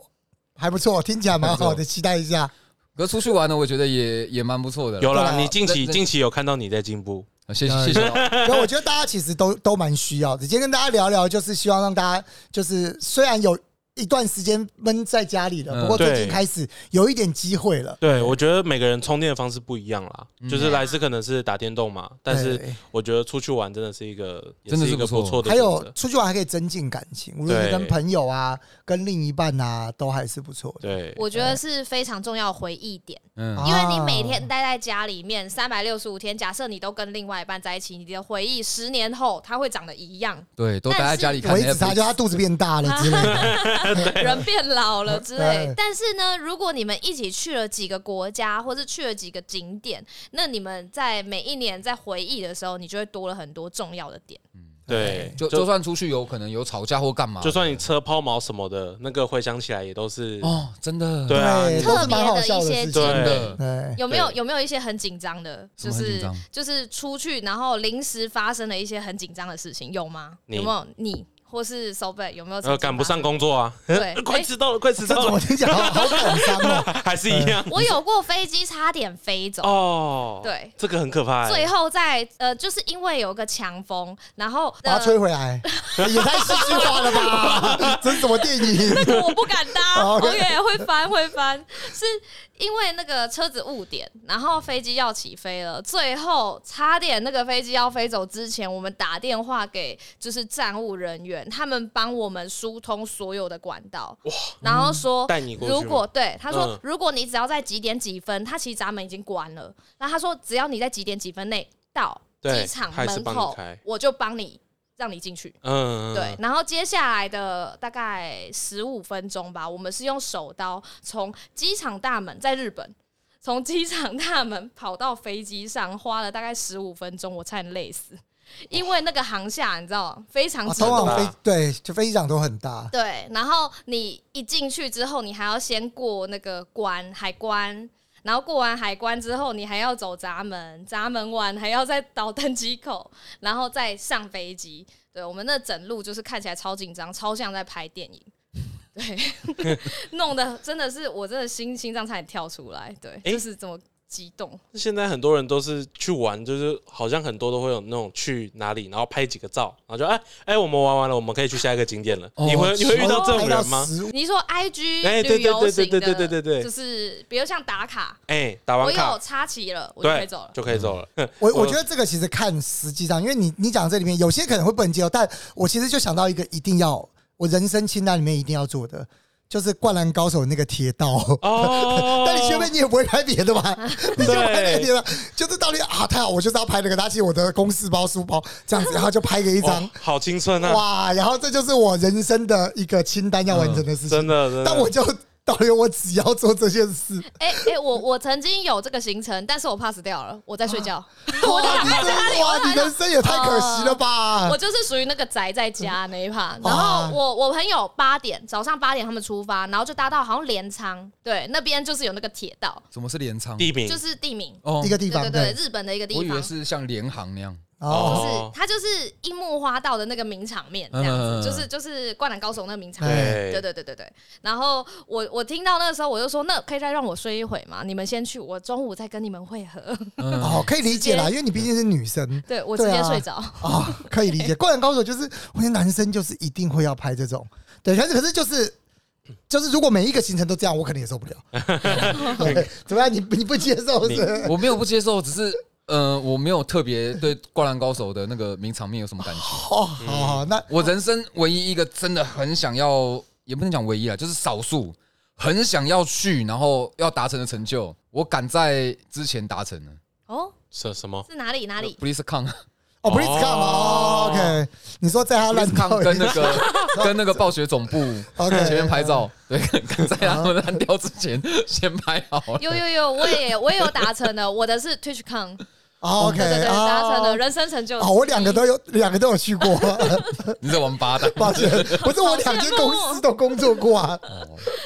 S2: 还不错，听起来蛮好
S1: 还不
S2: 的，期待一下。
S1: 可是出去玩呢，我觉得也也蛮不错的啦。
S3: 有
S2: 对
S3: 啦，
S2: 啊
S3: 你近期
S1: 那那
S3: 近期有看到你在进步，
S1: 呃谢谢
S2: 有
S1: 谢谢老板。
S2: 然后我觉得大家其实都都蛮需要的。今天跟大家聊聊，就是希望让大家就是虽然有一段时间闷在家里了，
S1: 嗯
S2: 不过最
S3: 对
S2: 近开始有一点机会了。
S3: 对我觉得每个人充电的方式不一样啦，就是来自可能是打电动嘛，但是
S2: 对
S3: 我觉得出去玩真的是一个，也
S1: 真的
S3: 一
S1: 是
S3: 个
S1: 不错
S3: 不错的
S2: 还
S3: 选
S2: 有
S3: 择。
S2: 出去玩还可以增进感情，无论是
S3: 对
S2: 跟朋友啊、跟另一半啊，都还是不错的。
S3: 对，
S4: 我觉得是非常重要的回忆点，
S1: 嗯，
S4: 因为你每天待在家里面三百六十五天，假设你都跟另外一半在一起，你的回忆十年后它会长得一 样，
S1: 对，都待在家里看
S2: 我一直察
S1: Netflix。
S2: 觉他肚子变大 了之类的，
S4: 人变老了之
S2: 对
S4: 类。但是呢，如果你们一起去了几个国家，或是去了几个景点，那你们在每一年在回忆的时候，你就会多了很多重要的点。
S3: 对，
S1: 就就算出去有可能有吵架或干嘛，
S3: 就算你车抛锚什么的，那个回想起来也都是
S1: 哦，真的，
S3: 对啊
S2: 对，都是蛮好笑的
S4: 特别的一些
S2: 事情。
S4: 经
S1: 真
S3: 对
S1: 的，
S2: 对，
S4: 有没有
S3: 对
S4: 有没有一些很紧张的，
S1: 什
S4: 就
S1: 么很紧
S4: 是
S1: 张
S4: 就是出去然后临时发生了一些很紧张的事情，有吗？
S3: 你
S4: 有没有你或是手背有没有曾
S3: 呃
S4: 经
S3: 赶不
S4: 发生？
S3: 上工作啊，
S4: 对
S3: 快迟到了，快迟
S2: 这
S3: 到
S2: 怎么
S3: 了，
S2: 听起来好好感伤 哦？
S3: 还是一样
S4: 我有过飞机差点飞走，
S3: 哦。
S4: 对，
S3: 这个很可怕欸。
S4: 最后在呃，就是因为有个强风，然后
S2: 把
S4: 呃
S2: 它，吹回来， 也太戏剧化了吧？ 这是什么电 影？
S4: 那个我不敢搭
S2: 好，OK
S4: ，OK，会翻会翻，是因为那个车子误点，然后飞机要起飞了，最后差点那个飞机要飞走之前，我们打电话给就是站务人员，他们帮我们疏通所有的管道，然后说
S3: 带你过去吗
S4: 如果对他说
S3: 嗯，
S4: 如果你只要在几点几分，他其实闸门已经关了，那他说只要你在几点几分内到
S3: 对
S4: 机场
S3: 还是
S4: 门
S3: 帮你
S4: 口
S3: 开，
S4: 我就帮你让你进去。
S3: 嗯，嗯，
S4: 对，然后接下来的大概十五分钟吧，我们是用手刀从机场大门，在日本，从机场大门跑到飞机上，花了大概十五分钟，我差点累死，因为那个航厦你知道非常
S2: 啊，
S4: 激
S2: 通
S4: 动。
S2: 往飞对，就飞机场都很大。
S4: 对，然后你一进去之后，你还要先过那个关海关，然后过完海关之后，你还要走闸门，闸门完还要再到登机口，然后再上飞机。对我们那整路就是看起来超紧张，超像在拍电影。对， 弄得真的是我真的心心脏差点跳出来，对，
S3: 诶
S4: 就是这么激动。
S3: 嗯现在很多人都是去玩，就是好像很多都会有那种去哪里，然后拍几个照，然后就哎哎，我们玩完了，我们可以去下一个景点了。
S1: 哦
S3: 你会你会遇到这种
S2: 哦拍到
S3: 人吗？
S2: 15
S4: 你说 I G
S3: 哎对
S4: 旅游
S3: 对对
S4: 型
S3: 对
S4: 的，
S3: 对对对对
S4: 就是比如像打卡，
S3: 哎，打
S4: 我
S3: 完
S4: 有
S3: 卡
S4: 插旗了，我就可以
S3: 对
S4: 走了。
S3: 就可以走了。
S2: 我我觉得这个其实看实际上，因为你你讲这里面有些可能会不能接受，但我其实就想到一个一定要我人生清单里面一定要做的，就是《灌篮高手》那个铁道。，
S3: 哦
S2: 但你学妹你也不会拍别的 吧？你就拍那个铁道，就是到底啊，太好，我就是要拍那个，拿起我的公事包、书包这样子，然后就拍个一张
S3: 哦，好青春啊，
S2: 哇，然后这就是我人生的一个清单要完成的事情。
S3: 真的真的。
S2: 但我就导游，我只要做这件事。
S4: 哎、哎、我我曾经有这个行程，但是我 pass 掉了，我在睡觉，
S1: 啊
S4: 我
S2: 哇，
S4: 打
S2: 你
S4: 开在那里，
S2: 这
S4: 我
S2: 哇，你
S4: 打
S2: 人生也太可惜了吧！
S1: 啊
S4: 我就是属于那个宅在家那一趴。
S1: 嗯
S2: 哇
S4: 然后
S1: 哦
S4: 我我朋友八点早上八点他们出发，然后就搭到好像镰仓，对，那边就是有那个铁道，
S1: 什么是联仓？
S3: 地名
S4: 就是地名，
S1: 哦
S2: 一个地
S4: 对
S2: 方，
S4: 对对，日本的一个
S1: 我
S4: 地
S1: 以
S4: 方
S1: 为。是像联航 那样。
S4: 不
S2: 哦，
S4: 是，它就是樱木花道的那个名场面，这
S1: 嗯
S4: 样
S1: 嗯嗯嗯
S4: 子，就是就是《灌篮高手》那个名场
S3: 对
S4: 面，对对对对对。然后我我听到那个时候，我就说，那可以再让我睡一会嘛？你们先去，我中午再跟你们会合。
S1: 嗯，
S2: 哦，可以理解啦，
S4: 直
S2: 因为你毕竟是女生
S4: 对我直
S2: 对
S4: 接
S2: 啊
S4: 睡着。
S2: 哦，可以理 解。《灌篮高手》就是，我觉得男生就是一定会要拍这种，对，但是可是就是。就是如果每一个行程都这样，我肯定也受不 了。对怎么样？你你不接受是不是？
S1: 我没有不接受，只是呃，我没有特别对《灌篮高手》的那个名场面有什么感觉。
S2: 哦，好好，那
S1: 我人生唯一一个真的很想要，也不能讲唯一啊，就是少数很想要去，然后要达成的成就，我赶在之前达成了。
S4: 哦，
S3: 什什么？
S4: 是哪里哪里？
S1: Please come，
S2: 哦 b r i s c o
S3: 哦
S2: o k 你说在他
S1: p l e a
S2: 烂
S1: s
S2: 掉
S1: come 跟那个 跟那个暴雪总部
S2: OK，
S1: 前面拍照，对，在他们烂掉之前先拍好了。
S4: 有有有，我也我也有达成的，我的是 TwitchCon，
S2: 哦
S4: 对
S2: OK
S4: 对对，达成了
S2: 哦
S4: 人生成就。
S2: 哦，我两个都有，两个都有去 过，
S1: 你在王八蛋，
S2: 抱歉，不是我两间公司都工作过啊。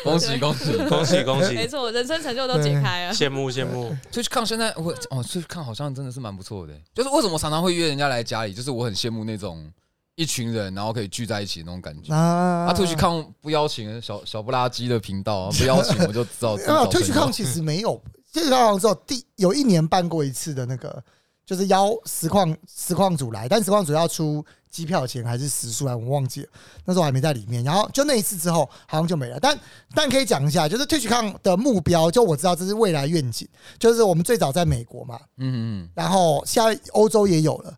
S1: 恭喜恭喜！
S3: 恭喜恭
S4: 没
S3: 喜！
S4: 错，我人生成就都解开了。
S3: 羡慕羡慕，
S1: 出去看现在我哦，出去看好像真的是蛮不错的欸。就是为什么常常会约人家来家里，就是我很羡慕那种一群人然后可以聚在一起的那种感觉。
S2: 啊
S1: 啊，退去看不邀请小小不拉几的频道、啊、不邀请我就知 道。嗯
S2: 没有退啊去看，其实没有，退去看完之后，第有一年办过一次的那个，就是邀实况实况组来，但实况组要出机票钱还是时数来，我忘记了，那时候我还没在里面。然后就那一次之后，好像就没了。但但可以讲一下，就是退去看的目标，就我知道这是未来愿景，就是我们最早在美国嘛，
S1: 嗯嗯
S2: 然后现在欧洲也有了。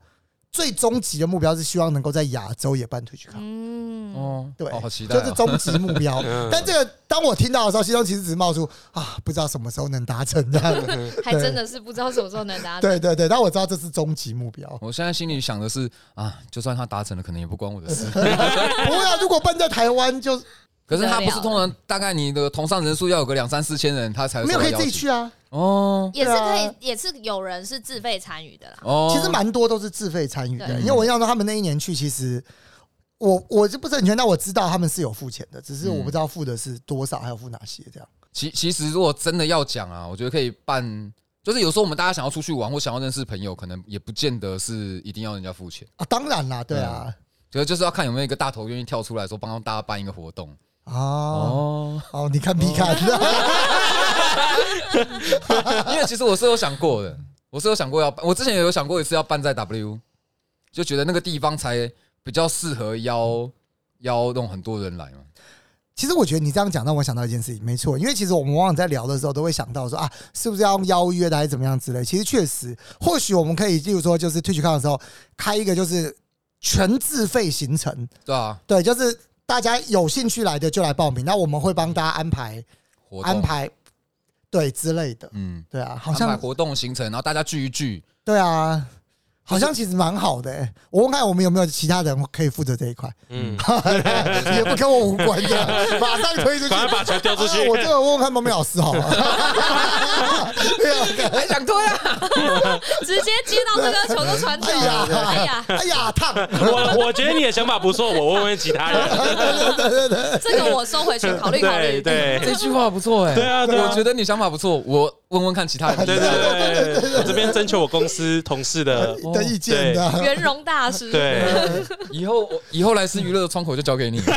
S2: 最终极的目标是希望能够在亚洲也办退去看，
S1: 嗯，
S4: 嗯，
S1: 哦，
S2: 对，
S1: 哦好期待、
S2: 就是
S1: 啊。
S2: 终极目 标。
S3: 嗯
S2: 但这个当我听到的时候，心中其实只是冒出啊，不知道什么时候能达成 这样。
S4: 还真的是不知道什么时候能达成。
S2: 对对对，但我知道这是终极 目标。
S1: 我现在心里想的是啊，就算他达成了，可能也不关我的 事。
S2: 不会啊，如果办在台湾就
S1: 可是他不是通常大概你的同上人数要有个两三四千人，他才
S2: 没有
S1: 受到
S2: 可以
S1: 邀
S2: 自己
S1: 请
S2: 去啊。
S1: 哦
S4: 也是可
S2: 对啊
S4: 以，也是有人是自费参与的啦。
S1: 哦。
S2: 其实蛮多都是自费参与的，
S4: 对
S2: 因为我印象中他们那一年去，其实我我就不是很全，但我知道他们是有付钱的，只是我不知道付的是多少，还有付哪些这样。
S1: 其其实如果真的要讲啊，我觉得可以办，就是有时候我们大家想要出去玩或想要认识朋友，可能也不见得是一定要人家付钱，
S2: 啊，当然啦，对啊，
S1: 觉得就是要看有没有一个大头愿意跳出来说帮大家办一个活动。
S2: 哦
S1: 哦，
S2: 哦，你看必看，
S1: 因为其实我是有想过的，我是有想过要办，我之前也有想过一次要办在 W，就觉得那个地方才比较适合邀邀那种很多人来嘛。
S2: 其实我觉得你这样讲让我想到一件事情，没错，因为其实我们往往在聊的时候都会想到说啊，是不是要用邀约的还是怎么样之类。其实确实，或许我们可以，例如说就是退去看的时候开一个就是全自费行程，
S1: 对啊，
S2: 对，就是大家有兴趣来的就来报名，那我们会帮大家安排
S1: 活动
S2: 安，排，对之类的，
S1: 嗯，
S2: 对啊，好
S1: 安排
S2: 像
S1: 活动行程，然后大家聚一聚。
S2: 对啊。好像其实蛮好的、欸，我问看我们有没有其他人可以负责这一块，
S3: 嗯，
S2: 也不跟我无关的，马上推出去
S3: 赶。快把球丢出
S2: 啊
S3: 去
S2: 我。这个问问看猫咪老师好 了。对啊，
S1: 还想推啊！
S4: 直接接到这个球就传球了，
S2: 哎呀
S4: 哎呀，
S2: 哎呀，烫！
S3: 我我觉得你的想法不错，我问问其他人。
S4: 这个我收回去考虑考
S3: 对
S4: 虑。
S3: 对
S1: 这句话不错哎、
S3: 对啊对啊
S1: 我觉得你想法不错，我问问看其他人。
S3: 对对对对，我这边征求我公司同事的，
S2: 的意见的，
S4: 圆融大师，
S3: 对，
S1: 以后我以后来吃娱乐的窗口就交给你。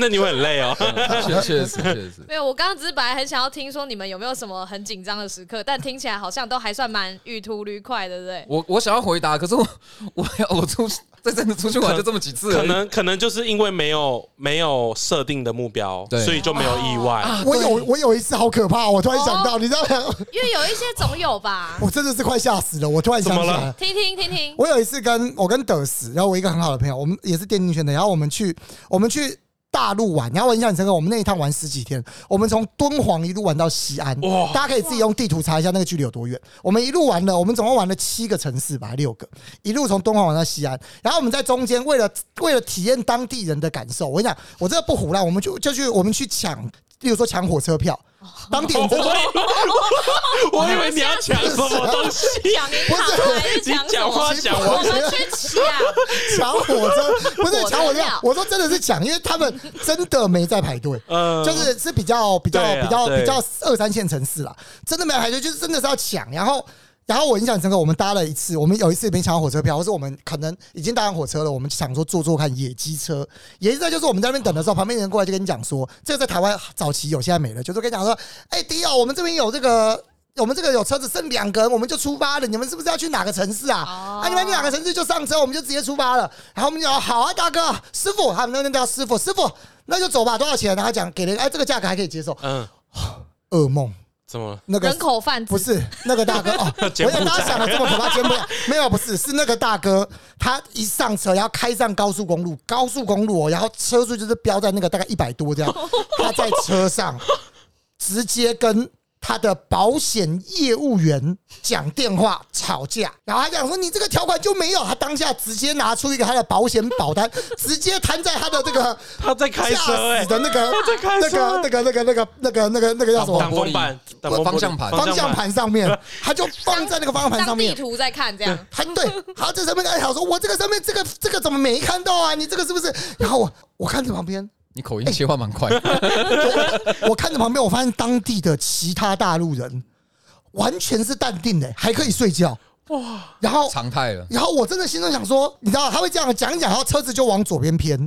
S3: 那你会很累哦。
S1: 确确实确实，
S4: 没有，我刚刚只是本来很想要听说你们有没有什么很紧张的时刻，但听起来好像都还算蛮欲途愉快的，对不对？
S1: 我我想要回答，可是我我我出这真的出去玩就这么几次而
S3: 可
S1: 已，
S3: 能可能就是因为没有没有设定的目标，
S1: 对
S3: 所以就没有意外。
S2: 我有我有一次好可怕，我突然想
S3: 哦
S2: 到，你知道吗？
S4: 因为有一些总有吧。
S2: 我真的是快吓死了，我突然想起
S3: 怎么
S2: 来
S3: 了。
S4: 听听听听，
S2: 我有一次跟我跟德斯，然后我一个很好的朋友，我们也是电竞圈的，然后我们去我们去大陆玩，然后我印象很深刻，我们那一趟玩十几天，我们从敦煌一路玩到西安，
S3: 哇
S2: 大家可以自己用地图查一下那个距离有多远。我们一路玩了，我们总共玩了七个城市吧，六个，一路从敦煌玩到西安，然后我们在中间为了为了体验当地人的感受，我跟你讲，我这个不胡乱，我们就就去我们去抢，例如说抢火车票，当地人真的。
S3: 哦我以为 你要讲什么东西，
S4: 讲银行还是讲
S3: 你
S4: 什
S3: 讲话
S4: 么？
S3: 讲
S4: 我
S3: 完，
S4: 们去抢，
S2: 抢火车，不是
S4: 火车
S2: 抢火车
S4: 票，
S2: 我说真的是抢，因为他们真的没在排队，
S3: 呃
S2: 就是是比较比较
S3: 对啊
S2: 比较
S3: 对
S2: 比较二三线城市啦，真的没排队，就是真的是要抢。然后，然后我印象很深刻，我们搭了一次，我们有一次没抢到火车票，或是我们可能已经搭上火车了，我们想说坐坐看野鸡车。野鸡车就是我们在那边等的时候，旁边人过来就跟你讲说，这个在台湾早期有，现在没了，就是跟你讲说，哎，迪奥，我们这边有这个。我们这个有车子剩两个人，我们就出发了。你们是不是要去哪个城市啊？
S4: 哦
S2: 啊，你们去哪个城市就上车，我们就直接出发了。然后我们就讲好啊，大哥，师傅，他们那边叫师傅，师傅，那就走吧，多少钱？然后他讲给了，哎，这个价格还可以接受。
S3: 嗯，
S2: 噩梦，
S3: 怎么了？
S2: 那个
S4: 人口贩子
S2: 不是那个大哥哦，我
S3: 柬埔寨
S2: 想大家想的这么可怕，柬埔寨没有，不是是那个大哥，他一上车，然后开上高速公路，高速公路哦，然后车速就是飙在那个大概一百多这样，他在车上直接跟他的保险业务员讲电话吵架，然后他讲说你这个条款就没有，他当下直接拿出一个他的保险保单，直接摊在他欸的这个
S3: 他在开车
S2: 驾
S3: 哎、
S2: 驶的那个
S3: 在开
S2: 那
S3: 车
S2: 个那个那个那个那个那个那个叫什
S3: 挡
S2: 么
S3: 风板、挡风玻璃
S1: 方向盘
S2: 方向盘 上面，他就放在那个方向盘上
S4: 当地
S2: 面。
S4: 图在看这样。
S2: 他对，他这上面在想说，我这个上面这个这个怎么没看到啊？你这个是不 是？然后我我看着旁边，
S1: 你口音切换蛮快 的，
S2: 我我看着旁边，我发现当地的其他大陆人完全是淡定的、还可以睡觉哇。然后
S1: 常态了。
S2: 然后我真的心中想说，你知道他会这样讲一讲，然后车子就往左 边偏，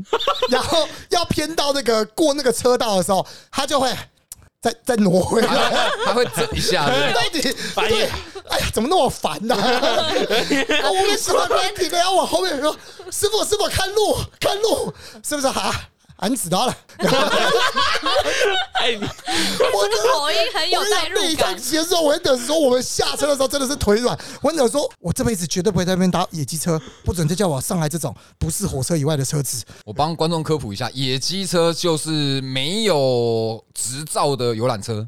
S2: 然后要偏到那个过那个车道的时候，他就会再再挪回
S1: 还
S2: 来。
S1: 会还会整一下的，
S2: 到底
S3: 白
S2: 对
S3: 眼，
S2: 哎呀，怎么那么烦 呢、啊？我们喜欢边停了，然后往后面说：“师傅，师傅，看路，看路，是不是啊？”俺知道了，然后
S3: 哎、你
S2: 我
S4: 这个口音很有代入
S2: 我跟你讲那一
S4: 感
S2: 趟，结束，我跟等说，我们下车的时候真的是腿软。我跟你说，我这辈子绝对不会在那边搭野鸡车，不准再叫我上来这种不是火车以外的车子。
S1: 我帮观众科普一下，野鸡车就是没有执照的游览车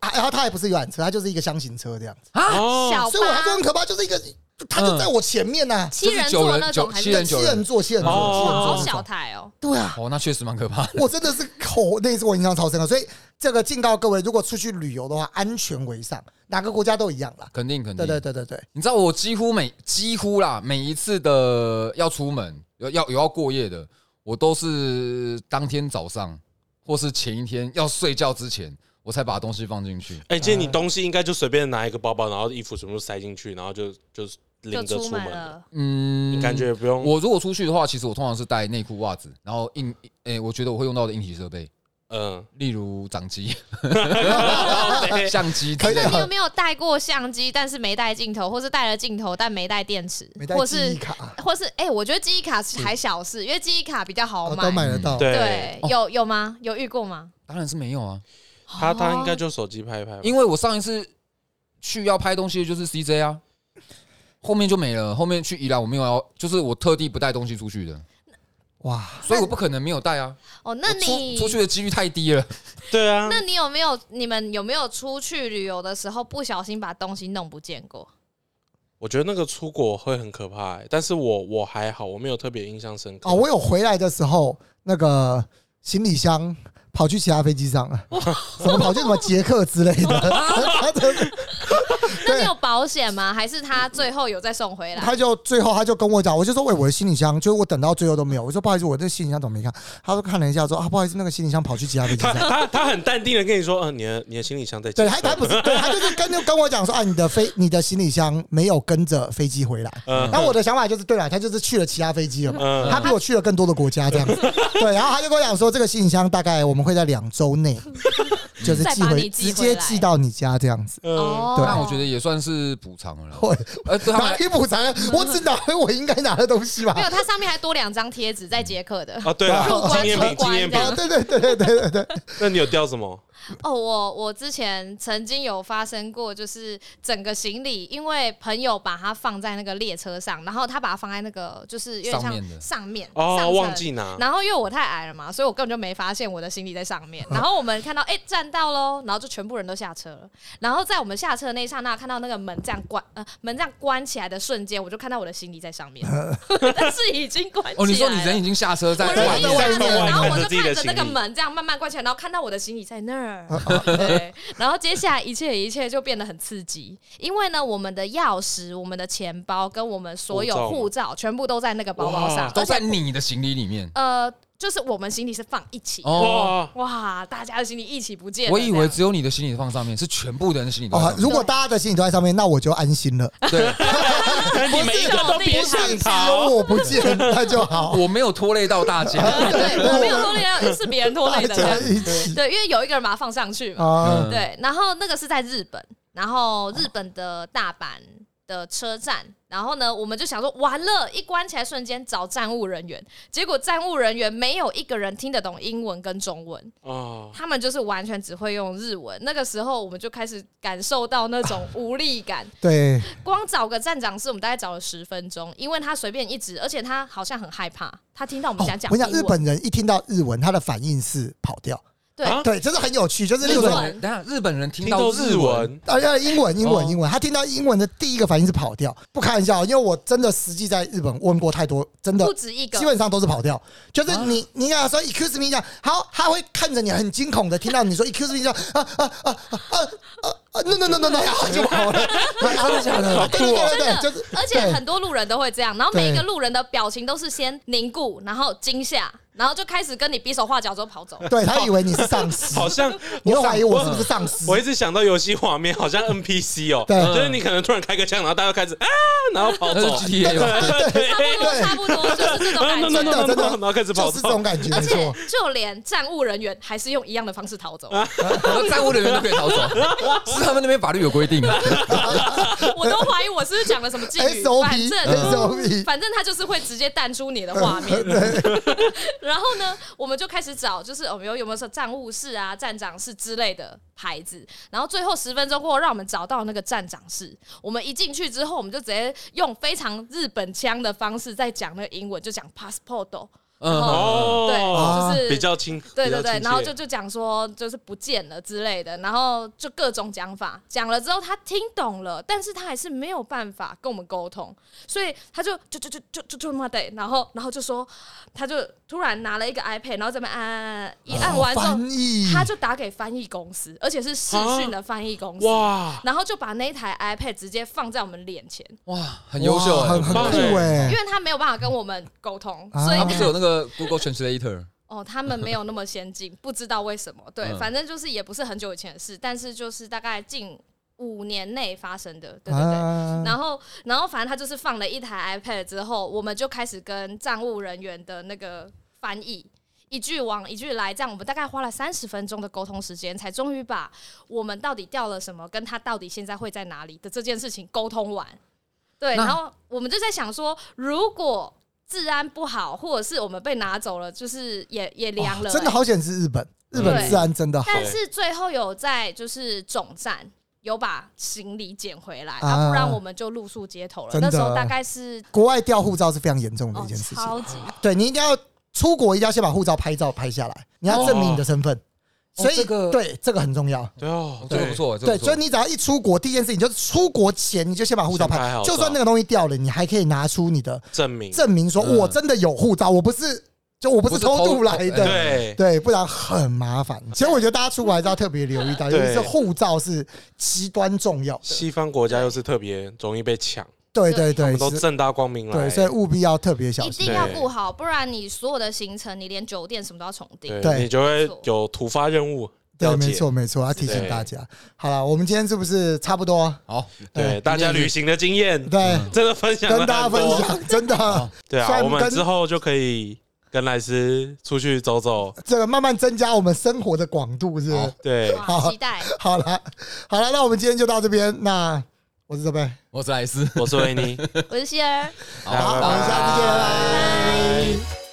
S2: 啊，然后它也不是游览车，它就是一个箱型车这样子。
S1: 啊，
S3: 哦，
S4: 小
S2: 所以我还说
S4: 巴
S2: 很可怕，就是一个，它就在我前面呐、啊，
S4: 七人
S1: 就是九
S4: 座
S1: 人
S4: 那种
S1: 九
S4: 还
S1: 七
S4: 是
S1: 人
S2: 七人座，七人座，
S3: 哦
S2: 七人座
S4: 嗯好
S2: 那
S4: 小
S2: 种。
S4: 台哦，
S2: 对啊，
S1: 哦，那确实蛮可怕的。
S2: 我真的是口，那一次我印象超深刻。所以这个警告各位，如果出去旅游的话，安全为上，哪个国家都一样啦。
S1: 肯定肯定，
S2: 对对对对对，
S1: 你知道我几乎每几乎啦，每一次的要出门有要有要过夜的，我都是当天早上或是前一天要睡觉之前，我才把东西放进去。
S3: 哎、今天你东西应该就随便拿一个包包，然后衣服全部塞进去，然后就就
S4: 就
S3: 拎着
S4: 出
S3: 出门
S4: 门
S3: 了。
S4: 了。
S1: 嗯，
S3: 你感觉也不用
S1: 我如果出去的话，其实我通常是带内裤、袜子，然后硬诶、我觉得我会用到的硬体设备，
S3: 嗯，
S1: 例如掌机、
S3: 对
S1: 相机之
S2: 可
S1: 类
S2: 以
S1: 的。
S4: 你有没有带过相机，但是没带镜头，或是带了镜头但没带电池
S2: 没，带
S4: 或
S2: 记
S4: 是
S2: 忆卡，
S4: 或是哎、我觉得记忆卡是还小事，因为记忆卡比较好
S2: 我
S4: 哦买。
S2: 哦都买得到。
S3: 对
S4: 对，有有吗？有遇过吗？
S1: 当然是没有啊，
S3: 他他应该就手机拍一拍吧，
S1: 因为我上一次去要拍东西的就是 CJ 啊，后面就没了。后面去宜兰我没有要，就是我特地不带东西出去的，
S2: 哇，
S1: 所以我不可能没有带啊。
S4: 哦，那
S1: 我出
S4: 你
S1: 出去的几率太低了，
S3: 对啊，
S4: 那你有没有你们有没有出去旅游的时候不小心把东西弄不见过？
S3: 我觉得那个出国会很可怕、欸，但是我我还好，我没有特别印象深刻。
S2: 哦，我有回来的时候，那个行李箱跑去其他飞机上了，什么跑去什么捷克之类 的。
S4: 那你有保险吗？还是他最后有再送回 来？
S2: 他就最后他就跟我讲，我就说喂，我的行李箱，就是我等到最后都没有。我说不好意思，我这行李箱怎么没看？他说看了一下，说啊不好意思，那个行李箱跑去其他飞机
S3: 他
S2: 上。
S3: 他他很淡定的跟你说，嗯、你的你的行李箱在
S2: 对，
S3: 机
S2: 他
S3: 上
S2: 他不 是，对他就是跟跟我讲说啊，你的飞你的行李箱没有跟着飞机回来。
S3: 嗯
S2: 然后我的想法就是，对了，他就是去了其他飞机了嘛，
S3: 嗯
S2: 他比我去了更多的国家这样子。对，然后他就跟我讲说，这个行李箱大概我们会在两周内，
S3: 嗯
S2: 就是寄
S4: 再把
S2: 回
S4: 你
S2: 直
S4: 寄回来
S2: 接寄到你家这样子。
S4: 哦
S3: 嗯，
S2: 对
S1: 但我觉得也算是补偿了啦。
S2: 我
S1: 呃，对他们
S2: 拿
S1: 来
S2: 一补偿，我只拿回我应该拿的东西吧
S1: 啊
S4: 没。有，它上面还多两张贴纸，在捷克 的。
S3: 啊对啊
S4: 入，关
S3: 纪念品
S4: 出
S3: 纪
S4: 关
S3: 念
S4: 这
S3: 品
S4: 样
S2: 啊，，对对对对对对对，
S3: 那你有掉什么？
S4: 哦，我我之前曾经有发生过，就是整个行李，因为朋友把它放在那个列车上，然后他把它放在那个就是有点
S1: 上面的
S4: 像上面上
S3: 哦，
S4: 层
S3: 忘记
S1: 啊
S3: 拿，
S4: 然后因为我太矮了嘛，所以我根本就没发现我的行李在 上面。然后我们看到，哎、站到喽，然后就全部人都下车了。然后在我们下车的那一刹那，看到那个门这样关，呃，门这样关起来的瞬间，我就看到我的行李在上面， 但是已经关起来了。
S1: 哦，你说你人已经下车在
S4: 我
S2: 对
S4: 人
S1: 外
S4: 已
S2: 在
S4: 经
S1: 面，
S2: 外面
S4: 下车了，然后我
S3: 看着
S4: 就
S3: 自己的
S4: 看着那个
S3: 行李
S4: 门这样慢慢关起来，然后看到我的行李在 那儿。
S1: 哦
S4: 对，然后接下来一切一切就变得很刺激，因为呢，我们的钥匙、我们的钱包跟我们所有
S3: 护
S4: 护照全部都在那个包包上
S3: 哇，
S1: 都在你的行李里面。
S4: 呃，就是我们行李是放一起的。
S1: 哦，
S3: 哇，
S4: 哇，大家的行李一起不见了
S1: 我
S4: 这
S1: 以
S4: 样。
S1: 为只有你的行李放上面，是全部的人的行李都在
S2: 哦
S3: 嗯
S1: 上，面。
S2: 如果大家的行李都在上面，那我就安心了。
S1: 对，
S3: 但你每一个都别想
S2: 只有
S3: 逃，
S2: 我不见，那就好。
S1: 我没有拖累到大家。
S4: 呃对， 我没有拖累到，是别人拖
S2: 大
S4: 累的。这
S2: 家
S4: 样
S2: 一起
S4: 对，因为有一个人把它放上去嘛。
S2: 啊，
S1: 嗯
S4: 对，然后那个是在日本，然后日本的大阪的车站，然后呢，我们就想说完了，一关起来瞬间找站务人员，结果站务人员没有一个人听得懂英文跟中文，
S3: 哦，
S4: 他们就是完全只会用日文。那个时候我们就开始感受到那种无力感，
S2: 对，
S4: 光找个站长是我们大概找了十分钟，因为他随便一指，而且他好像很害怕，他听到我们
S2: 哦
S4: 想讲
S2: 我
S4: 英
S2: 跟你讲，
S4: 文、
S2: 日本人一听到日文，他的反应是跑掉。
S4: 对
S3: 啊
S2: 对，真的很有趣，就是例
S1: 日
S2: 如
S1: 本
S2: 说，
S1: 人，等一下日本人听
S3: 听
S1: 到
S3: 到
S1: 日
S3: 日
S1: 文，
S3: 文，
S2: 啊，要英文，英文，
S3: 哦
S2: 英文，他听到英文的第一个反应是跑掉，不开玩笑，因为我真的实际在日本问过太多，真的
S4: 不止一个
S2: 基，本上都是跑掉，就是你你跟他说 excuse me 这样，好，他会看着你很惊恐的听到你说 excuse me 这样，啊啊啊啊啊啊，no no no no no，然后就跑了，然后就跑了，对对
S4: 真
S2: 对对，
S4: 的
S2: 就是，，
S4: 而且
S2: 对
S4: 很多路人都会这样，然后每一个
S2: 对
S4: 路人的表情都是先凝固，然后惊吓，然后就开始跟你比手画脚，之后 跑走。
S2: 对他以为你是丧尸，
S3: 好像
S2: 你会怀疑我是不是
S3: 我
S2: 丧尸，
S3: 我一直想到游戏画面，好像 NPC 哦，
S2: 对
S3: 就是你可能突然开个枪，然后大家开始啊，然后跑
S1: 那是
S3: 走，
S1: GTA 吧？
S4: 差不多，差不多就是这种感
S3: 真的
S4: 觉。
S2: 真的
S3: 然后开始跑
S2: 就是这种
S3: 走，
S2: 感觉，
S4: 而
S2: 没
S4: 且
S2: 错。
S4: 就连站务人员还是用一样的方式逃走，
S1: 然后站务人员都可以 逃走，是他们那边法律有规定。
S4: 我都怀疑我是不是讲了什么禁语，反
S2: SOP
S4: 正
S2: SOP，
S4: 反正他就是会直接淡出你的画 面。 然后呢，我们就开始找，就是我们有有没有说站务室啊、站长室之类的牌子。然后最后十分钟过后，让我们找到那个站长室。我们一进去之后，我们就直接用非常日本腔的方式在讲那个英文，就讲 passport，
S1: 嗯，
S2: 哦
S4: 对，就是
S3: 哦比较轻，
S4: 对
S3: 比较
S4: 对对，
S3: 亲切
S4: 然后就就讲说就是不见了之类的，然后就各种讲法，讲了之后他听懂了，但是他还是没有办法跟我们沟通，所以他就就就就就就就妈的，然后然后就说，他就突然拿了一个 iPad，然后这边按按按按，一按完之后，
S2: 啊哦翻译，
S4: 他就打给翻译公司，而且是视讯的翻译公司，
S3: 哇，
S4: 然后就把那一台 iPad 直接放在我们脸前，
S1: 哇，很优秀
S2: 哇
S1: 欸，
S2: 很
S1: 很
S2: 很
S1: 棒。
S3: 棒欸
S2: 酷哎
S4: 因为。他没有办法跟我们沟通，
S2: 啊
S4: 所以
S1: 他不是有那个 Google Translator？
S4: 哦，他们没有那么先进， 不知道为什么。对，
S1: 嗯
S4: 反正就是也不是很久以前的事，但是就是大概近五年内发生的，对对对。
S2: 啊
S4: 然后，然后反正他就是放了一台 iPad 之后，我们就开始跟站务人员的那个翻译。一句往一句来，这样我们大概花了三十分钟的沟通时间，才终于把我们到底掉了什么，跟他到底现在会在哪里的这件事情沟通完。对，
S1: 那
S4: 然后我们就在想说，如果治安不好，或者是我们被拿走了，就是也也凉了、
S2: 哦
S4: 欸
S2: 真的好险是日本，日
S4: 对
S2: 本治安真的好。
S4: 但是最后有在就是总站有把行李捡回来，
S2: 啊
S4: 啊、不然我们就露宿街头了。
S2: 真的
S4: 那时候大概是
S2: 国外掉护照是非常严重的
S4: 哦
S2: 一件事情，
S4: 超级
S2: 对你一定要出国，一定要先把护照拍照拍下来，你要证明你的身份。所以、
S1: 哦这个
S2: 对这个很重要。
S3: 对哦
S1: 哦，这个不错，这个
S2: 对，
S1: 不
S2: 所
S1: 错
S2: 以。你只要一出国，第一件事情就是出国前你就先把护照
S3: 先拍
S2: 拍
S3: 好，照
S2: 就算那个东西掉了，你还可以拿出你的
S3: 证明，
S2: 证明，说
S1: 嗯
S2: 我真的有护照，我不是就我不
S1: 不
S2: 是
S1: 是偷
S2: 偷渡来
S1: 偷
S2: 的。
S3: 对
S2: 对，不然很麻烦。其实我觉得大家出国还是要特别留意到，尤其
S3: 对
S2: 是护照是极端重要的。
S3: 西方国家又是特别容易被抢，
S2: 对对
S3: 我
S2: 对，
S3: 们都
S2: 是
S3: 正大光明来，
S2: 对，所以务必要特别小
S4: 一
S2: 心。
S4: 定要顾好，不然你所有的行程，你连酒店什么都要重订。
S3: 对
S2: 对
S3: 你就会有突发任务，
S2: 对，
S3: 了解
S2: 没错没错，要提醒
S3: 对
S2: 大家。好了，我们今天是不是差不多？
S1: 好，
S3: 对
S2: 对
S3: 大家旅行的经验，
S2: 对，
S3: 真的分享了
S2: 跟大家
S3: 嗯很多
S2: 分享，真的，
S3: 对
S2: 虽
S3: 啊，
S2: 然
S3: 我们
S2: 跟
S3: 之后就可以跟莱斯出去走走。
S2: 这个慢慢增加我们生活的广度，是不是
S1: 好？
S3: 对，
S4: 哇，
S2: 好
S4: 期 待，
S2: 好了，好了，那我们今天就到这边。那我是这边，
S1: 我是莱斯，
S3: 我是维尼，
S4: 我是希儿。
S1: 好，
S3: 好
S2: 好，我们下次见，拜拜。
S3: 拜。